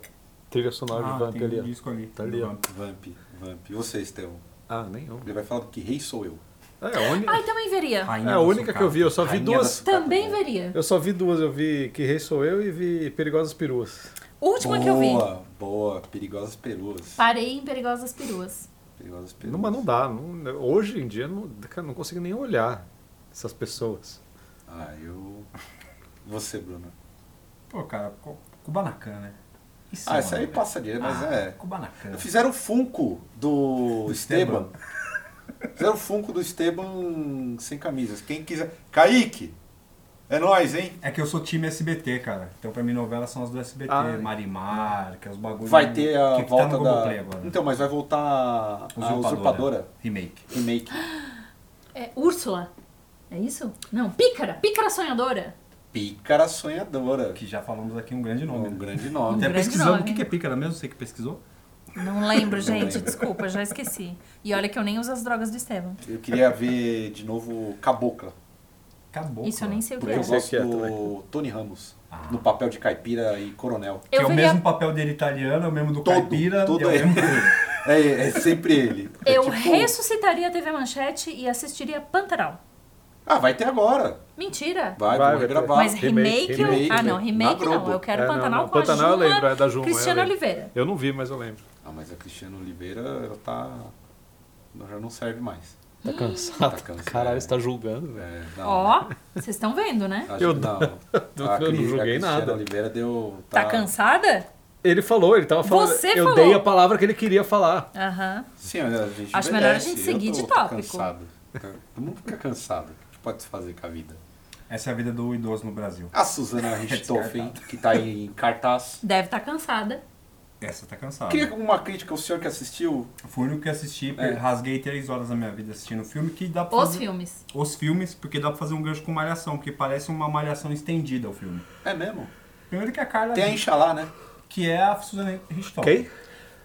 Speaker 6: Trilha sonora
Speaker 4: Ah,
Speaker 6: de Vamp
Speaker 4: tem
Speaker 6: ali,
Speaker 4: um
Speaker 6: ó.
Speaker 4: disco ali.
Speaker 6: Tá ali,
Speaker 4: do
Speaker 6: ó.
Speaker 4: Vamp.
Speaker 2: Vamp. Vamp. E você, Estevão?
Speaker 6: Ah, nenhum.
Speaker 2: Ele vai falar do que rei sou eu. tá
Speaker 6: É, a única,
Speaker 5: Ai, também veria.
Speaker 4: Rainha
Speaker 6: é a
Speaker 4: do
Speaker 6: única que eu vi, eu só vi
Speaker 2: Rainha
Speaker 6: duas.
Speaker 2: da-
Speaker 5: Também veria.
Speaker 6: Eu só vi duas, eu vi Que Rei Sou Eu e vi Perigosas Peruas.
Speaker 5: Última que eu vi. Ah.
Speaker 2: Boa, boa. Perigosas peruas.
Speaker 5: Parei em Perigosas Peruas.
Speaker 2: Perigosas peruas.
Speaker 6: Não, mas não dá. não- hoje em dia não, cara, não consigo nem olhar essas pessoas.
Speaker 2: Ah, eu. Você, Bruno.
Speaker 4: Pô, cara, co- Kubanacan, né? Isso
Speaker 2: Ah,
Speaker 4: é
Speaker 2: essa aí
Speaker 4: uma-
Speaker 2: passa direto, mas
Speaker 4: Ah,
Speaker 2: é.
Speaker 4: Kubanacan.
Speaker 2: Fizeram Funko do,
Speaker 4: Do
Speaker 2: Esteban.
Speaker 4: Esteban.
Speaker 2: Fizeram Funko do Esteban sem camisas. Quem quiser. Kaique! É nóis, hein?
Speaker 4: É que eu sou time SBT, cara. Então pra mim novelas são as do SBT.
Speaker 6: Ah.
Speaker 4: Marimar, que é os bagulhos...
Speaker 2: Vai ter a
Speaker 4: que tá
Speaker 2: volta
Speaker 4: no Globoplay
Speaker 2: da.
Speaker 4: agora.
Speaker 2: Então, mas vai voltar a a
Speaker 4: Usurpadora.
Speaker 2: Usurpadora
Speaker 4: Remake.
Speaker 2: remake.
Speaker 5: É Úrsula. É isso? Não, Pícara. Pícara Sonhadora.
Speaker 2: Pícara Sonhadora.
Speaker 4: Que já falamos aqui um grande nome.
Speaker 2: Um
Speaker 4: né?
Speaker 2: grande nome.
Speaker 4: Até
Speaker 5: grande
Speaker 4: pesquisamos.
Speaker 5: nome.
Speaker 4: O que que é pícara mesmo? Você que pesquisou?
Speaker 5: Não lembro, gente.
Speaker 2: lembro.
Speaker 5: Desculpa, já esqueci. E olha que eu nem uso as drogas do Estevam.
Speaker 2: Eu queria ver de novo Cabocla.
Speaker 4: Acabou.
Speaker 5: Isso eu nem sei o que
Speaker 2: Porque
Speaker 5: é.
Speaker 2: eu
Speaker 6: Sei
Speaker 2: gosto
Speaker 6: que é
Speaker 2: do Tony Ramos.
Speaker 4: Ah.
Speaker 2: No papel de caipira e coronel.
Speaker 4: Que é
Speaker 5: Eu
Speaker 4: o
Speaker 5: veria-
Speaker 4: mesmo papel dele italiano, é o mesmo do
Speaker 2: Todo,
Speaker 4: caipira.
Speaker 2: todo
Speaker 4: é o
Speaker 2: ele.
Speaker 4: mesmo-
Speaker 2: [LAUGHS] É, é sempre ele. É
Speaker 5: Eu
Speaker 2: tipo-
Speaker 5: ressuscitaria a TV Manchete e assistiria Pantanal.
Speaker 2: Ah, vai ter agora.
Speaker 5: Mentira.
Speaker 2: Vai,
Speaker 6: Vai,
Speaker 2: vai,
Speaker 6: vai ter.
Speaker 2: gravar.
Speaker 5: Mas
Speaker 6: remake,
Speaker 5: remake, eu-
Speaker 2: remake,
Speaker 5: Ah, não,
Speaker 2: remake.
Speaker 5: remake
Speaker 2: Na
Speaker 5: não.
Speaker 2: Globo.
Speaker 5: Eu quero
Speaker 6: É, não,
Speaker 5: Pantanal
Speaker 6: não,
Speaker 5: com
Speaker 6: Pantanal
Speaker 5: a
Speaker 6: eu
Speaker 5: Juma,
Speaker 6: lembro, é da Juma,
Speaker 5: Cristiano
Speaker 6: eu lembro.
Speaker 5: Oliveira.
Speaker 6: Eu não vi, mas eu lembro.
Speaker 2: Ah, mas a Cristiano Oliveira, ela tá. ela já não serve mais.
Speaker 6: Tá cansado.
Speaker 2: Tá cansado.
Speaker 6: Caralho, você tá julgando, velho.
Speaker 2: É, não.
Speaker 5: Ó, vocês estão vendo, né?
Speaker 6: [LAUGHS]
Speaker 2: Acho
Speaker 6: Eu
Speaker 2: que não.
Speaker 6: não
Speaker 2: A Cris-
Speaker 6: julguei
Speaker 2: a Cristiano
Speaker 6: nada.
Speaker 2: Oliveira deu.
Speaker 5: Tá cansada?
Speaker 6: Ele falou, ele tava falando.
Speaker 5: Você
Speaker 6: eu
Speaker 5: falou.
Speaker 6: dei a palavra que ele queria falar.
Speaker 5: Aham.
Speaker 2: Sim, a gente
Speaker 5: Acho melhor a
Speaker 2: envelhece.
Speaker 5: gente
Speaker 2: Eu
Speaker 5: seguir
Speaker 2: tô-
Speaker 5: de
Speaker 2: tô
Speaker 5: tópico.
Speaker 2: cansado. Todo mundo fica cansado. O que pode se fazer com a vida?
Speaker 4: Essa é a vida do idoso no Brasil.
Speaker 5: [LAUGHS]
Speaker 2: A Suzana Richthofen, que tá aí em cartaz.
Speaker 5: Deve estar cansada.
Speaker 4: Essa tá cansada.
Speaker 2: Queria uma crítica, o senhor que assistiu.
Speaker 4: Foi o único que assisti,
Speaker 2: É.
Speaker 4: rasguei três horas da minha vida assistindo o filme, que dá pra
Speaker 5: Os
Speaker 4: fazer-
Speaker 5: filmes.
Speaker 4: Os filmes, porque dá pra fazer um gancho com malhação, porque parece uma malhação estendida o filme.
Speaker 2: É mesmo?
Speaker 4: Primeiro que a Carla
Speaker 2: Tem a
Speaker 4: Dias,
Speaker 2: Inxalá, né?
Speaker 4: que é a Suzana Richthofen.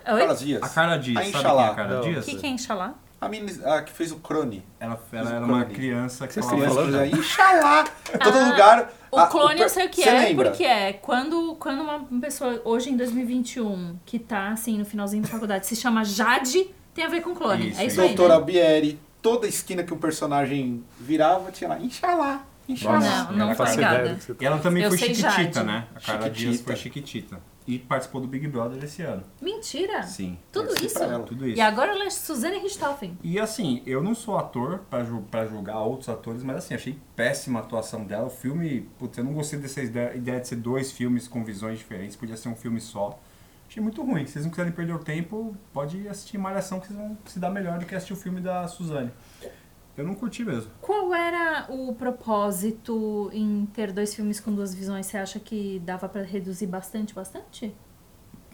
Speaker 3: Quem?
Speaker 5: Oi?
Speaker 2: Carla Dias.
Speaker 4: A Carla Dias,
Speaker 2: A
Speaker 4: sabe quem é a
Speaker 2: Inxalá.
Speaker 4: Carla
Speaker 3: Não.
Speaker 5: O
Speaker 4: Dias?
Speaker 5: que, que é Inxalá?
Speaker 2: A menina a que fez o crone.
Speaker 4: Ela, ela era
Speaker 2: Clone.
Speaker 4: uma criança que
Speaker 3: Vocês
Speaker 4: falava-
Speaker 3: têm tá falando?
Speaker 2: Falando aí, Inxalá! Todo
Speaker 5: Ah,
Speaker 2: lugar.
Speaker 5: O
Speaker 2: Ah,
Speaker 5: clone
Speaker 2: per-
Speaker 5: eu sei o que
Speaker 2: Você
Speaker 5: é,
Speaker 2: lembra?
Speaker 5: porque é quando, quando uma pessoa, hoje em 2021, que tá assim no finalzinho da faculdade, se chama Jade, tem a ver com clone.
Speaker 4: Isso,
Speaker 5: é isso
Speaker 4: isso.
Speaker 5: aí.
Speaker 2: Doutor
Speaker 5: né?
Speaker 2: Albieri, toda esquina que um personagem virava, tinha lá, Inxalá, Inxalá.
Speaker 5: Não, não
Speaker 4: Ela
Speaker 5: tô
Speaker 4: faz
Speaker 3: ideia
Speaker 5: ligada.
Speaker 3: do que você tá-
Speaker 4: E ela também
Speaker 5: Eu
Speaker 4: foi
Speaker 5: sei
Speaker 4: chiquitita,
Speaker 5: Jade.
Speaker 4: né? A Carla Dias
Speaker 2: Chiquitita.
Speaker 4: foi chiquitita. E participou do Big Brother esse ano.
Speaker 5: Mentira!
Speaker 4: Sim.
Speaker 5: Tudo
Speaker 2: Torci
Speaker 5: isso?
Speaker 2: pra ela.
Speaker 4: Tudo isso.
Speaker 5: E agora ela é Suzane Richthofen.
Speaker 4: E assim, eu não sou ator pra, ju pra julgar outros atores, mas assim, achei péssima a atuação dela. O filme, putz, eu não gostei dessa ide- ideia de ser dois filmes com visões diferentes, podia ser um filme só. Achei muito ruim. Se vocês não quiserem perder o tempo, pode assistir Malhação que vocês vão se dar melhor do que assistir o filme da Suzane. Eu não curti mesmo.
Speaker 5: Qual era o propósito em ter dois filmes com duas visões? Você acha que dava pra reduzir bastante, bastante?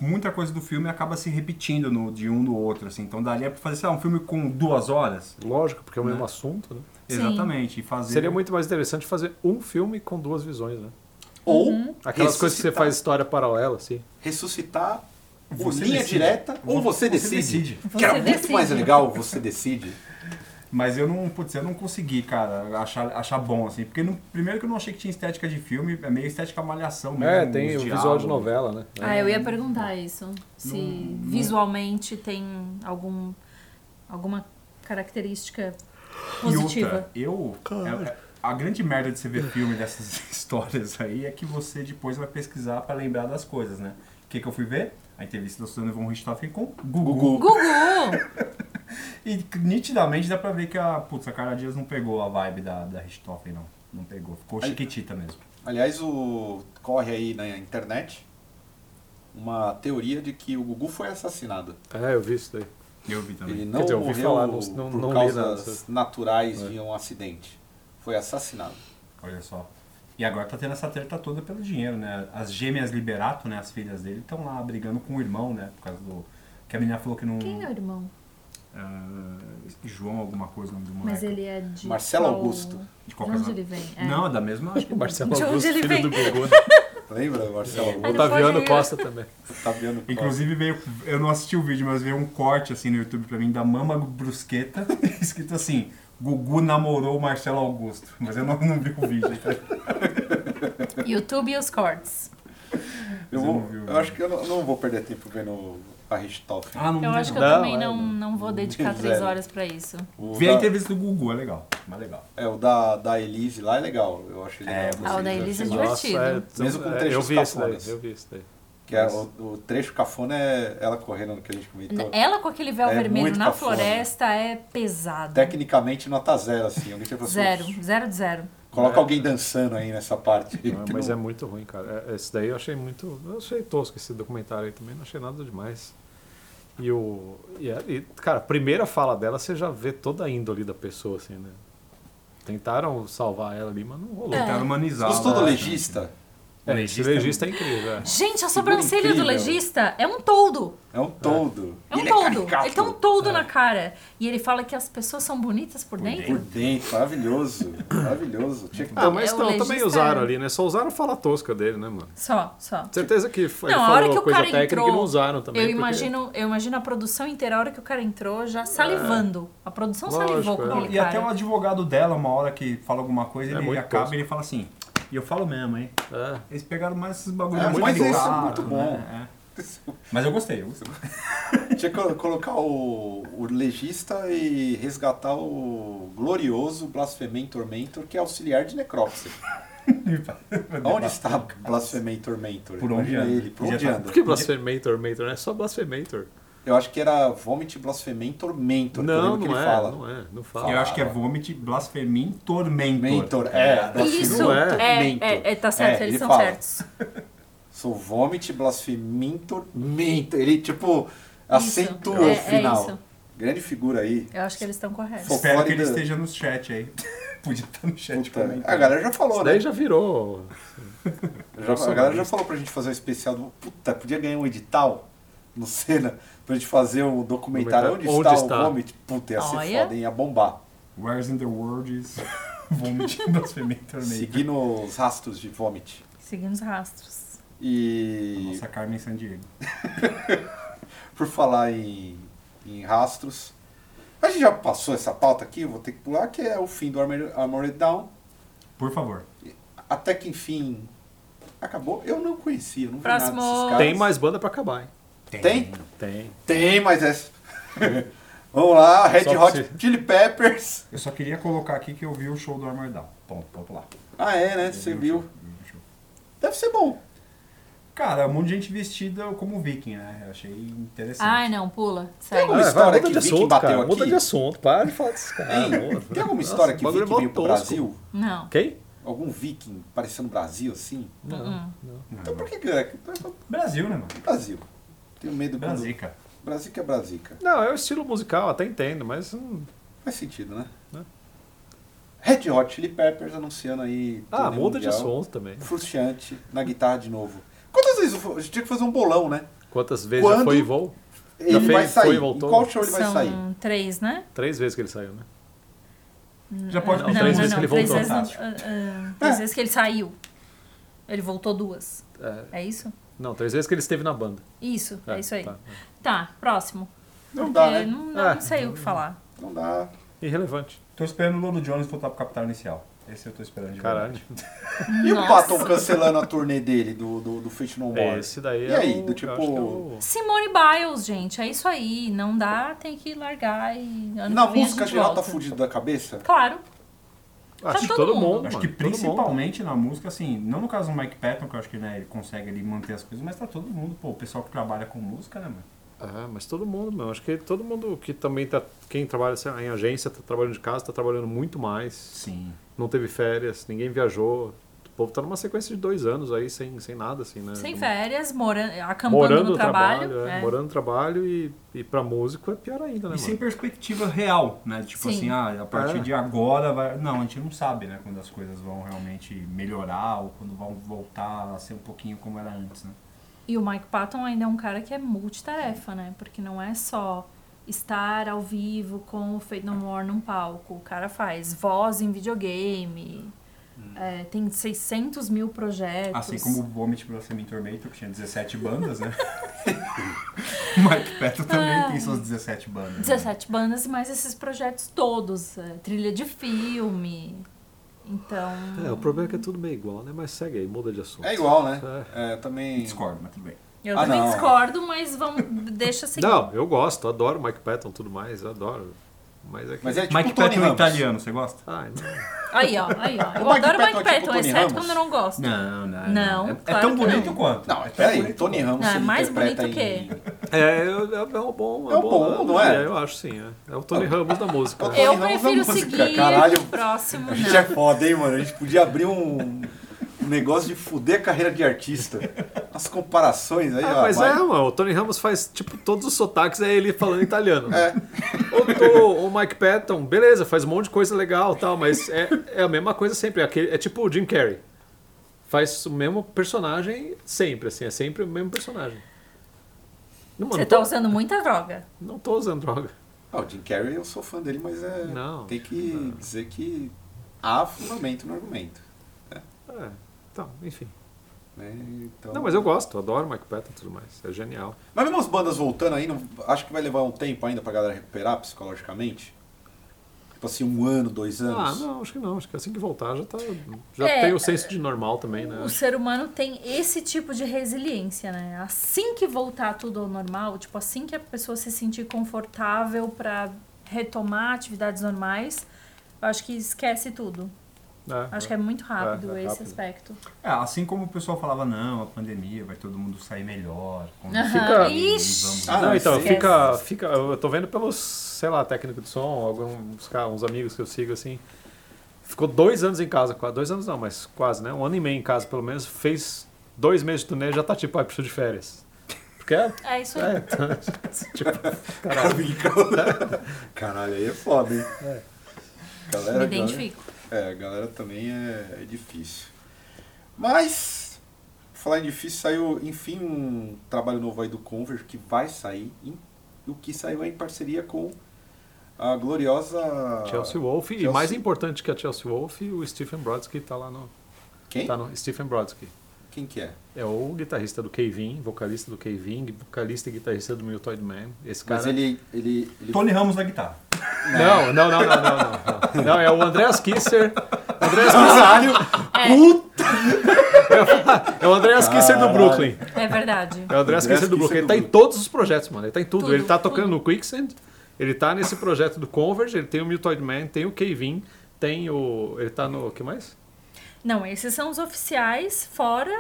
Speaker 4: Muita coisa do filme acaba se repetindo no, de um do outro, assim. Então daria pra fazer, sei lá, um filme com duas horas.
Speaker 3: Lógico, porque é o mesmo assunto, né?
Speaker 5: Sim.
Speaker 4: Exatamente. E fazer.
Speaker 3: Seria muito mais interessante fazer um filme com duas visões, né?
Speaker 2: Ou
Speaker 5: Uhum.
Speaker 3: Aquelas coisas que você
Speaker 2: ressuscitar-
Speaker 3: faz história paralela, assim.
Speaker 2: Ressuscitar ou
Speaker 4: Você
Speaker 2: linha
Speaker 4: decide.
Speaker 2: direta, ou você
Speaker 4: Você
Speaker 2: decide.
Speaker 4: decide.
Speaker 2: Que era
Speaker 5: Você
Speaker 2: muito
Speaker 5: decide.
Speaker 2: mais legal, você decide.
Speaker 4: Mas eu não, putz, eu não consegui, cara, achar, achar bom, assim. Porque no, primeiro que eu não achei que tinha estética de filme, é meio estética malhação mesmo.
Speaker 3: É, tem
Speaker 4: os
Speaker 3: o visual de
Speaker 4: diálogos.
Speaker 3: novela, né?
Speaker 5: Ah, eu ia perguntar isso. Se visualmente tem algum, alguma característica
Speaker 4: E
Speaker 5: positiva.
Speaker 4: outra, eu. é- a grande merda de você ver filme dessas [LAUGHS] histórias aí é que você depois vai pesquisar pra lembrar das coisas, né? O que, que eu fui ver? A entrevista da Suzana von Richthofen com Gugu.
Speaker 2: Gugu.
Speaker 5: Gugu!
Speaker 4: E nitidamente dá pra ver que a, putz, a Cara Dias não pegou a vibe da, da Richthofen, não. Não pegou. Ficou
Speaker 2: Aí-
Speaker 4: chiquitita mesmo.
Speaker 2: Aliás, o corre aí na internet uma teoria de que o Gugu foi assassinado.
Speaker 3: É, eu vi isso daí.
Speaker 4: Eu vi também.
Speaker 2: Ele não
Speaker 3: dizer, eu ouvi
Speaker 2: morreu
Speaker 3: falar, não- não-
Speaker 2: por
Speaker 3: não li
Speaker 2: causas
Speaker 3: nada.
Speaker 2: naturais de um acidente. Foi assassinado.
Speaker 4: Olha só. E agora tá tendo essa treta toda pelo dinheiro, né? As gêmeas Liberato, né? As filhas dele, estão lá brigando com o irmão, né? Por causa do. Que a menina falou que não.
Speaker 5: Quem é o irmão?
Speaker 4: Ah, João, alguma coisa, o nome do moleque.
Speaker 5: Mas ele é de.
Speaker 2: Marcelo
Speaker 5: qual-
Speaker 2: Augusto.
Speaker 4: De
Speaker 5: De
Speaker 4: qualquer
Speaker 5: onde
Speaker 4: maneira.
Speaker 5: ele vem? É.
Speaker 4: Não, é da mesma.
Speaker 2: [LAUGHS]
Speaker 4: Acho que
Speaker 3: Marcelo
Speaker 5: De onde
Speaker 3: Augusto,
Speaker 5: ele
Speaker 3: filho
Speaker 5: vem?
Speaker 3: do Gugu. né?
Speaker 2: Lembra, Marcelo?
Speaker 3: É.
Speaker 5: Ai, não pode
Speaker 3: Otaviano
Speaker 5: ir.
Speaker 3: Costa também.
Speaker 2: Tá vendo? qual-
Speaker 4: Inclusive veio, eu não assisti o vídeo, mas veio um corte assim no YouTube pra mim da Mama Brusqueta, [LAUGHS] escrito assim, Gugu namorou o Marcelo Augusto. Mas eu não, não vi o vídeo. tá?
Speaker 5: YouTube e os cortes.
Speaker 2: Eu,
Speaker 4: Você não
Speaker 2: vou-
Speaker 4: viu,
Speaker 2: eu
Speaker 4: né?
Speaker 2: acho que eu não, eu não vou perder tempo vendo a Richthofen.
Speaker 4: Ah, não [LAUGHS]
Speaker 5: Eu acho que eu
Speaker 3: Não,
Speaker 5: também
Speaker 3: é,
Speaker 5: não, não vou dedicar três
Speaker 2: Zero.
Speaker 5: horas pra isso.
Speaker 2: O
Speaker 4: Vi a
Speaker 2: da-
Speaker 4: entrevista do Gugu, é legal. Mas legal.
Speaker 2: É, o da, da Elise lá é legal. Eu acho legal.
Speaker 4: É,
Speaker 5: Ah, o da Elise é
Speaker 3: Nossa,
Speaker 5: divertido.
Speaker 3: é,
Speaker 2: Mesmo com
Speaker 3: é, eu
Speaker 2: trechos
Speaker 3: vi isso daí,
Speaker 2: cafonas.
Speaker 3: eu vi isso daí.
Speaker 2: Que é o, o trecho cafona é ela correndo no que a gente comentou.
Speaker 5: Ela com aquele véu
Speaker 2: É
Speaker 5: vermelho
Speaker 2: muito
Speaker 5: na
Speaker 2: cafona.
Speaker 5: floresta é pesado.
Speaker 2: Tecnicamente nota zero, assim. Alguém tinha falado
Speaker 5: Zero,
Speaker 2: assim,
Speaker 5: zero de zero.
Speaker 2: Coloca alguém dançando aí nessa parte. Então,
Speaker 3: Ah, Mas é muito ruim, cara. É, Esse daí eu achei muito. Eu achei tosco esse documentário aí também, não achei nada demais. E o. E, a- e, cara, a primeira fala dela, você já vê toda a índole da pessoa, assim, né? Tentaram salvar ela ali, mas não rolou.
Speaker 5: É.
Speaker 4: Tentaram humanizar.
Speaker 2: Gostou do
Speaker 4: né?
Speaker 2: legista?
Speaker 3: É, esse legista
Speaker 4: legista é
Speaker 3: é incrível, é.
Speaker 5: Gente, a sobrancelha do
Speaker 2: incrível.
Speaker 5: legista é um toldo.
Speaker 2: É um todo.
Speaker 5: É um
Speaker 2: Ele
Speaker 5: toldo.
Speaker 2: caricato. É.
Speaker 5: ele tem um toldo na cara. E ele fala que as pessoas são bonitas por dentro.
Speaker 2: Por dentro, maravilhoso. Maravilhoso. Tinha que
Speaker 3: Ah, mas
Speaker 5: é, o
Speaker 3: não, também
Speaker 5: legista
Speaker 3: usaram
Speaker 5: é-
Speaker 3: ali, né? Só usaram a fala tosca dele, né, mano?
Speaker 5: Só, só.
Speaker 3: Certeza que foi
Speaker 5: Não,
Speaker 3: ele
Speaker 5: a hora
Speaker 3: falou
Speaker 5: que o
Speaker 3: coisa
Speaker 5: cara
Speaker 3: técnica
Speaker 5: entrou.
Speaker 3: e não usaram também.
Speaker 5: eu,
Speaker 3: porque- É.
Speaker 5: imagino, eu imagino a produção inteira, a hora que o cara entrou, já salivando. A produção
Speaker 3: Lógico,
Speaker 5: salivou com
Speaker 3: é.
Speaker 5: aquele
Speaker 4: E até o
Speaker 5: cara.
Speaker 4: advogado dela, uma hora que fala alguma coisa,
Speaker 3: É
Speaker 4: ele
Speaker 3: muito
Speaker 4: acaba
Speaker 3: tosco.
Speaker 4: e ele fala assim. E eu falo mesmo, hein?
Speaker 3: É.
Speaker 4: Eles pegaram mais esses bagulhos
Speaker 2: É,
Speaker 4: mais
Speaker 2: mas isso é
Speaker 4: caricato,
Speaker 2: muito bom.
Speaker 4: né? É. Mas eu gostei,
Speaker 2: [LAUGHS]
Speaker 4: eu gostei.
Speaker 2: Tinha que colo- colocar o, o legista e resgatar o glorioso Blasfemem Tormentor, que é auxiliar de necrópsia. Onde está Blasfemem Tormentor?
Speaker 4: Por onde
Speaker 2: Imagina
Speaker 4: anda?
Speaker 2: ele? Por
Speaker 4: Podia
Speaker 2: onde
Speaker 4: tá-
Speaker 2: anda?
Speaker 3: Por que Blasphemator, Mator? Não é só Blasphemator.
Speaker 2: Eu acho que era Vomit Blasfemem Tormentor. que eu
Speaker 3: Não,
Speaker 2: lembro que
Speaker 3: não
Speaker 2: ele
Speaker 3: é,
Speaker 2: fala.
Speaker 3: não é. Não fala.
Speaker 4: Eu acho que é vomit, blasfemim, tormentor.
Speaker 2: Mentor, é. Blasfemem
Speaker 5: Isso,
Speaker 3: Não é.
Speaker 5: é,
Speaker 2: Mentor.
Speaker 5: é, é, tá certo,
Speaker 2: É,
Speaker 5: eles
Speaker 2: ele
Speaker 5: são
Speaker 2: fala.
Speaker 5: certos.
Speaker 2: Sou Vomit Blasfemem Tormentor. Ele, tipo, acentuou
Speaker 5: é-
Speaker 2: o
Speaker 5: é
Speaker 2: final.
Speaker 5: isso.
Speaker 2: Grande figura aí.
Speaker 5: Eu acho que eles estão corretos.
Speaker 4: Espero que
Speaker 2: Flórida.
Speaker 4: ele esteja no chat aí. [LAUGHS] Podia estar no chat
Speaker 2: Puta,
Speaker 4: também.
Speaker 2: a galera já falou,
Speaker 3: Isso
Speaker 2: né?
Speaker 3: daí já virou.
Speaker 2: Já- a galera já falou pra gente fazer um especial do. Puta, podia ganhar um edital no Senna pra gente fazer um documentário onde,
Speaker 3: Onde
Speaker 2: está,
Speaker 3: está?
Speaker 2: o Vomit. Puta, ia ser
Speaker 5: Olha.
Speaker 2: foda, hein? Ia bombar.
Speaker 4: Where's in the world is [LAUGHS] vomiting blaspheming tornado.
Speaker 2: Seguindo os rastros de Vomit.
Speaker 5: Seguindo os rastros.
Speaker 2: E
Speaker 4: Nossa Carmen San Diego.
Speaker 2: por falar em, em rastros, a gente já passou essa pauta aqui, vou ter que pular, que é o fim do Armored Armored Down.
Speaker 4: Por favor.
Speaker 2: Até que enfim acabou. Eu não conhecia, não vi
Speaker 5: Próximo.
Speaker 2: nada desses caras.
Speaker 3: Tem mais um. banda pra acabar, hein?
Speaker 2: Tem?
Speaker 3: Tem.
Speaker 2: Tem mais essa. [LAUGHS] Vamos lá, Red
Speaker 3: Só pra
Speaker 2: Hot
Speaker 3: você.
Speaker 2: Chili Peppers.
Speaker 4: Eu só queria colocar aqui que eu vi o show do Armored Down. Ponto, ponto lá.
Speaker 2: Ah, é, né? Você
Speaker 4: Eu vi
Speaker 2: viu?
Speaker 4: o show, eu vi o show.
Speaker 2: Deve ser bom.
Speaker 4: Cara, um monte de gente vestida como viking, né? Eu achei interessante.
Speaker 5: Ai, não, pula. Segue.
Speaker 2: Uma história que
Speaker 3: Ah, de
Speaker 2: Viking
Speaker 3: assunto,
Speaker 2: bateu
Speaker 3: cara.
Speaker 2: aqui.
Speaker 3: Muda de assunto. Para de falar desse cara.
Speaker 2: Hein?
Speaker 3: Nossa.
Speaker 2: Tem alguma história
Speaker 3: Nossa,
Speaker 2: que
Speaker 3: bagulho é
Speaker 2: viking
Speaker 3: mó
Speaker 2: veio pro
Speaker 3: tosco.
Speaker 2: Brasil?
Speaker 5: Não.
Speaker 3: Quem?
Speaker 2: Algum viking apareceu no Brasil assim?
Speaker 3: Não.
Speaker 2: Então por que que é? É
Speaker 4: Brasil, né, mano?
Speaker 2: Brasil. Tenho medo quando...
Speaker 4: Brasil, cara.
Speaker 2: Brasil que é Brasil, cara.
Speaker 3: Não, é o estilo musical, até entendo, mas hum,
Speaker 2: Faz sentido, né?
Speaker 3: Né?
Speaker 2: Red Hot Chili Peppers anunciando aí.
Speaker 3: Ah,
Speaker 2: turnê
Speaker 3: muda de
Speaker 2: é mundial.
Speaker 3: assunto também.
Speaker 2: Frustrante, na guitarra de novo. Quantas vezes eu fui- a gente tinha que fazer um bolão, né?
Speaker 3: Quantas vezes já
Speaker 2: Quando-
Speaker 3: foi e voo?
Speaker 2: Ele
Speaker 3: fez,
Speaker 2: vai sair.
Speaker 3: foi e
Speaker 2: Em
Speaker 3: voltou?
Speaker 2: qual show ele vai sair?
Speaker 5: São três, né?
Speaker 3: Três vezes que ele saiu, né?
Speaker 4: Já pode
Speaker 5: Hum, não,
Speaker 4: pedir
Speaker 5: não,
Speaker 4: três
Speaker 5: não,
Speaker 4: vezes
Speaker 5: não.
Speaker 4: que ele
Speaker 5: três
Speaker 4: voltou.
Speaker 5: vezes,
Speaker 4: Fantástico.
Speaker 5: ah, ah,
Speaker 2: É.
Speaker 5: três vezes que ele saiu. Ele voltou duas.
Speaker 3: É,
Speaker 5: É isso?
Speaker 3: não, três vezes que ele esteve na banda.
Speaker 5: Isso, é, isso aí.
Speaker 3: tá.
Speaker 5: Tá, próximo.
Speaker 2: Não
Speaker 5: Porque
Speaker 2: dá, né?
Speaker 5: não, não,
Speaker 3: Ah.
Speaker 5: não sei o que falar.
Speaker 2: Não dá.
Speaker 3: Irrelevante.
Speaker 4: Tô esperando o Lono Jones voltar pro Capital Inicial. Esse eu tô esperando de
Speaker 3: Caralho.
Speaker 2: E o
Speaker 5: Nossa.
Speaker 2: Patton cancelando a turnê dele do, do, do Fate No More?
Speaker 3: É, esse daí
Speaker 2: E
Speaker 3: é
Speaker 2: aí,
Speaker 3: o,
Speaker 2: do tipo-
Speaker 3: eu acho que é o-
Speaker 5: Simone Biles, gente, é isso aí. Não dá, tem que largar e. ano
Speaker 2: Na
Speaker 5: que vem a
Speaker 2: música
Speaker 5: gente
Speaker 2: geral tá
Speaker 5: volta.
Speaker 2: fudido da cabeça?
Speaker 5: Claro.
Speaker 3: Acho que
Speaker 5: Tá todo
Speaker 3: todo
Speaker 5: mundo.
Speaker 3: mundo.
Speaker 4: Acho
Speaker 3: mano,
Speaker 4: que
Speaker 3: todo mundo.
Speaker 4: principalmente na música, assim, não no caso do Mike Patton, que eu acho que né, ele consegue ali manter as coisas, mas tá todo mundo, pô, o pessoal que trabalha com música, né, mano?
Speaker 3: Ah, mas todo mundo, meu. Acho que todo mundo que também tá. Quem trabalha sei lá, em agência, tá trabalhando de casa, tá trabalhando muito mais.
Speaker 4: Sim.
Speaker 3: Não teve férias, ninguém viajou. O povo tá numa sequência de dois anos aí, sem, sem nada, assim, né?
Speaker 5: Sem
Speaker 3: Numa-
Speaker 5: férias, mora, acampando
Speaker 3: Morando
Speaker 5: no trabalho.
Speaker 3: é,
Speaker 5: é.
Speaker 3: Morando no trabalho e, e pra músico é pior ainda, né,
Speaker 4: E sem
Speaker 3: mano?
Speaker 4: perspectiva real, né? Tipo
Speaker 5: Sim.
Speaker 4: assim, ah, a partir
Speaker 3: É.
Speaker 4: de agora vai. Não, a gente não sabe, né? Quando as coisas vão realmente melhorar ou quando vão voltar a ser um pouquinho como era antes, né?
Speaker 5: E o Mike Patton ainda é um cara que é multitarefa, né? Porque não é só estar ao vivo com o Fate No More num palco. O cara faz voz em videogame,
Speaker 2: Hum.
Speaker 5: é, tem 600 mil projetos.
Speaker 4: Assim como o Vomit Blasphemy Tormentor, que tinha 17 bandas, né? [LAUGHS] o Mike Patton também
Speaker 5: Ah.
Speaker 4: tem suas 17 bandas. né?
Speaker 5: 17 bandas e mais esses projetos todos. é, trilha de filme. Então.
Speaker 3: É, o problema é que é tudo meio igual, né? Mas segue aí, muda de assunto.
Speaker 2: É igual, né? É, também.
Speaker 4: Discordo, mas tudo bem.
Speaker 5: Eu
Speaker 2: Ah,
Speaker 5: também
Speaker 2: não.
Speaker 5: discordo, mas vamos, deixa seguir.
Speaker 3: Não, eu gosto, adoro Mike Patton tudo mais, eu adoro. Mas é que.
Speaker 2: Mas é tipo
Speaker 4: Mike
Speaker 2: o Tony
Speaker 4: Patton é
Speaker 2: Ramos.
Speaker 4: italiano, você gosta?
Speaker 3: Ai, não.
Speaker 5: Aí, ó, aí, ó.
Speaker 2: O Mike
Speaker 5: Eu adoro o
Speaker 2: Patton é
Speaker 5: Mike
Speaker 2: tipo
Speaker 5: Patton,
Speaker 2: Tony
Speaker 5: exceto
Speaker 2: Ramos?
Speaker 5: quando eu não gosto.
Speaker 4: Não, não.
Speaker 5: Não,
Speaker 4: É, é
Speaker 5: claro
Speaker 4: tão
Speaker 5: que
Speaker 4: bonito
Speaker 5: não.
Speaker 4: quanto.
Speaker 2: Não, é
Speaker 4: Tão
Speaker 2: peraí,
Speaker 4: bonito
Speaker 2: Tony
Speaker 4: quanto.
Speaker 2: Ramos.
Speaker 5: Ah,
Speaker 2: ele
Speaker 5: mais
Speaker 2: interpreta
Speaker 5: bonito
Speaker 2: em...
Speaker 5: que-
Speaker 3: É, é, é o bom.
Speaker 2: É o bom, não é?
Speaker 3: Eu acho sim. É, é o Tony Ramos da música.
Speaker 2: É o
Speaker 3: né?
Speaker 5: Eu
Speaker 2: Ramos é
Speaker 5: prefiro
Speaker 2: música,
Speaker 5: seguir
Speaker 2: caralho.
Speaker 5: próximo,
Speaker 2: A
Speaker 5: não.
Speaker 2: gente é foda, hein, mano? A gente podia abrir um, um negócio de fuder a carreira de artista. As comparações aí,
Speaker 3: É,
Speaker 2: ó.
Speaker 3: mas
Speaker 2: vai.
Speaker 3: é, mano, o Tony Ramos faz, tipo, todos os sotaques, é ele falando italiano.
Speaker 2: É.
Speaker 3: [LAUGHS] O, o- o Mike Patton, beleza, faz um monte de coisa legal e tal, mas é, é a mesma coisa sempre. É, aquele- é tipo o Jim Carrey. Faz o mesmo personagem sempre, assim, é sempre o mesmo personagem. Não, mano,
Speaker 5: Você
Speaker 3: não
Speaker 5: tá
Speaker 3: tô,
Speaker 5: usando muita droga.
Speaker 3: não tô usando droga.
Speaker 2: Ah, o Jim Carrey, eu sou fã dele, mas é.
Speaker 3: Não.
Speaker 2: Tem que dizer que há fundamento no argumento.
Speaker 3: É, então, enfim.
Speaker 2: né? Então...
Speaker 3: Não, mas eu gosto, adoro Mike Patton e tudo mais. É genial.
Speaker 2: Mas mesmo as bandas voltando aí, não- acho que vai levar um tempo ainda pra galera recuperar psicologicamente. Tipo assim, um ano, dois
Speaker 3: Ah,
Speaker 2: anos. [LAUGHS]
Speaker 3: não, acho que não. Acho que assim que voltar já tá. Já
Speaker 5: É,
Speaker 3: tem o senso de normal também, né?
Speaker 5: O ser humano tem esse tipo de resiliência, né? Assim que voltar tudo ao normal, tipo, assim que a pessoa se sentir confortável pra retomar atividades normais, eu acho que esquece tudo.
Speaker 3: É,
Speaker 5: Acho que é muito rápido
Speaker 3: É, é
Speaker 5: esse
Speaker 3: rápido.
Speaker 5: aspecto.
Speaker 4: É, assim como o pessoal falava, não, a pandemia, vai todo mundo sair melhor. quando
Speaker 5: Aham.
Speaker 3: Fica-
Speaker 5: Ixi.
Speaker 2: Ah,
Speaker 3: não,
Speaker 2: não,
Speaker 3: então,
Speaker 2: sim.
Speaker 3: fica, fica. Eu tô vendo pelos, sei lá, técnico de som, alguns ca- uns amigos que eu sigo assim. Ficou dois anos em casa, quase. Dois anos não, mas quase, né? Um ano e meio em casa, pelo menos. Fez dois meses de turnê e já tá tipo, ai, preciso de férias. Porque é.
Speaker 5: É isso aí.
Speaker 3: é [LAUGHS] tipo, caralho.
Speaker 2: Caralho. Caralho, aí é foda, hein? Galera,
Speaker 5: Me identifico.
Speaker 2: Galera, é, a galera também é, é difícil. Mas Falar em difícil, saiu, enfim, um trabalho novo aí do Converge que vai sair. em- o que saiu é em parceria com a gloriosa.
Speaker 3: Chelsea Wolf, e
Speaker 2: Chelsea-
Speaker 3: mais importante que a Chelsea Wolf, o Stephen Brodsky tá lá no.
Speaker 2: Quem?
Speaker 3: Tá no Stephen Brodsky.
Speaker 2: Quem que é?
Speaker 3: É o guitarrista do Kevin, vocalista do Kevin, vocalista e guitarrista do Miltoid Man. Esse cara.
Speaker 2: Mas ele. ele, ele...
Speaker 4: Tony Ramos na guitarra.
Speaker 3: Não, não, não, não, não, não. Não, é o Andreas Kisser. Andreas
Speaker 2: [LAUGHS] Caralho! É.
Speaker 3: Kisser- é o Andreas Kisser do Brooklyn.
Speaker 5: É verdade.
Speaker 3: É o Andreas Kisser do Brooklyn. Ele tá em todos os projetos, mano. Ele tá em tudo.
Speaker 5: Tudo,
Speaker 3: ele tá
Speaker 5: tudo.
Speaker 3: tocando no Quicksand, ele tá nesse projeto do Converge, ele tem o Miltoid Man, tem o Kevin, tem o. Ele tá no. O que mais?
Speaker 5: Não, esses são os oficiais, fora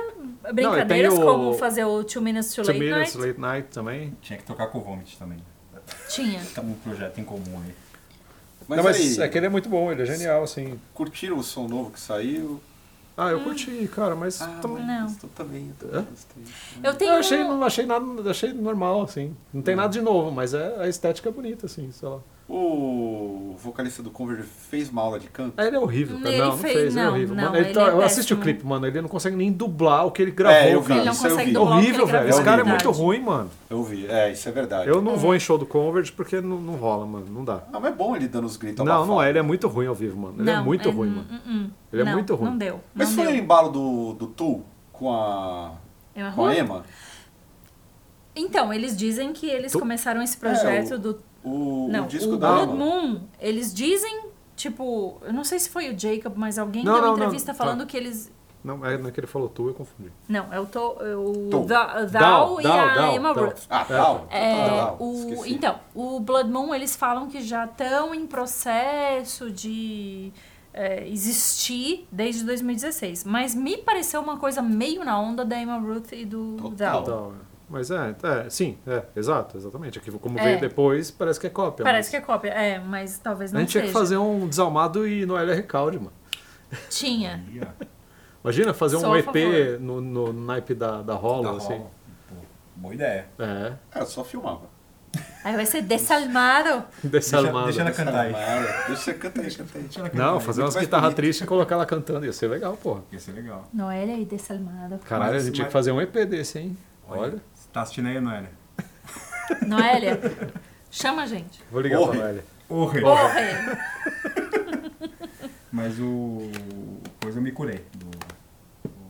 Speaker 3: tem
Speaker 5: brincadeiras
Speaker 3: o-
Speaker 5: como fazer o Two Minutes to
Speaker 3: Two
Speaker 5: Late
Speaker 3: Minutes
Speaker 5: Night.
Speaker 3: Late Night também.
Speaker 4: Tinha que tocar com o Vomit também.
Speaker 5: Tinha.
Speaker 4: Tá um projeto em comum aí.
Speaker 2: Mas,
Speaker 3: não, mas
Speaker 2: aí,
Speaker 3: é que ele é muito bom, ele é genial, assim.
Speaker 2: curtiram o som novo que saiu?
Speaker 3: Ah, eu curti, cara, mas.
Speaker 5: Ah,
Speaker 3: também-
Speaker 5: Não.
Speaker 2: Eu também, eu também
Speaker 3: Hã?
Speaker 2: gostei.
Speaker 5: Eu
Speaker 3: Eu
Speaker 5: tenho. um
Speaker 3: achei, não achei nada, achei normal, assim. Não tem nada de novo, mas é, a estética é bonita, assim, sei lá.
Speaker 2: O vocalista do Converge fez uma aula de canto?
Speaker 3: Ah, ele é horrível, cara.
Speaker 5: Ele
Speaker 3: não, não
Speaker 5: fez-
Speaker 3: fez, ele é
Speaker 5: não,
Speaker 3: horrível.
Speaker 5: não,
Speaker 3: mano, ele
Speaker 5: ele
Speaker 3: tá-
Speaker 5: é
Speaker 3: eu assisti o
Speaker 5: péssimo.
Speaker 3: clipe, mano, ele não consegue nem dublar o que ele gravou,
Speaker 2: É, eu vi.
Speaker 3: cara.
Speaker 5: ele não
Speaker 2: Isso eu
Speaker 5: consegue
Speaker 2: vi.
Speaker 3: É
Speaker 5: dublar o que ele
Speaker 3: horrível, velho.
Speaker 5: gravou,
Speaker 3: Esse cara é
Speaker 5: verdade.
Speaker 3: muito ruim, mano.
Speaker 2: Eu vi, é, isso é verdade.
Speaker 3: Eu não vou em show do Converge porque não, não rola, mano. Não dá.
Speaker 2: Não, mas é bom ele dando os gritos
Speaker 3: Não, não
Speaker 2: abafados.
Speaker 3: é. Ele é muito ruim ao vivo, mano. Ele é
Speaker 5: Não,
Speaker 3: muito ruim, mano.
Speaker 5: uh-uh.
Speaker 3: Ele é
Speaker 5: Não,
Speaker 3: muito ruim.
Speaker 5: Não deu.
Speaker 2: Mas
Speaker 5: não
Speaker 2: foi o
Speaker 5: deu.
Speaker 2: embalo do, do Tu com a,
Speaker 5: Eu
Speaker 2: com a
Speaker 5: arrumo.
Speaker 2: Emma?
Speaker 5: Então, eles dizem que eles
Speaker 3: Tu-
Speaker 5: começaram esse projeto
Speaker 2: É, o-
Speaker 5: do.
Speaker 2: O,
Speaker 5: Não,
Speaker 2: o disco
Speaker 5: o
Speaker 2: da
Speaker 5: Blood
Speaker 2: Emma.
Speaker 5: Moon, eles dizem, tipo, eu não sei se foi o Jacob, mas alguém
Speaker 3: Não,
Speaker 5: deu
Speaker 3: não,
Speaker 5: uma
Speaker 3: não,
Speaker 5: entrevista
Speaker 3: tá.
Speaker 5: falando que eles.
Speaker 3: Não, é não é que ele falou tu, eu confundi.
Speaker 5: Não, é o, to, é o
Speaker 2: Tom.
Speaker 5: Thou-
Speaker 3: Down,
Speaker 5: Thou e
Speaker 3: Down,
Speaker 5: a
Speaker 3: Down,
Speaker 5: Emma
Speaker 3: Down.
Speaker 5: Roth.
Speaker 2: Ah, tal.
Speaker 5: É,
Speaker 3: tá.
Speaker 2: tal, tal,
Speaker 5: o,
Speaker 2: esqueci.
Speaker 5: então, o Blood Moon, eles falam que já estão em processo de é, existir desde 2016. Mas me pareceu uma coisa meio na onda da Emma Ruth e do
Speaker 2: Total.
Speaker 5: Dow.
Speaker 3: Então, é. Mas é, é, sim, é, exato, exatamente. Aqui, como
Speaker 5: É.
Speaker 3: veio depois, parece que é cópia.
Speaker 5: Parece que
Speaker 3: mas-
Speaker 5: é cópia. É, mas talvez não
Speaker 3: A gente tinha
Speaker 5: seja.
Speaker 3: que fazer um desalmado e Noel Recalde, mano.
Speaker 5: Tinha.
Speaker 4: E, ó,
Speaker 3: Imagina fazer
Speaker 5: Sou
Speaker 3: um
Speaker 5: a
Speaker 3: EP
Speaker 5: favor.
Speaker 3: no, no naipe da, da rola,
Speaker 4: da
Speaker 3: assim.
Speaker 4: rola. Pô, boa ideia.
Speaker 3: É, [LAUGHS]
Speaker 2: É, eu só filmava.
Speaker 5: Aí vai ser desalmado.
Speaker 4: Deixa,
Speaker 3: desarmado.
Speaker 4: deixa ela cantar aí.
Speaker 2: Filmava. Deixa eu cantar aí, cantar aí.
Speaker 4: Deixa ela cantar
Speaker 3: Não,
Speaker 4: aí.
Speaker 3: fazer
Speaker 2: né? muito
Speaker 3: umas
Speaker 2: mais
Speaker 3: guitarras
Speaker 2: bonito.
Speaker 3: tristes e colocar ela cantando. Ia ser legal, porra.
Speaker 4: Ia ser legal.
Speaker 5: Noelia e desalmado.
Speaker 3: Caralho,
Speaker 4: Mas-
Speaker 3: a gente tinha que
Speaker 4: mas-
Speaker 3: fazer um EP desse, hein? Olha.
Speaker 4: Você tá assistindo aí, Noélia?
Speaker 5: Noelia, chama a gente.
Speaker 3: Vou ligar
Speaker 2: Porra.
Speaker 3: pra Noel.
Speaker 4: Horror.
Speaker 5: Corre!
Speaker 4: Mas o. Coisa eu me curei. Do... do-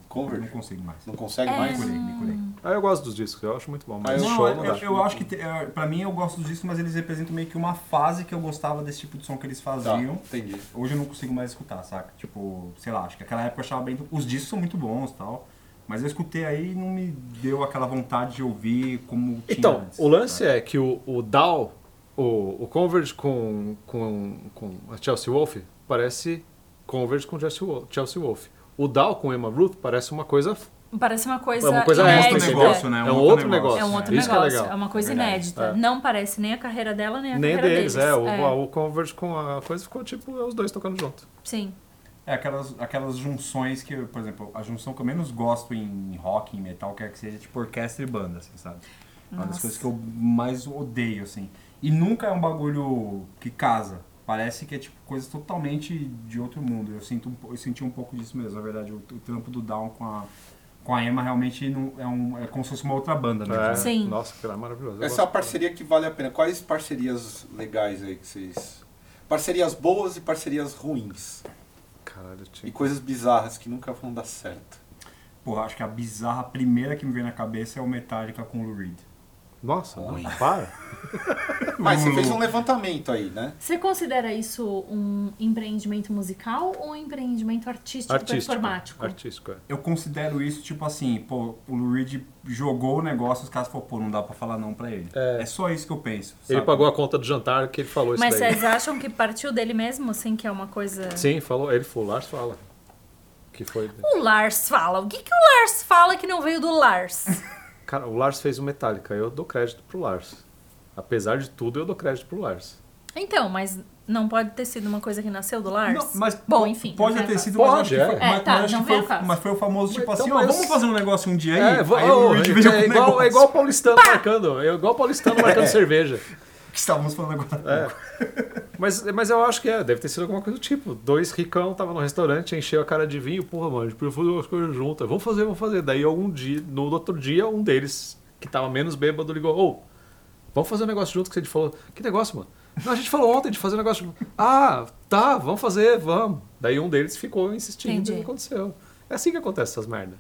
Speaker 2: Cover?
Speaker 4: Não consigo mais.
Speaker 2: Não consegue
Speaker 5: É,
Speaker 2: mais? Tá,
Speaker 4: Me curei, me curei.
Speaker 3: Ah, eu gosto dos discos, eu acho muito bom.
Speaker 2: Ah,
Speaker 3: Mas
Speaker 2: eu-
Speaker 3: o
Speaker 4: Não,
Speaker 3: É um show
Speaker 4: eu,
Speaker 3: não
Speaker 4: eu,
Speaker 3: dá.
Speaker 4: eu acho que, te- é, pra mim, eu gosto dos discos, mas eles representam meio que uma fase que eu gostava desse tipo de som que eles
Speaker 2: Tá,
Speaker 4: faziam.
Speaker 2: entendi.
Speaker 4: Hoje eu não consigo mais escutar, saca? Tipo, sei lá, acho que aquela época eu achava bem. Os discos são muito bons e tal. Mas eu escutei aí e não me deu aquela vontade de ouvir como tinha
Speaker 3: Então,
Speaker 4: antes,
Speaker 3: o lance
Speaker 4: saca?
Speaker 3: é que o, o Dow, o, o Converge com, com, com a Chelsea Wolf, parece Converge com Chelsea Wolf. Chelsea Wolf. O Dow com Emma Ruth parece uma coisa.
Speaker 5: Parece uma coisa.
Speaker 3: É uma coisa
Speaker 4: é um
Speaker 3: extra,
Speaker 4: outro
Speaker 5: inédita.
Speaker 3: entendeu?
Speaker 4: negócio, né?
Speaker 3: É
Speaker 4: Um
Speaker 3: um
Speaker 4: outro
Speaker 3: outro negócio.
Speaker 4: negócio.
Speaker 5: É um outro
Speaker 3: Isso que é
Speaker 5: negócio,
Speaker 3: legal.
Speaker 5: é uma coisa
Speaker 4: É verdade.
Speaker 5: inédita.
Speaker 3: É.
Speaker 5: Não parece nem a carreira dela, nem a
Speaker 3: Nem
Speaker 5: carreira
Speaker 3: deles, é. O,
Speaker 5: É,
Speaker 3: o Converge com a coisa ficou tipo é os dois tocando junto.
Speaker 5: Sim.
Speaker 4: É aquelas, aquelas junções que, eu- por exemplo, a junção que eu menos gosto em rock, em metal, quer que seja, tipo orquestra e banda, assim, sabe? É Uma das
Speaker 5: Nossa.
Speaker 4: coisas que eu mais odeio, assim. E nunca é um bagulho que casa. Parece que é tipo coisa totalmente de outro mundo. Eu, sinto um po- eu senti um pouco disso mesmo, na verdade. O, o trampo do Down com a, com a Emma realmente não, é, um, é como se fosse uma outra banda mesmo.
Speaker 3: É.
Speaker 4: né?
Speaker 5: Sim.
Speaker 3: Nossa, que era maravilhoso. Eu
Speaker 2: Essa é uma
Speaker 3: gosto.
Speaker 2: parceria que vale a pena. Quais parcerias legais aí que vocês. Parcerias boas e parcerias ruins.
Speaker 3: Caralho, tinha-
Speaker 2: E coisas bizarras que nunca vão dar certo.
Speaker 4: Porra, acho que a bizarra primeira que me veio na cabeça é o Metallica com o Lou Reed.
Speaker 3: Nossa, não, para.
Speaker 4: Hum.
Speaker 2: Mas você fez um levantamento aí, né?
Speaker 5: Você considera isso um empreendimento musical ou um empreendimento artístico, performático?
Speaker 3: Artístico. Artístico, é.
Speaker 4: Eu considero isso, tipo assim, pô, o Lou Reed jogou o negócio e os caras falaram, pô, não dá pra falar não pra ele.
Speaker 3: É.
Speaker 4: É, só isso que eu penso.
Speaker 3: Ele
Speaker 4: sabe?
Speaker 3: pagou a conta do jantar que ele falou isso
Speaker 5: Mas é-
Speaker 3: daí.
Speaker 5: vocês acham que partiu dele mesmo, assim, que é uma coisa.
Speaker 3: Sim, falou. Ele falou, o Lars fala. Que foi.
Speaker 5: O Lars fala. O que, que o Lars fala que não veio do Lars? [LAUGHS]
Speaker 3: Cara, o Lars fez o Metallica. Eu dou crédito pro Lars. Apesar de tudo, eu dou crédito pro Lars.
Speaker 5: então, mas não pode ter sido uma coisa que nasceu do Lars?
Speaker 4: Não, mas
Speaker 5: Bom,
Speaker 4: po-
Speaker 5: enfim. né?
Speaker 4: Pode
Speaker 5: não vai
Speaker 4: ter
Speaker 5: falar.
Speaker 4: sido,
Speaker 3: Pode,
Speaker 4: mas acho que
Speaker 3: é.
Speaker 4: foi,
Speaker 5: É,
Speaker 4: mas-
Speaker 5: tá,
Speaker 4: mas acho
Speaker 5: não
Speaker 4: que foi-
Speaker 5: vem ao caso.
Speaker 4: mas foi o famoso, tipo
Speaker 3: Então,
Speaker 4: assim, ó,
Speaker 3: mas-
Speaker 4: vamos fazer um negócio um dia aí?
Speaker 3: É, vo-
Speaker 4: aí o
Speaker 3: oh,
Speaker 4: Reed
Speaker 3: é,
Speaker 4: veio com o
Speaker 3: igual,
Speaker 4: negócio.
Speaker 3: é igual o paulistano marcando. É igual o paulistano marcando cerveja.
Speaker 4: que estávamos falando agora.
Speaker 3: É, Um [LAUGHS] Mas, mas eu acho que é, deve ter sido alguma coisa do tipo. Dois ricão tava no restaurante, encheu a cara de vinho, porra, mano, tipo, a gente podia fazer as coisas juntas. Vamos fazer, vamos fazer. Daí algum dia, no outro dia, um deles, que tava menos bêbado, ligou, ô, vamos fazer um negócio junto que a gente falou. Que negócio, mano? Não, a gente falou ontem de fazer um negócio junto. Ah, tá, vamos fazer, vamos. Daí um deles ficou insistindo
Speaker 5: Entendi.
Speaker 3: e aconteceu. É assim que acontece essas merdas.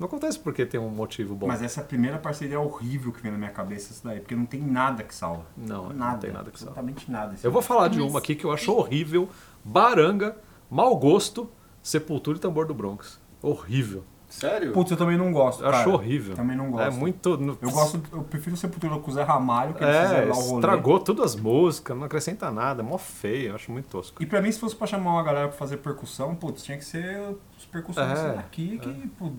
Speaker 3: Não acontece porque tem um motivo bom.
Speaker 4: Mas essa primeira parceria é horrível que vem na minha cabeça isso daí, porque não tem nada que salva.
Speaker 3: Não, não tem nada que salva.
Speaker 4: Absolutamente nada. assim. esse
Speaker 3: Eu vou falar de
Speaker 5: Mas-
Speaker 3: uma aqui que eu acho horrível. Baranga, mau gosto, sepultura e tambor do Bronx. Horrível.
Speaker 2: Sério?
Speaker 4: Putz, eu também não gosto.
Speaker 3: Eu
Speaker 4: cara.
Speaker 3: acho horrível.
Speaker 4: Também não gosto.
Speaker 3: É muito. no-
Speaker 4: Eu gosto, eu prefiro Sepultura com o Zé Ramalho, que eles
Speaker 3: É,
Speaker 4: fizeram lá o rolê.
Speaker 3: estragou todas as músicas, não acrescenta nada, é mó feio, eu acho muito tosco.
Speaker 4: E pra mim, se fosse pra chamar uma galera pra fazer percussão, putz, tinha que ser os percussionistas
Speaker 3: É,
Speaker 4: daqui que pô,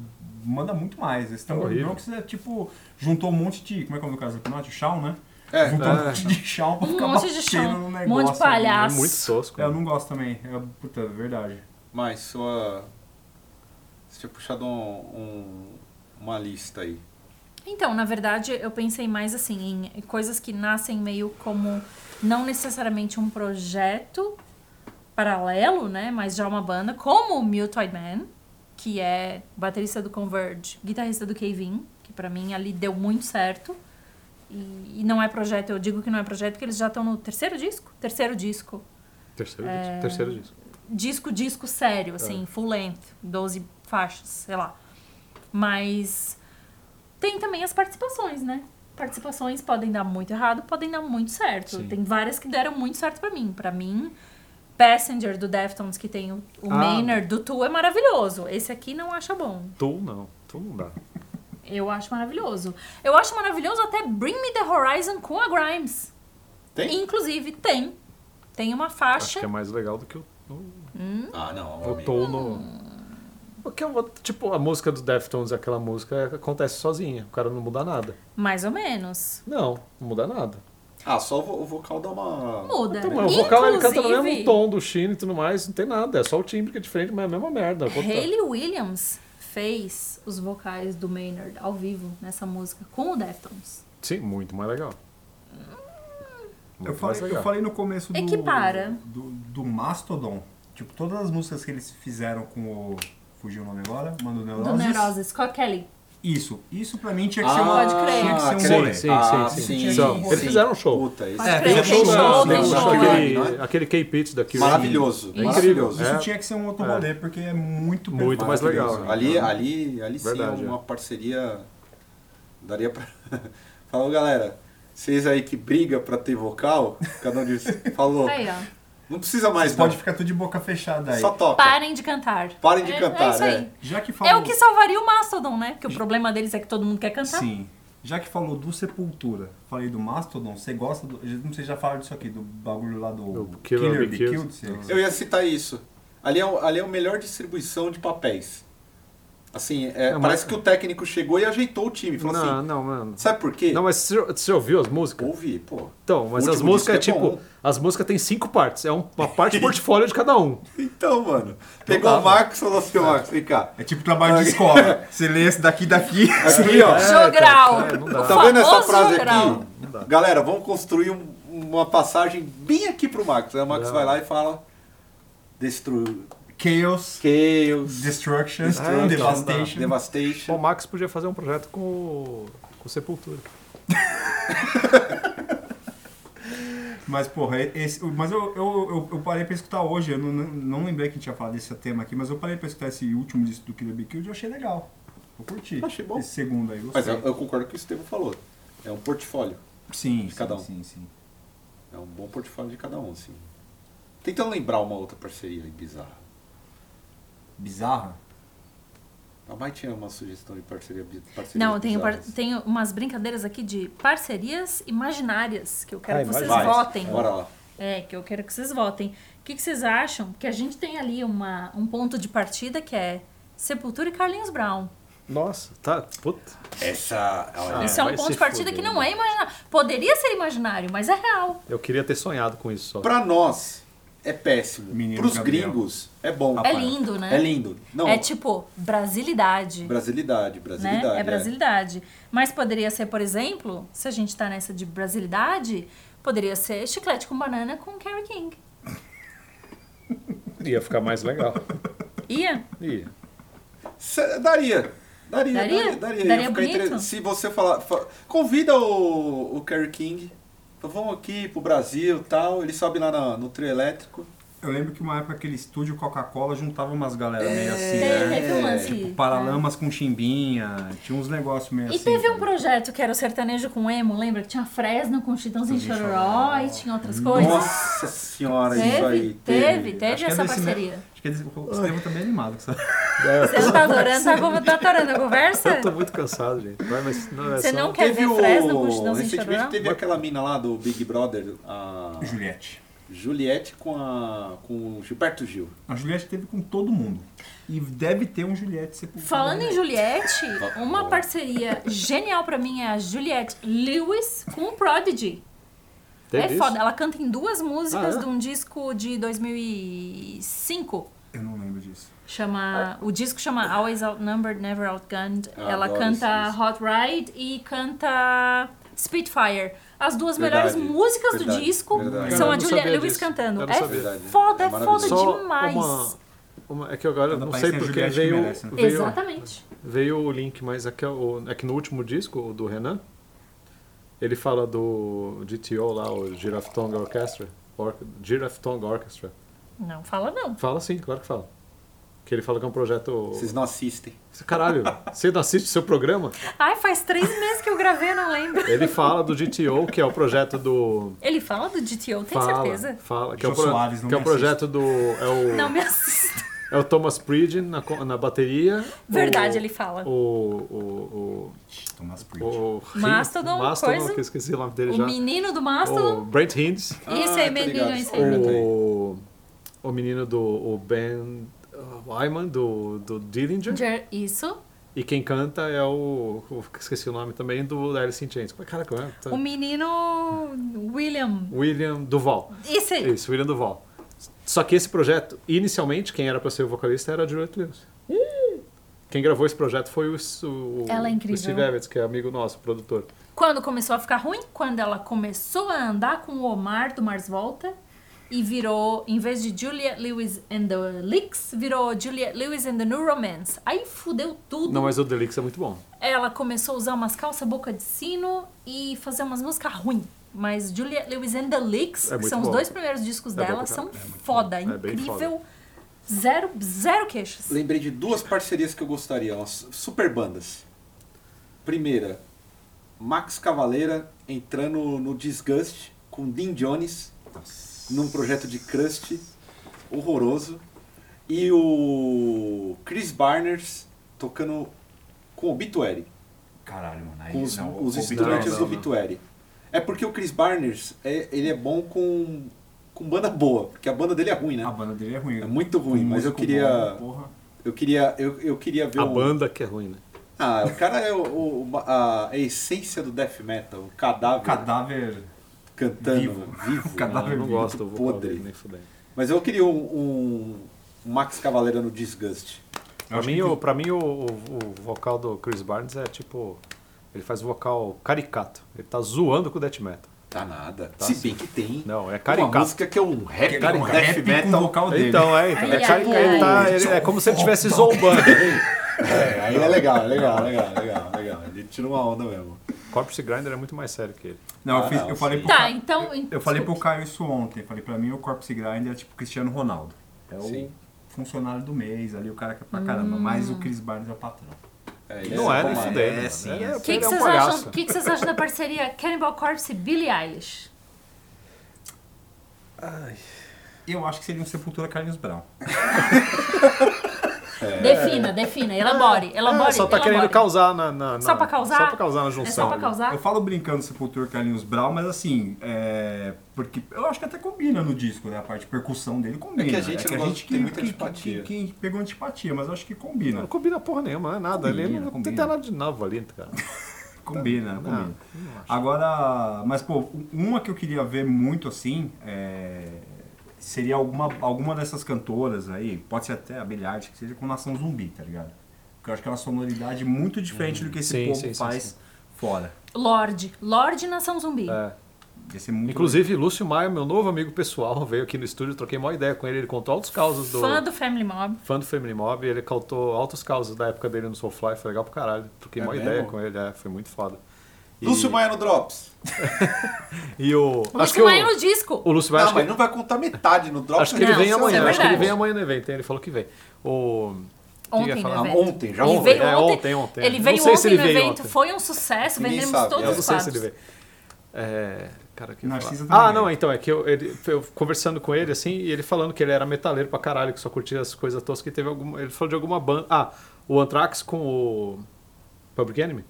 Speaker 4: manda muito mais. Esse Tambor
Speaker 3: Horrível.
Speaker 4: Bronx é tipo, juntou um monte de. Como é que é o nome do caso do Pinote? O Shawn, né?
Speaker 2: É,
Speaker 4: juntou
Speaker 3: é.
Speaker 4: um monte de Shawn pra
Speaker 5: Um
Speaker 4: ficar
Speaker 5: monte de
Speaker 4: batendo
Speaker 5: Shawn,
Speaker 4: no
Speaker 5: um
Speaker 4: negócio.
Speaker 5: monte de palhaço.
Speaker 3: É
Speaker 5: Nossa.
Speaker 3: muito tosco.
Speaker 4: É, eu não gosto também. É, puta, é verdade.
Speaker 2: Mas sua. Você tinha puxado um- um- uma lista aí.
Speaker 5: Então, na verdade, eu pensei mais assim em coisas que nascem meio como não necessariamente um projeto paralelo, né, mas já uma banda, como o Mutoid Man, que é baterista do Converge, guitarrista do Kevin, que pra mim ali deu muito certo. E, e não é projeto, eu digo que não é projeto porque eles já estão no terceiro disco, terceiro disco,
Speaker 3: Terceiro, disco, terceiro disco.
Speaker 5: disco, disco sério,
Speaker 3: É.
Speaker 5: assim, full length, 12 faixas, sei lá. Mas tem também as participações, né? Participações podem dar muito errado, podem dar muito certo.
Speaker 3: Sim.
Speaker 5: Tem várias que deram muito certo pra mim. Pra mim, Passenger do Deftones, que tem o, o
Speaker 3: Ah.
Speaker 5: Maynard do Tu, é maravilhoso. Esse aqui não acha bom.
Speaker 3: Tu não, tu não dá.
Speaker 5: Eu acho maravilhoso. Eu acho maravilhoso até Bring Me the Horizon com a Grimes.
Speaker 2: Tem?
Speaker 5: Inclusive, tem. Tem uma
Speaker 3: Acho
Speaker 5: faixa.
Speaker 3: que é mais legal do que o, o,
Speaker 2: Ah, não.
Speaker 3: o
Speaker 2: amigo.
Speaker 3: Tom no. Porque, é uma- tipo, a música do Deftones, aquela música, é, acontece sozinha, o cara não muda nada.
Speaker 5: Mais ou menos.
Speaker 3: Não, não muda nada.
Speaker 2: Ah, só o vo- o vocal dá uma.
Speaker 5: Muda.
Speaker 3: Então, mas o vocal ele canta no mesmo
Speaker 5: Inclusive,
Speaker 3: tom do Chino e tudo mais, não tem nada, é só o timbre que é diferente, mas é a mesma merda.
Speaker 5: Hayley Williams fez os vocais do Maynard ao vivo nessa música com o Deftones.
Speaker 3: Sim, muito mais legal.
Speaker 4: Eu
Speaker 3: Muito
Speaker 4: falei,
Speaker 3: mais é legal.
Speaker 4: eu falei no começo
Speaker 5: É
Speaker 4: do,
Speaker 5: Equipara.
Speaker 4: do, do Mastodon. Tipo, todas as músicas que eles fizeram com o. Fugiu o nome agora? Mano
Speaker 5: Do Neuroses, Scott Kelly.
Speaker 4: Isso. Isso pra mim tinha que
Speaker 2: Ah,
Speaker 4: ser uma.
Speaker 5: pode crer.
Speaker 4: Tinha que ser um
Speaker 3: Sim,
Speaker 4: rolê.
Speaker 3: sim,
Speaker 2: Ah,
Speaker 3: sim,
Speaker 4: sim.
Speaker 3: São.
Speaker 4: sim.
Speaker 3: Eles fizeram um show.
Speaker 2: Puta, isso
Speaker 5: Pode
Speaker 4: É,
Speaker 5: crer,
Speaker 4: tem show
Speaker 5: tem
Speaker 4: lá,
Speaker 5: show,
Speaker 4: tem
Speaker 5: tem
Speaker 4: show
Speaker 5: show.
Speaker 2: lá.
Speaker 3: aquele,
Speaker 2: né?
Speaker 3: é? aquele K-Pitch da Kiss.
Speaker 2: Maravilhoso.
Speaker 3: É incrível.
Speaker 2: maravilhoso.
Speaker 4: Isso
Speaker 3: É.
Speaker 4: tinha que ser um outro rolê, porque é muito
Speaker 3: Muito mais
Speaker 4: perfeito.
Speaker 3: legal. né? É.
Speaker 2: Ali, ali, ali sim é
Speaker 3: Verdade,
Speaker 2: uma parceria. Daria pra. [LAUGHS] Falou, galera. Vocês aí que briga pra ter vocal, cada um de vocês falou.
Speaker 5: Aí, ó.
Speaker 2: Não precisa mais,
Speaker 4: Pode
Speaker 2: não.
Speaker 4: ficar tudo de boca fechada aí.
Speaker 2: Só toca.
Speaker 5: Parem de cantar.
Speaker 2: Parem de
Speaker 5: É-
Speaker 2: cantar,
Speaker 5: É isso aí.
Speaker 2: né?
Speaker 4: Já que
Speaker 5: É
Speaker 4: falou...
Speaker 5: o que salvaria o Mastodon, né? Porque o problema deles é que todo mundo quer cantar.
Speaker 4: Sim. Já que falou do Sepultura, falei do Mastodon, você gosta do... eu Não sei, já falaram disso aqui, do bagulho lá do...
Speaker 3: Do Killer Be
Speaker 4: Be
Speaker 3: Killed.
Speaker 4: Killed, sei lá.
Speaker 2: Eu ia citar isso. Ali é, o- ali é a melhor distribuição de papéis. Assim, é,
Speaker 3: Não,
Speaker 2: parece
Speaker 3: mas-
Speaker 2: que o técnico chegou e ajeitou o time. Falou
Speaker 3: Não,
Speaker 2: assim,
Speaker 3: não, mano.
Speaker 2: sabe por quê?
Speaker 3: Não, mas você, você ouviu as músicas?
Speaker 2: Ouvi, pô.
Speaker 3: Então, mas
Speaker 2: O
Speaker 3: as
Speaker 2: último
Speaker 3: músicas é
Speaker 2: disco é
Speaker 3: tipo.
Speaker 2: bom.
Speaker 3: As músicas tem cinco partes. É um- uma
Speaker 2: [LAUGHS]
Speaker 3: parte portfólio de cada um.
Speaker 2: Então, mano.
Speaker 3: tá,
Speaker 2: Pegou
Speaker 3: tava.
Speaker 2: o Marcos e falou assim, "Ô,
Speaker 3: Tá.
Speaker 2: Marcos, vem cá.
Speaker 4: É tipo trabalho de escola. Você lê esse daqui daqui.
Speaker 2: Aqui, ó.
Speaker 5: Jogral.
Speaker 3: É, não dá.
Speaker 5: O
Speaker 2: Tá vendo essa
Speaker 5: famoso
Speaker 2: frase
Speaker 5: jogral.
Speaker 2: aqui? Galera, vamos construir um- uma passagem bem aqui pro Max. Aí o Max
Speaker 3: Não.
Speaker 2: vai lá e fala. Destruir.
Speaker 4: Chaos,
Speaker 2: Chaos. Ah,
Speaker 4: Destruction,
Speaker 3: Destruction.
Speaker 4: Devastation.
Speaker 3: Bom, o
Speaker 2: Devastation.
Speaker 3: Max podia fazer um projeto com, o- com o Sepultura.
Speaker 4: Mas, porra, é, esse, mas eu, eu, eu, eu parei pra escutar hoje, eu não, não lembrei que a gente tinha falado desse tema aqui, mas eu parei pra escutar esse último disco do Killer Be Killed e eu achei legal. Eu curti.
Speaker 2: Achei bom.
Speaker 4: Esse segundo aí, gostei.
Speaker 2: Mas eu, eu concordo com o que o Estevam falou. É um portfólio.
Speaker 4: Sim,
Speaker 2: de cada
Speaker 4: sim,
Speaker 2: um.
Speaker 4: sim, sim.
Speaker 2: É um bom portfólio de cada um, assim. Tentando lembrar uma outra parceria aí bizarra.
Speaker 4: Bizarra?
Speaker 2: A Mai tinha uma sugestão de parceria bi- parcerias
Speaker 5: Não, eu tenho, par-
Speaker 2: bizarras.
Speaker 5: tenho umas brincadeiras aqui de parcerias imaginárias que eu quero
Speaker 3: Ah,
Speaker 5: que vocês
Speaker 2: Vai,
Speaker 5: votem.
Speaker 2: Bora lá.
Speaker 5: É, que eu quero que vocês votem. O que, que vocês acham? Que a gente tem ali uma, um ponto de partida que é Sepultura e Carlinhos Brown.
Speaker 3: Nossa, tá. Puta.
Speaker 2: Essa.
Speaker 4: Ah.
Speaker 2: olha,
Speaker 5: Isso é
Speaker 3: Ah, vai
Speaker 5: um ponto
Speaker 3: se
Speaker 5: de partida
Speaker 3: fuder.
Speaker 5: que não é imaginário. Poderia ser imaginário, mas é real.
Speaker 3: Eu queria ter sonhado com isso só.
Speaker 2: Pra nós é péssimo.
Speaker 4: Menino
Speaker 2: Pros
Speaker 4: Gabriel.
Speaker 2: gringos é bom.
Speaker 5: É
Speaker 4: Rapaz,
Speaker 5: lindo, né?
Speaker 2: É lindo. Não,
Speaker 5: É tipo, brasilidade.
Speaker 2: Brasilidade,
Speaker 5: né?
Speaker 2: brasilidade.
Speaker 3: é.
Speaker 2: é.
Speaker 5: É brasilidade. Mas poderia ser, por exemplo, se a gente tá nessa de brasilidade, Poderia ser chiclete com banana com Carrie King.
Speaker 3: Ia ficar mais [LAUGHS] legal.
Speaker 5: Ia?
Speaker 3: Ia.
Speaker 2: Cê- Daria. Daria,
Speaker 5: Daria?
Speaker 2: daria, daria.
Speaker 5: Daria
Speaker 2: Eu ficaria
Speaker 5: bonito?
Speaker 2: entre- Se você falar. fa- Convida o, o Kerry King. Fala, Vamos aqui pro Brasil e tal. Ele sobe lá na- no trio elétrico.
Speaker 4: Eu lembro que uma época aquele estúdio Coca-Cola juntava umas galera meio assim,
Speaker 3: É.
Speaker 5: Teve,
Speaker 4: né?
Speaker 5: É. teve um lance.
Speaker 4: Tipo, Paralamas com chimbinha, tinha uns negócios meio
Speaker 5: E
Speaker 4: assim.
Speaker 5: teve um
Speaker 4: sabe?
Speaker 5: projeto que era o sertanejo com emo, lembra? Que tinha Fresno com Chitãozinho e Chororó e tinha outras coisas.
Speaker 2: Nossa senhora, isso aí.
Speaker 5: teve, teve, teve,
Speaker 4: Acho que é
Speaker 5: essa
Speaker 4: desse me-
Speaker 5: parceria.
Speaker 4: Acho que é desse- o Estevam também é animado com essa.
Speaker 3: É,
Speaker 5: Você não tá adorando, tá, como- tá adorando a conversa?
Speaker 3: Eu tô muito cansado, gente. Vai, mas não é
Speaker 5: Você
Speaker 3: só-
Speaker 5: não quer ver Fresno com Chitãozinho e
Speaker 2: recentemente
Speaker 5: Chororó?
Speaker 2: teve um aquela mina lá do Big Brother, a
Speaker 4: Juliette.
Speaker 2: Juliette com a com o Gilberto Gil.
Speaker 4: A Juliette teve com todo mundo. E deve ter um Juliette sepultado.
Speaker 5: Falando em
Speaker 4: né?
Speaker 5: Juliette,
Speaker 2: Tá
Speaker 5: uma
Speaker 2: bom.
Speaker 5: parceria genial pra mim é a Juliette Lewis com o Prodigy.
Speaker 3: Teve
Speaker 5: é
Speaker 3: isso?
Speaker 5: foda, ela canta em duas músicas
Speaker 3: Ah, é?
Speaker 5: de um disco de 2005.
Speaker 4: Eu não lembro disso.
Speaker 5: Chama, o disco chama Always Outnumbered, Never Outgunned.
Speaker 3: Ah,
Speaker 2: Eu
Speaker 5: ela
Speaker 2: adoro
Speaker 5: canta
Speaker 2: esse disco.
Speaker 5: Hot Ride e canta Spitfire. As duas
Speaker 2: Verdade,
Speaker 5: melhores músicas do
Speaker 2: verdade,
Speaker 5: disco
Speaker 2: verdade.
Speaker 5: são
Speaker 3: Eu
Speaker 5: a
Speaker 3: não
Speaker 5: Juliette
Speaker 3: sabia
Speaker 5: Lewis
Speaker 3: disso.
Speaker 5: cantando.
Speaker 3: Eu não
Speaker 5: É
Speaker 3: sabia.
Speaker 2: Verdade, né?
Speaker 5: foda,
Speaker 2: É
Speaker 5: é foda
Speaker 2: maravilhoso.
Speaker 3: Só
Speaker 5: demais.
Speaker 3: uma, uma- É que agora
Speaker 4: Cada
Speaker 3: não
Speaker 4: país
Speaker 3: sei
Speaker 4: tem a
Speaker 3: porque
Speaker 4: Juliette que
Speaker 3: veio,
Speaker 4: merece, né?
Speaker 3: veio,
Speaker 5: Exatamente.
Speaker 3: veio o link, mas é que, o- é que no último disco, o do Renan, ele fala do GTO lá, o Giraffe Tongue Orchestra. Or, Giraffe Tongue Orchestra.
Speaker 5: Não fala não.
Speaker 3: Fala sim, claro que fala. Que ele fala que é um projeto.
Speaker 2: Vocês não assistem.
Speaker 3: Caralho, você não assiste seu programa?
Speaker 5: Ai, faz três [LAUGHS] meses que eu gravei, eu não lembro.
Speaker 3: Ele fala do GTO, que é o projeto do.
Speaker 5: Ele fala do GTO, tem
Speaker 3: fala,
Speaker 5: certeza?
Speaker 3: Fala, que é o,
Speaker 4: Jô
Speaker 3: pro-
Speaker 4: Soares, não
Speaker 3: que é o
Speaker 4: me
Speaker 3: projeto do. É o,
Speaker 5: Não
Speaker 3: [LAUGHS]
Speaker 5: me assista.
Speaker 3: é o Thomas Pridgen na, co- na bateria.
Speaker 5: Verdade,
Speaker 3: o-
Speaker 5: ele fala.
Speaker 3: O. O.
Speaker 4: Thomas
Speaker 3: o,
Speaker 4: Pritch.
Speaker 3: o, o
Speaker 5: Mastodon,
Speaker 3: Mastodon,
Speaker 5: coisa.
Speaker 3: que eu esqueci o nome dele
Speaker 5: O
Speaker 3: já.
Speaker 5: menino do Mastodon.
Speaker 3: O Brent Hinds.
Speaker 5: Isso é
Speaker 2: Ah,
Speaker 5: aí,
Speaker 2: tô
Speaker 5: menino,
Speaker 2: ligado.
Speaker 5: isso aí.
Speaker 3: O. O menino do. O Ben. Wyman, do, do Dillinger.
Speaker 5: Jer- Isso.
Speaker 3: E quem canta é o. o- Esqueci o nome também, do Alice in Chains. Caraca, é, tá-
Speaker 5: O menino William.
Speaker 3: William Duval.
Speaker 5: Isso é aí.
Speaker 3: Isso, William Duval. Só que esse projeto, inicialmente, quem era pra ser o vocalista era a Juliette Lewis. Quem gravou esse projeto foi o, o,
Speaker 5: Ela é incrível.
Speaker 3: o Steve Evans, que é amigo nosso, produtor.
Speaker 5: Quando começou a ficar ruim? Quando ela começou a andar com o Omar do Mars Volta e virou, em vez de Juliette Lewis and the Licks, virou Juliette Lewis and the New Romance. Aí fudeu tudo.
Speaker 3: Não, mas o Delix é muito bom.
Speaker 5: Ela começou a usar umas calça boca de sino e fazer umas músicas ruins. Mas Juliette Lewis and the Licks,
Speaker 3: É
Speaker 5: que
Speaker 3: muito
Speaker 5: são os
Speaker 3: bom.
Speaker 5: dois primeiros discos
Speaker 3: É
Speaker 5: dela,
Speaker 3: bom pra
Speaker 5: são
Speaker 3: caralho.
Speaker 5: foda,
Speaker 3: bom. É bem
Speaker 5: incrível. Zero, zero queixas.
Speaker 2: Lembrei de duas parcerias que eu gostaria, umas super bandas. Primeira, Max Cavaleira entrando no Disgust com Dean Jones num projeto de crust horroroso e o Chris Barners tocando com o Obituary,
Speaker 4: Caralho, mano. Aí,
Speaker 2: com os,
Speaker 4: não,
Speaker 2: os
Speaker 4: É o
Speaker 3: Obituary
Speaker 2: instrumentos
Speaker 3: não,
Speaker 2: do
Speaker 3: não.
Speaker 2: Obituary. É porque o Chris Barners é, ele é bom com com banda boa, porque a banda dele é ruim, né?
Speaker 4: A banda dele é ruim.
Speaker 2: É muito ruim,
Speaker 4: Com
Speaker 2: mas eu
Speaker 4: músico
Speaker 2: queria-
Speaker 4: bom, porra.
Speaker 2: Eu queria eu, eu queria ver
Speaker 3: A
Speaker 2: um-
Speaker 3: banda que é ruim, né?
Speaker 2: Ah, o cara é o, o- uma- a, a essência do death metal, o cadáver
Speaker 4: Cadáver.
Speaker 2: cantando
Speaker 4: vivo.
Speaker 2: vivo.
Speaker 3: [LAUGHS]
Speaker 4: Cadáver.
Speaker 3: Ah, eu não
Speaker 4: vivo,
Speaker 3: gosto do vocal
Speaker 2: podre.
Speaker 3: dele, nem fudendo.
Speaker 2: Mas eu queria um, um- um Max Cavaleira no Disgust.
Speaker 3: Pra
Speaker 4: acho
Speaker 3: mim,
Speaker 4: que-
Speaker 3: o, pra mim o, o, o vocal do Chris Barnes é tipo... Ele faz vocal caricato. Ele tá zoando com o death metal.
Speaker 2: Tá nada.
Speaker 3: Tá
Speaker 2: Se
Speaker 3: sim.
Speaker 2: bem que tem
Speaker 3: Não, é
Speaker 2: uma
Speaker 3: caricato.
Speaker 2: música que é um rap,
Speaker 4: Ele é um
Speaker 2: death
Speaker 4: rap com o
Speaker 2: metal.
Speaker 4: vocal dele.
Speaker 3: Então, é, então,
Speaker 5: Ai,
Speaker 3: é,
Speaker 5: ai,
Speaker 3: carica-
Speaker 5: ai.
Speaker 3: ele tá- ele- é como se ele estivesse zombando.
Speaker 2: É, aí é legal, legal, legal, é legal, legal. Ele tira uma onda mesmo.
Speaker 3: Corpse Grinder é muito mais sério que ele.
Speaker 4: Não, eu,
Speaker 2: Ah,
Speaker 4: fiz,
Speaker 2: não,
Speaker 4: eu falei
Speaker 2: sim.
Speaker 4: pro
Speaker 5: Tá,
Speaker 3: é um
Speaker 4: Ca-
Speaker 5: então.
Speaker 4: Eu falei pro
Speaker 5: desculpe.
Speaker 4: Caio isso ontem. Falei, pra mim o Corpse Grind é tipo Cristiano Ronaldo. É
Speaker 3: um-
Speaker 4: o
Speaker 2: Sim.
Speaker 4: funcionário do mês, ali o cara que é pra caramba. Mas o Chris Barnes é o patrão.
Speaker 2: ele
Speaker 3: não é,
Speaker 2: bom,
Speaker 3: nem
Speaker 2: né?
Speaker 3: fudendo.
Speaker 4: é,
Speaker 3: né?
Speaker 4: sim,
Speaker 3: Ele
Speaker 4: é,
Speaker 5: O que,
Speaker 3: ele
Speaker 5: que
Speaker 3: é um
Speaker 5: vocês
Speaker 3: palhaço.
Speaker 5: acham, que que vocês acham da parceria Cannibal Corpse e Billie Eilish?
Speaker 4: Eu acho que seria um Sepultura Carlinhos Brown.
Speaker 5: Defina, defina, elabore, elabore.
Speaker 3: É, só tá
Speaker 5: elabore.
Speaker 3: querendo causar na, na, na-
Speaker 5: Só pra causar?
Speaker 3: Só pra causar na
Speaker 5: É só
Speaker 3: junção. né?
Speaker 5: pra causar?
Speaker 4: Eu falo brincando Sepultura Carlinhos Brown, mas assim, é. Porque eu acho que até combina no disco, né? A parte de percussão dele combina.
Speaker 2: É que a gente não gosta- tem muita antipatia.
Speaker 4: Que, que pegou antipatia, mas eu acho que
Speaker 3: Não
Speaker 4: combina.
Speaker 3: combina porra nenhuma, não é nada. Ele
Speaker 4: Combina,
Speaker 3: não
Speaker 4: combina.
Speaker 3: tem nada de novo ali, tá?
Speaker 5: [LAUGHS]
Speaker 3: cara.
Speaker 4: Combina,
Speaker 3: Não,
Speaker 4: combina. Agora, mas pô, uma que eu queria ver muito assim é, seria alguma, alguma dessas cantoras aí, pode ser até a Billie Eilish, que seja com nação zumbi, tá ligado? Porque eu acho que é uma sonoridade muito diferente do que esse
Speaker 3: Uhum. sim,
Speaker 4: povo
Speaker 3: sim, sim,
Speaker 4: faz
Speaker 3: sim.
Speaker 4: fora.
Speaker 5: Lorde, Lorde Nação Zumbi.
Speaker 3: É.
Speaker 4: Ia ser muito
Speaker 3: Inclusive, Lúcio Maia, meu novo amigo pessoal, [LAUGHS] veio aqui no estúdio, troquei uma ideia com ele, ele contou altos causas do.
Speaker 5: Fã do Family Mob.
Speaker 3: fã do Family Mob, ele contou altos causas da época dele no Soulfly, foi legal pro caralho. Troquei
Speaker 2: É
Speaker 3: uma
Speaker 2: mesmo?
Speaker 3: ideia com ele, é, foi muito foda. E,
Speaker 2: Lúcio Maia no Drops.
Speaker 3: E o.
Speaker 5: O
Speaker 3: acho
Speaker 5: Lúcio
Speaker 3: que o,
Speaker 5: Maia é um no disco.
Speaker 3: o Lúcio Maia,
Speaker 2: Não,
Speaker 3: acho que
Speaker 2: mas um não vai contar metade no Drops. né?
Speaker 3: Acho que ele
Speaker 5: Não,
Speaker 3: vem
Speaker 5: isso é
Speaker 3: amanhã. acho que ele
Speaker 5: verdade.
Speaker 3: vem amanhã no evento, hein? Ele falou que vem. O...
Speaker 5: Ontem
Speaker 3: Eu ia
Speaker 5: no
Speaker 3: falar-
Speaker 5: evento.
Speaker 2: Ah, ontem, já
Speaker 5: ele
Speaker 3: ontem.
Speaker 5: Veio
Speaker 3: É,
Speaker 5: ontem,
Speaker 3: ontem, ontem.
Speaker 5: Ele
Speaker 3: Não
Speaker 5: veio
Speaker 3: sei
Speaker 5: ontem
Speaker 3: se ele
Speaker 5: no
Speaker 3: veio
Speaker 5: evento,
Speaker 3: ontem.
Speaker 5: foi um sucesso,
Speaker 2: Ninguém
Speaker 5: vendemos
Speaker 2: sabe,
Speaker 5: todos
Speaker 2: eu
Speaker 3: Eu
Speaker 5: os
Speaker 3: não sei
Speaker 5: quadros.
Speaker 3: se ele vem. É, cara, que
Speaker 4: Narcisa
Speaker 3: Ah,
Speaker 4: também.
Speaker 3: não, então, é que eu, ele- eu conversando com ele, assim, e ele falando que ele era metaleiro pra caralho, que só curtia as coisas toscas, que teve alguma. Ele falou de alguma banda. Ah, o Anthrax com o Public Enemy,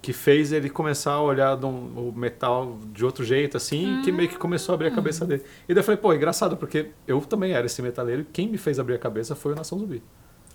Speaker 3: que fez ele começar a olhar de um- o metal de outro jeito, assim, que meio que começou a
Speaker 5: Hum.
Speaker 3: abrir a cabeça dele. E daí eu falei, pô, engraçado, porque eu também era esse metaleiro, e quem me fez abrir a cabeça foi o Nação Zumbi.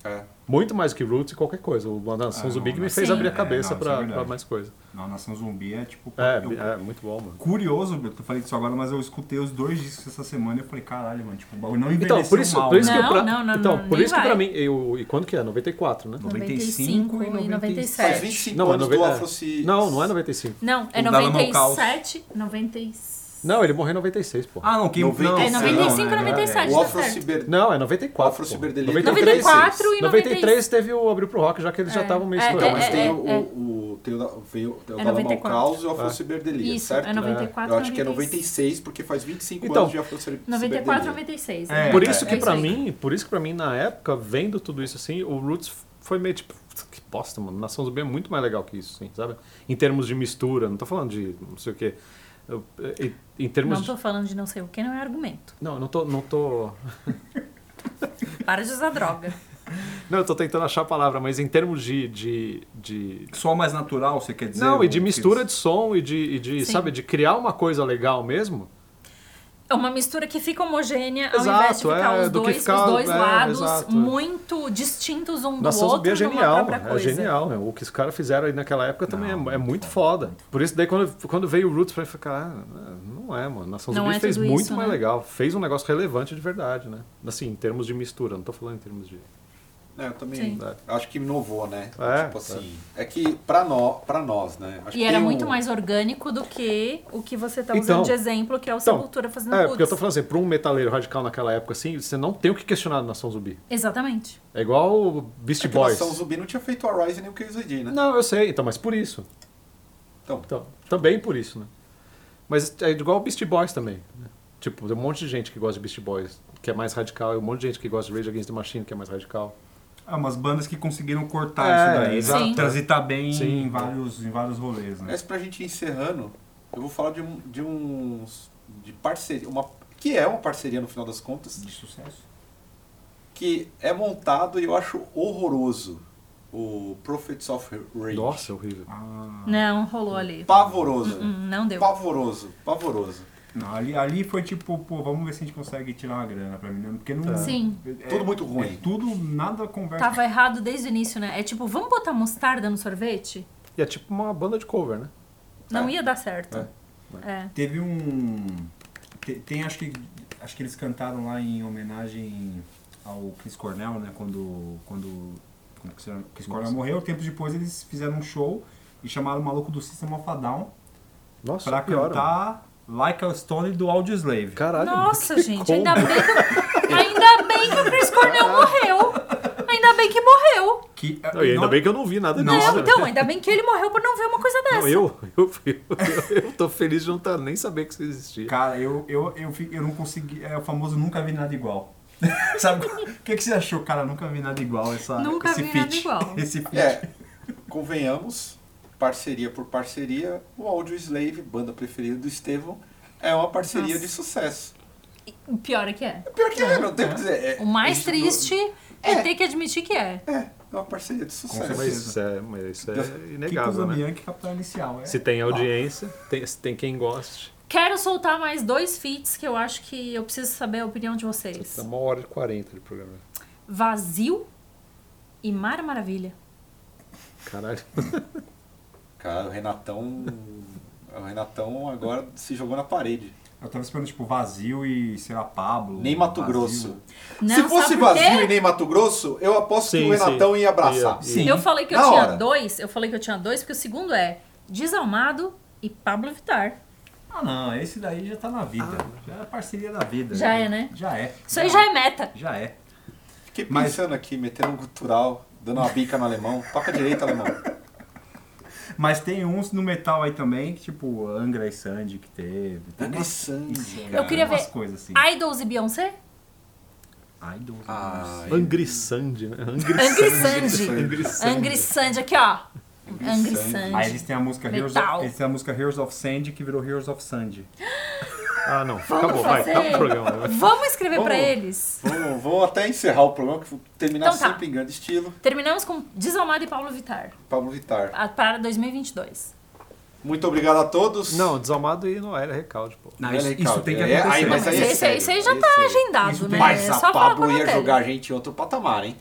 Speaker 2: É.
Speaker 3: Muito mais que Roots e qualquer coisa. O Nação
Speaker 4: Ah,
Speaker 3: Zumbi que me
Speaker 4: não,
Speaker 3: fez
Speaker 5: sim.
Speaker 3: abrir a
Speaker 4: É,
Speaker 3: cabeça
Speaker 4: não, isso é
Speaker 3: pra,
Speaker 4: verdade.
Speaker 3: pra mais coisa.
Speaker 4: Não, Nação Zumbi é tipo.
Speaker 3: É,
Speaker 4: eu-
Speaker 3: é muito bom, mano.
Speaker 4: Curioso, eu tô falando disso agora, mas eu escutei os dois discos essa semana e eu falei, caralho, mano, tipo, o bagulho não envelheceu
Speaker 3: Então, por isso,
Speaker 4: mal.
Speaker 3: por isso
Speaker 4: né?
Speaker 3: que eu pra,
Speaker 5: Não, não, não,
Speaker 3: então,
Speaker 5: não,
Speaker 3: por
Speaker 5: nem
Speaker 3: isso que pra
Speaker 5: vai.
Speaker 3: mim, eu, e quando que é? 94, né?
Speaker 4: 95 e
Speaker 5: 97.
Speaker 2: Faz
Speaker 5: Sete.
Speaker 2: 25
Speaker 3: Não, é
Speaker 2: anos do
Speaker 3: 90
Speaker 2: Afro Ci-
Speaker 3: Não, não é 95.
Speaker 5: Não, é
Speaker 4: O Dalla Mão
Speaker 5: 97, 96.
Speaker 3: Não, ele morreu em 96, pô.
Speaker 4: Ah, não, quem
Speaker 2: Noventa-
Speaker 4: não,
Speaker 5: É
Speaker 4: não,
Speaker 5: 95,
Speaker 4: não, é,
Speaker 5: 97,
Speaker 2: O
Speaker 5: tá
Speaker 2: Afro
Speaker 5: certo.
Speaker 2: Ciber...
Speaker 3: Não, é 94.
Speaker 2: Afro
Speaker 3: pô.
Speaker 2: Ciberdelico.
Speaker 3: 93,
Speaker 5: 94 e
Speaker 3: 93 teve o Abriu pro Rock, já que eles já
Speaker 5: É.
Speaker 3: estavam meio
Speaker 5: É,
Speaker 2: Então,
Speaker 3: estourados.
Speaker 2: mas
Speaker 5: é,
Speaker 2: tem
Speaker 5: é,
Speaker 2: o,
Speaker 5: é.
Speaker 2: o, tem o, veio, tem o
Speaker 5: É
Speaker 2: Dalaman
Speaker 5: 94.
Speaker 2: Caos e o Afro
Speaker 3: É.
Speaker 2: Ciberdelia,
Speaker 5: Isso,
Speaker 3: né?
Speaker 2: certo?
Speaker 5: é 94,
Speaker 2: Eu acho que é
Speaker 5: 96.
Speaker 2: 96, porque faz 25
Speaker 3: Então,
Speaker 2: anos de Afro Ciberdelia.
Speaker 5: 94, 96.
Speaker 4: É,
Speaker 3: Por isso que
Speaker 5: é
Speaker 3: pra
Speaker 5: aí.
Speaker 3: mim, por isso que para mim na época, vendo tudo isso assim, o Roots foi meio tipo, que bosta, mano. Nação Zumbi é muito mais legal que isso, assim, sabe? Em termos de mistura, não tô falando de não sei o quê. Eu- eh, Em termos
Speaker 5: Não
Speaker 3: de-
Speaker 5: tô falando de não sei o que, não é argumento.
Speaker 3: Não, eu não tô, não tô
Speaker 5: Para de usar droga.
Speaker 3: Não, eu tô tentando achar a palavra, mas em termos de. de, de-
Speaker 4: Só mais natural, você quer dizer?
Speaker 3: Não, e de
Speaker 4: Lucas?
Speaker 3: mistura de som e de, e de
Speaker 5: Sim.
Speaker 3: sabe, de criar uma coisa legal mesmo.
Speaker 5: É uma mistura que fica homogênea ao
Speaker 3: Exato,
Speaker 5: invés de ficar
Speaker 3: é,
Speaker 5: os
Speaker 3: do que
Speaker 5: dois,
Speaker 3: ficar-
Speaker 5: os dois
Speaker 3: é,
Speaker 5: lados
Speaker 3: exato, é.
Speaker 5: muito distintos um do
Speaker 3: Nação Zumbi
Speaker 5: outro
Speaker 3: é
Speaker 5: numa
Speaker 3: genial,
Speaker 5: própria
Speaker 3: é
Speaker 5: coisa.
Speaker 3: genial. Né? O que os caras fizeram aí naquela época também é- é, muito foda. Por isso, daí quando, quando veio o Roots, eu falei, cara, não é, mano. Nação
Speaker 5: Não
Speaker 3: Zumbi
Speaker 5: é
Speaker 3: fez
Speaker 5: tudo
Speaker 3: muito
Speaker 5: isso,
Speaker 3: mais
Speaker 5: né?
Speaker 3: legal. Fez um negócio relevante de verdade, né? Assim, em termos de mistura, não tô falando em termos de.
Speaker 2: É, eu também
Speaker 5: Sim.
Speaker 2: acho que inovou, né?
Speaker 3: É,
Speaker 2: tipo assim. É, que pra, nó, pra nós, né? Acho
Speaker 5: E
Speaker 2: que
Speaker 5: era
Speaker 2: tem um-
Speaker 5: muito mais orgânico do que o que você tá
Speaker 3: Então-
Speaker 5: usando de exemplo, que é o
Speaker 3: Então,
Speaker 5: Sepultura fazendo
Speaker 3: É,
Speaker 5: roots.
Speaker 3: porque eu tô falando assim, pra um metaleiro radical naquela época, assim, você não tem o que questionar na Nação Zumbi.
Speaker 5: Exatamente.
Speaker 3: É igual o Beast
Speaker 2: É que a
Speaker 3: Boys.
Speaker 2: Nação Zumbi não tinha feito a Rise nem o KZD, né?
Speaker 3: Não, eu sei, então, mas por isso.
Speaker 2: Então,
Speaker 3: Então, também por isso, né? Mas é igual o Beast Boys também. né? Tipo, tem um monte de gente que gosta de Beast Boys, que é mais radical, e um monte de gente que gosta de Rage Against the Machine, que é mais radical.
Speaker 4: Ah, umas bandas que conseguiram cortar
Speaker 3: É,
Speaker 4: isso daí.
Speaker 3: exato.
Speaker 5: Sim.
Speaker 4: Transitar bem
Speaker 3: Sim.
Speaker 4: em vários, em vários rolês, né?
Speaker 2: mas pra gente ir encerrando, eu vou falar de, um, de uns. de parceria. Uma, que é uma parceria no final das contas,
Speaker 4: De sucesso.
Speaker 2: que é montado e eu acho horroroso. O Prophets of Rage.
Speaker 3: Nossa, é horrível.
Speaker 4: Ah,
Speaker 5: Não, rolou ali.
Speaker 2: Pavoroso.
Speaker 5: Hum, Não deu.
Speaker 2: Pavoroso, pavoroso.
Speaker 4: não, ali, ali foi tipo, pô, vamos ver se a gente consegue tirar uma grana pra mim, né? Porque não.
Speaker 5: Sim.
Speaker 4: é-
Speaker 2: Tudo muito ruim.
Speaker 4: é tudo, nada conversa.
Speaker 5: Tava errado desde o início, né? É tipo, vamos botar mostarda no sorvete?
Speaker 3: E é tipo uma banda de cover, né?
Speaker 5: Não
Speaker 2: É.
Speaker 5: ia dar certo. É.
Speaker 4: Teve um. te- Tem, acho que. Acho que eles cantaram lá em homenagem ao Chris Cornell, né? Quando. Quando. Quando Chris Chris Cornell morreu, tempos depois eles fizeram um show e chamaram o maluco do System of a Down
Speaker 3: Nossa,
Speaker 4: pra
Speaker 3: pior, mano.
Speaker 4: cantar Like a Stone do Audioslave.
Speaker 3: Caralho.
Speaker 5: Nossa,
Speaker 3: que
Speaker 5: gente,
Speaker 3: combo.
Speaker 5: ainda bem, que, ainda bem que o Chris Cornell morreu. Ainda bem que morreu.
Speaker 4: Que,
Speaker 3: Não, e ainda
Speaker 4: não-
Speaker 3: bem que eu não vi nada
Speaker 4: Não,
Speaker 3: disso.
Speaker 5: Não,
Speaker 3: né?
Speaker 5: então, ainda bem que ele morreu por não ver uma coisa dessa.
Speaker 3: Não, eu, [LAUGHS] eu, eu, eu tô feliz de não tá, nem saber que isso existia.
Speaker 4: Cara, eu, eu, eu, fi- eu não consegui. É o famoso nunca vi nada igual. [LAUGHS] Sabe? O que, que você achou, cara? Nunca vi nada igual essa,
Speaker 5: Nunca
Speaker 4: esse
Speaker 5: vi
Speaker 4: feat.
Speaker 5: nada igual.
Speaker 4: [LAUGHS] Esse feat.
Speaker 2: É, convenhamos, parceria por parceria, o Audio Slave, banda preferida do Estevão, é uma parceria
Speaker 5: Nossa.
Speaker 2: de sucesso.
Speaker 5: O Pior é que é.
Speaker 2: Pior que é, não tem o que dizer. é-
Speaker 5: O mais
Speaker 2: a gente não-
Speaker 5: triste é.
Speaker 2: É.
Speaker 5: ter que admitir que é.
Speaker 2: É, é uma parceria de
Speaker 3: Mas
Speaker 2: sucesso.
Speaker 4: certeza.
Speaker 3: isso é, mas isso é
Speaker 4: Kiko
Speaker 3: inegável, né?
Speaker 4: Zambianchi, capital inicial. É.
Speaker 3: Se tem audiência, tem, se tem quem goste.
Speaker 5: Quero soltar mais dois feats que eu acho que eu preciso saber a opinião de vocês.
Speaker 3: Tá uma hora e quarenta de programa.
Speaker 5: Vazio e Mara Maravilha.
Speaker 3: Caralho.
Speaker 2: Cara, o Renatão. O Renatão agora se jogou na parede.
Speaker 4: Eu tava esperando, tipo, vazio e, sei lá, Pablo.
Speaker 2: Nem Mato
Speaker 4: Vazio.
Speaker 2: Grosso.
Speaker 5: Não,
Speaker 2: se fosse
Speaker 5: sabe por quê?
Speaker 2: vazio e nem Mato Grosso, eu aposto que
Speaker 3: Sim,
Speaker 2: o Renatão
Speaker 3: sim.
Speaker 2: ia abraçar.
Speaker 3: Ia.
Speaker 4: Sim.
Speaker 5: Eu falei que eu
Speaker 2: Na
Speaker 5: tinha
Speaker 2: hora.
Speaker 5: dois, eu falei que eu tinha dois, porque o segundo é Desalmado e Pablo Vittar.
Speaker 4: Ah, não, esse daí já tá na vida. já é a parceria da vida.
Speaker 5: Ah. Já é, né?
Speaker 4: Já é.
Speaker 5: Isso aí já é meta.
Speaker 4: Já é.
Speaker 2: Fiquei pensando aqui, metendo um gutural, dando uma bica no alemão. Toca direito, alemão.
Speaker 4: Mas tem uns no metal aí também, que tipo Angra e Sandy que teve. Tem umas-
Speaker 2: Sandy.
Speaker 5: Eu queria
Speaker 4: umas
Speaker 5: ver
Speaker 4: coisas assim.
Speaker 5: Idols e Beyoncé?
Speaker 4: Idol.
Speaker 2: Ah,
Speaker 3: Angry Sandy, né? Angry
Speaker 5: Angry Sandy.
Speaker 2: Sandy.
Speaker 5: Angry Sandy aqui, ó. Angry
Speaker 2: Sandy.
Speaker 4: Aí
Speaker 5: Sandy.
Speaker 4: eles têm a música Heroes
Speaker 5: Metal.
Speaker 4: of, eles têm a música Heroes of Sandy que virou Heroes of Sandy.
Speaker 3: Ah, não.
Speaker 5: Vamos
Speaker 3: Acabou, vai.
Speaker 5: fazer.
Speaker 3: Acaba o programa. vai.
Speaker 5: Vamos escrever pra
Speaker 2: Vamos.
Speaker 5: eles.
Speaker 2: vou, vou até encerrar o programa, que vou terminar
Speaker 5: Então tá.
Speaker 2: sempre em grande estilo.
Speaker 5: Terminamos com Desalmado e Paulo Vittar.
Speaker 2: Pablo Vittar.
Speaker 5: A parada 2022.
Speaker 2: Muito obrigado a todos.
Speaker 3: Não, desalmado e não era recalde, pô.
Speaker 4: Não,
Speaker 2: Não é
Speaker 4: isso,
Speaker 2: legal,
Speaker 4: isso tem que
Speaker 2: é-
Speaker 4: acontecer. né?
Speaker 2: aí, mas
Speaker 5: Mas
Speaker 2: é
Speaker 5: esse, aí-
Speaker 2: sério,
Speaker 5: esse aí já
Speaker 2: esse
Speaker 5: tá
Speaker 2: aí.
Speaker 5: agendado,
Speaker 4: Isso
Speaker 5: né?
Speaker 4: tem-
Speaker 2: Mas
Speaker 5: É
Speaker 2: a
Speaker 5: só falar com a
Speaker 2: Pablo ia
Speaker 5: Nutella.
Speaker 2: jogar a gente em outro patamar, hein?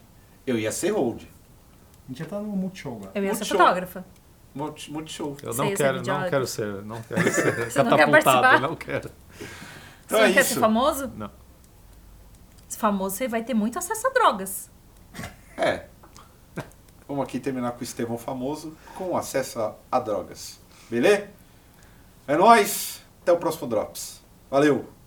Speaker 2: Eu ia ser hold.
Speaker 4: A gente já tá no Multishow agora.
Speaker 5: Eu ia ser
Speaker 2: Muito show.
Speaker 5: fotógrafa.
Speaker 2: Muito, muito show.
Speaker 3: Eu
Speaker 5: Sei,
Speaker 3: não
Speaker 5: eu sei
Speaker 3: quero,
Speaker 5: videoaula.
Speaker 3: não quero ser, não quero ser
Speaker 5: Você não quer participar?
Speaker 3: catapultado, não quero.
Speaker 2: Então
Speaker 5: você
Speaker 2: é
Speaker 5: não quer
Speaker 2: isso.
Speaker 5: ser famoso?
Speaker 3: Não.
Speaker 5: Se famoso, você vai ter muito acesso a drogas.
Speaker 2: É. Vamos aqui terminar com o Estevão famoso com acesso a, a drogas. Beleza? É nóis. Até o próximo Drops. Valeu.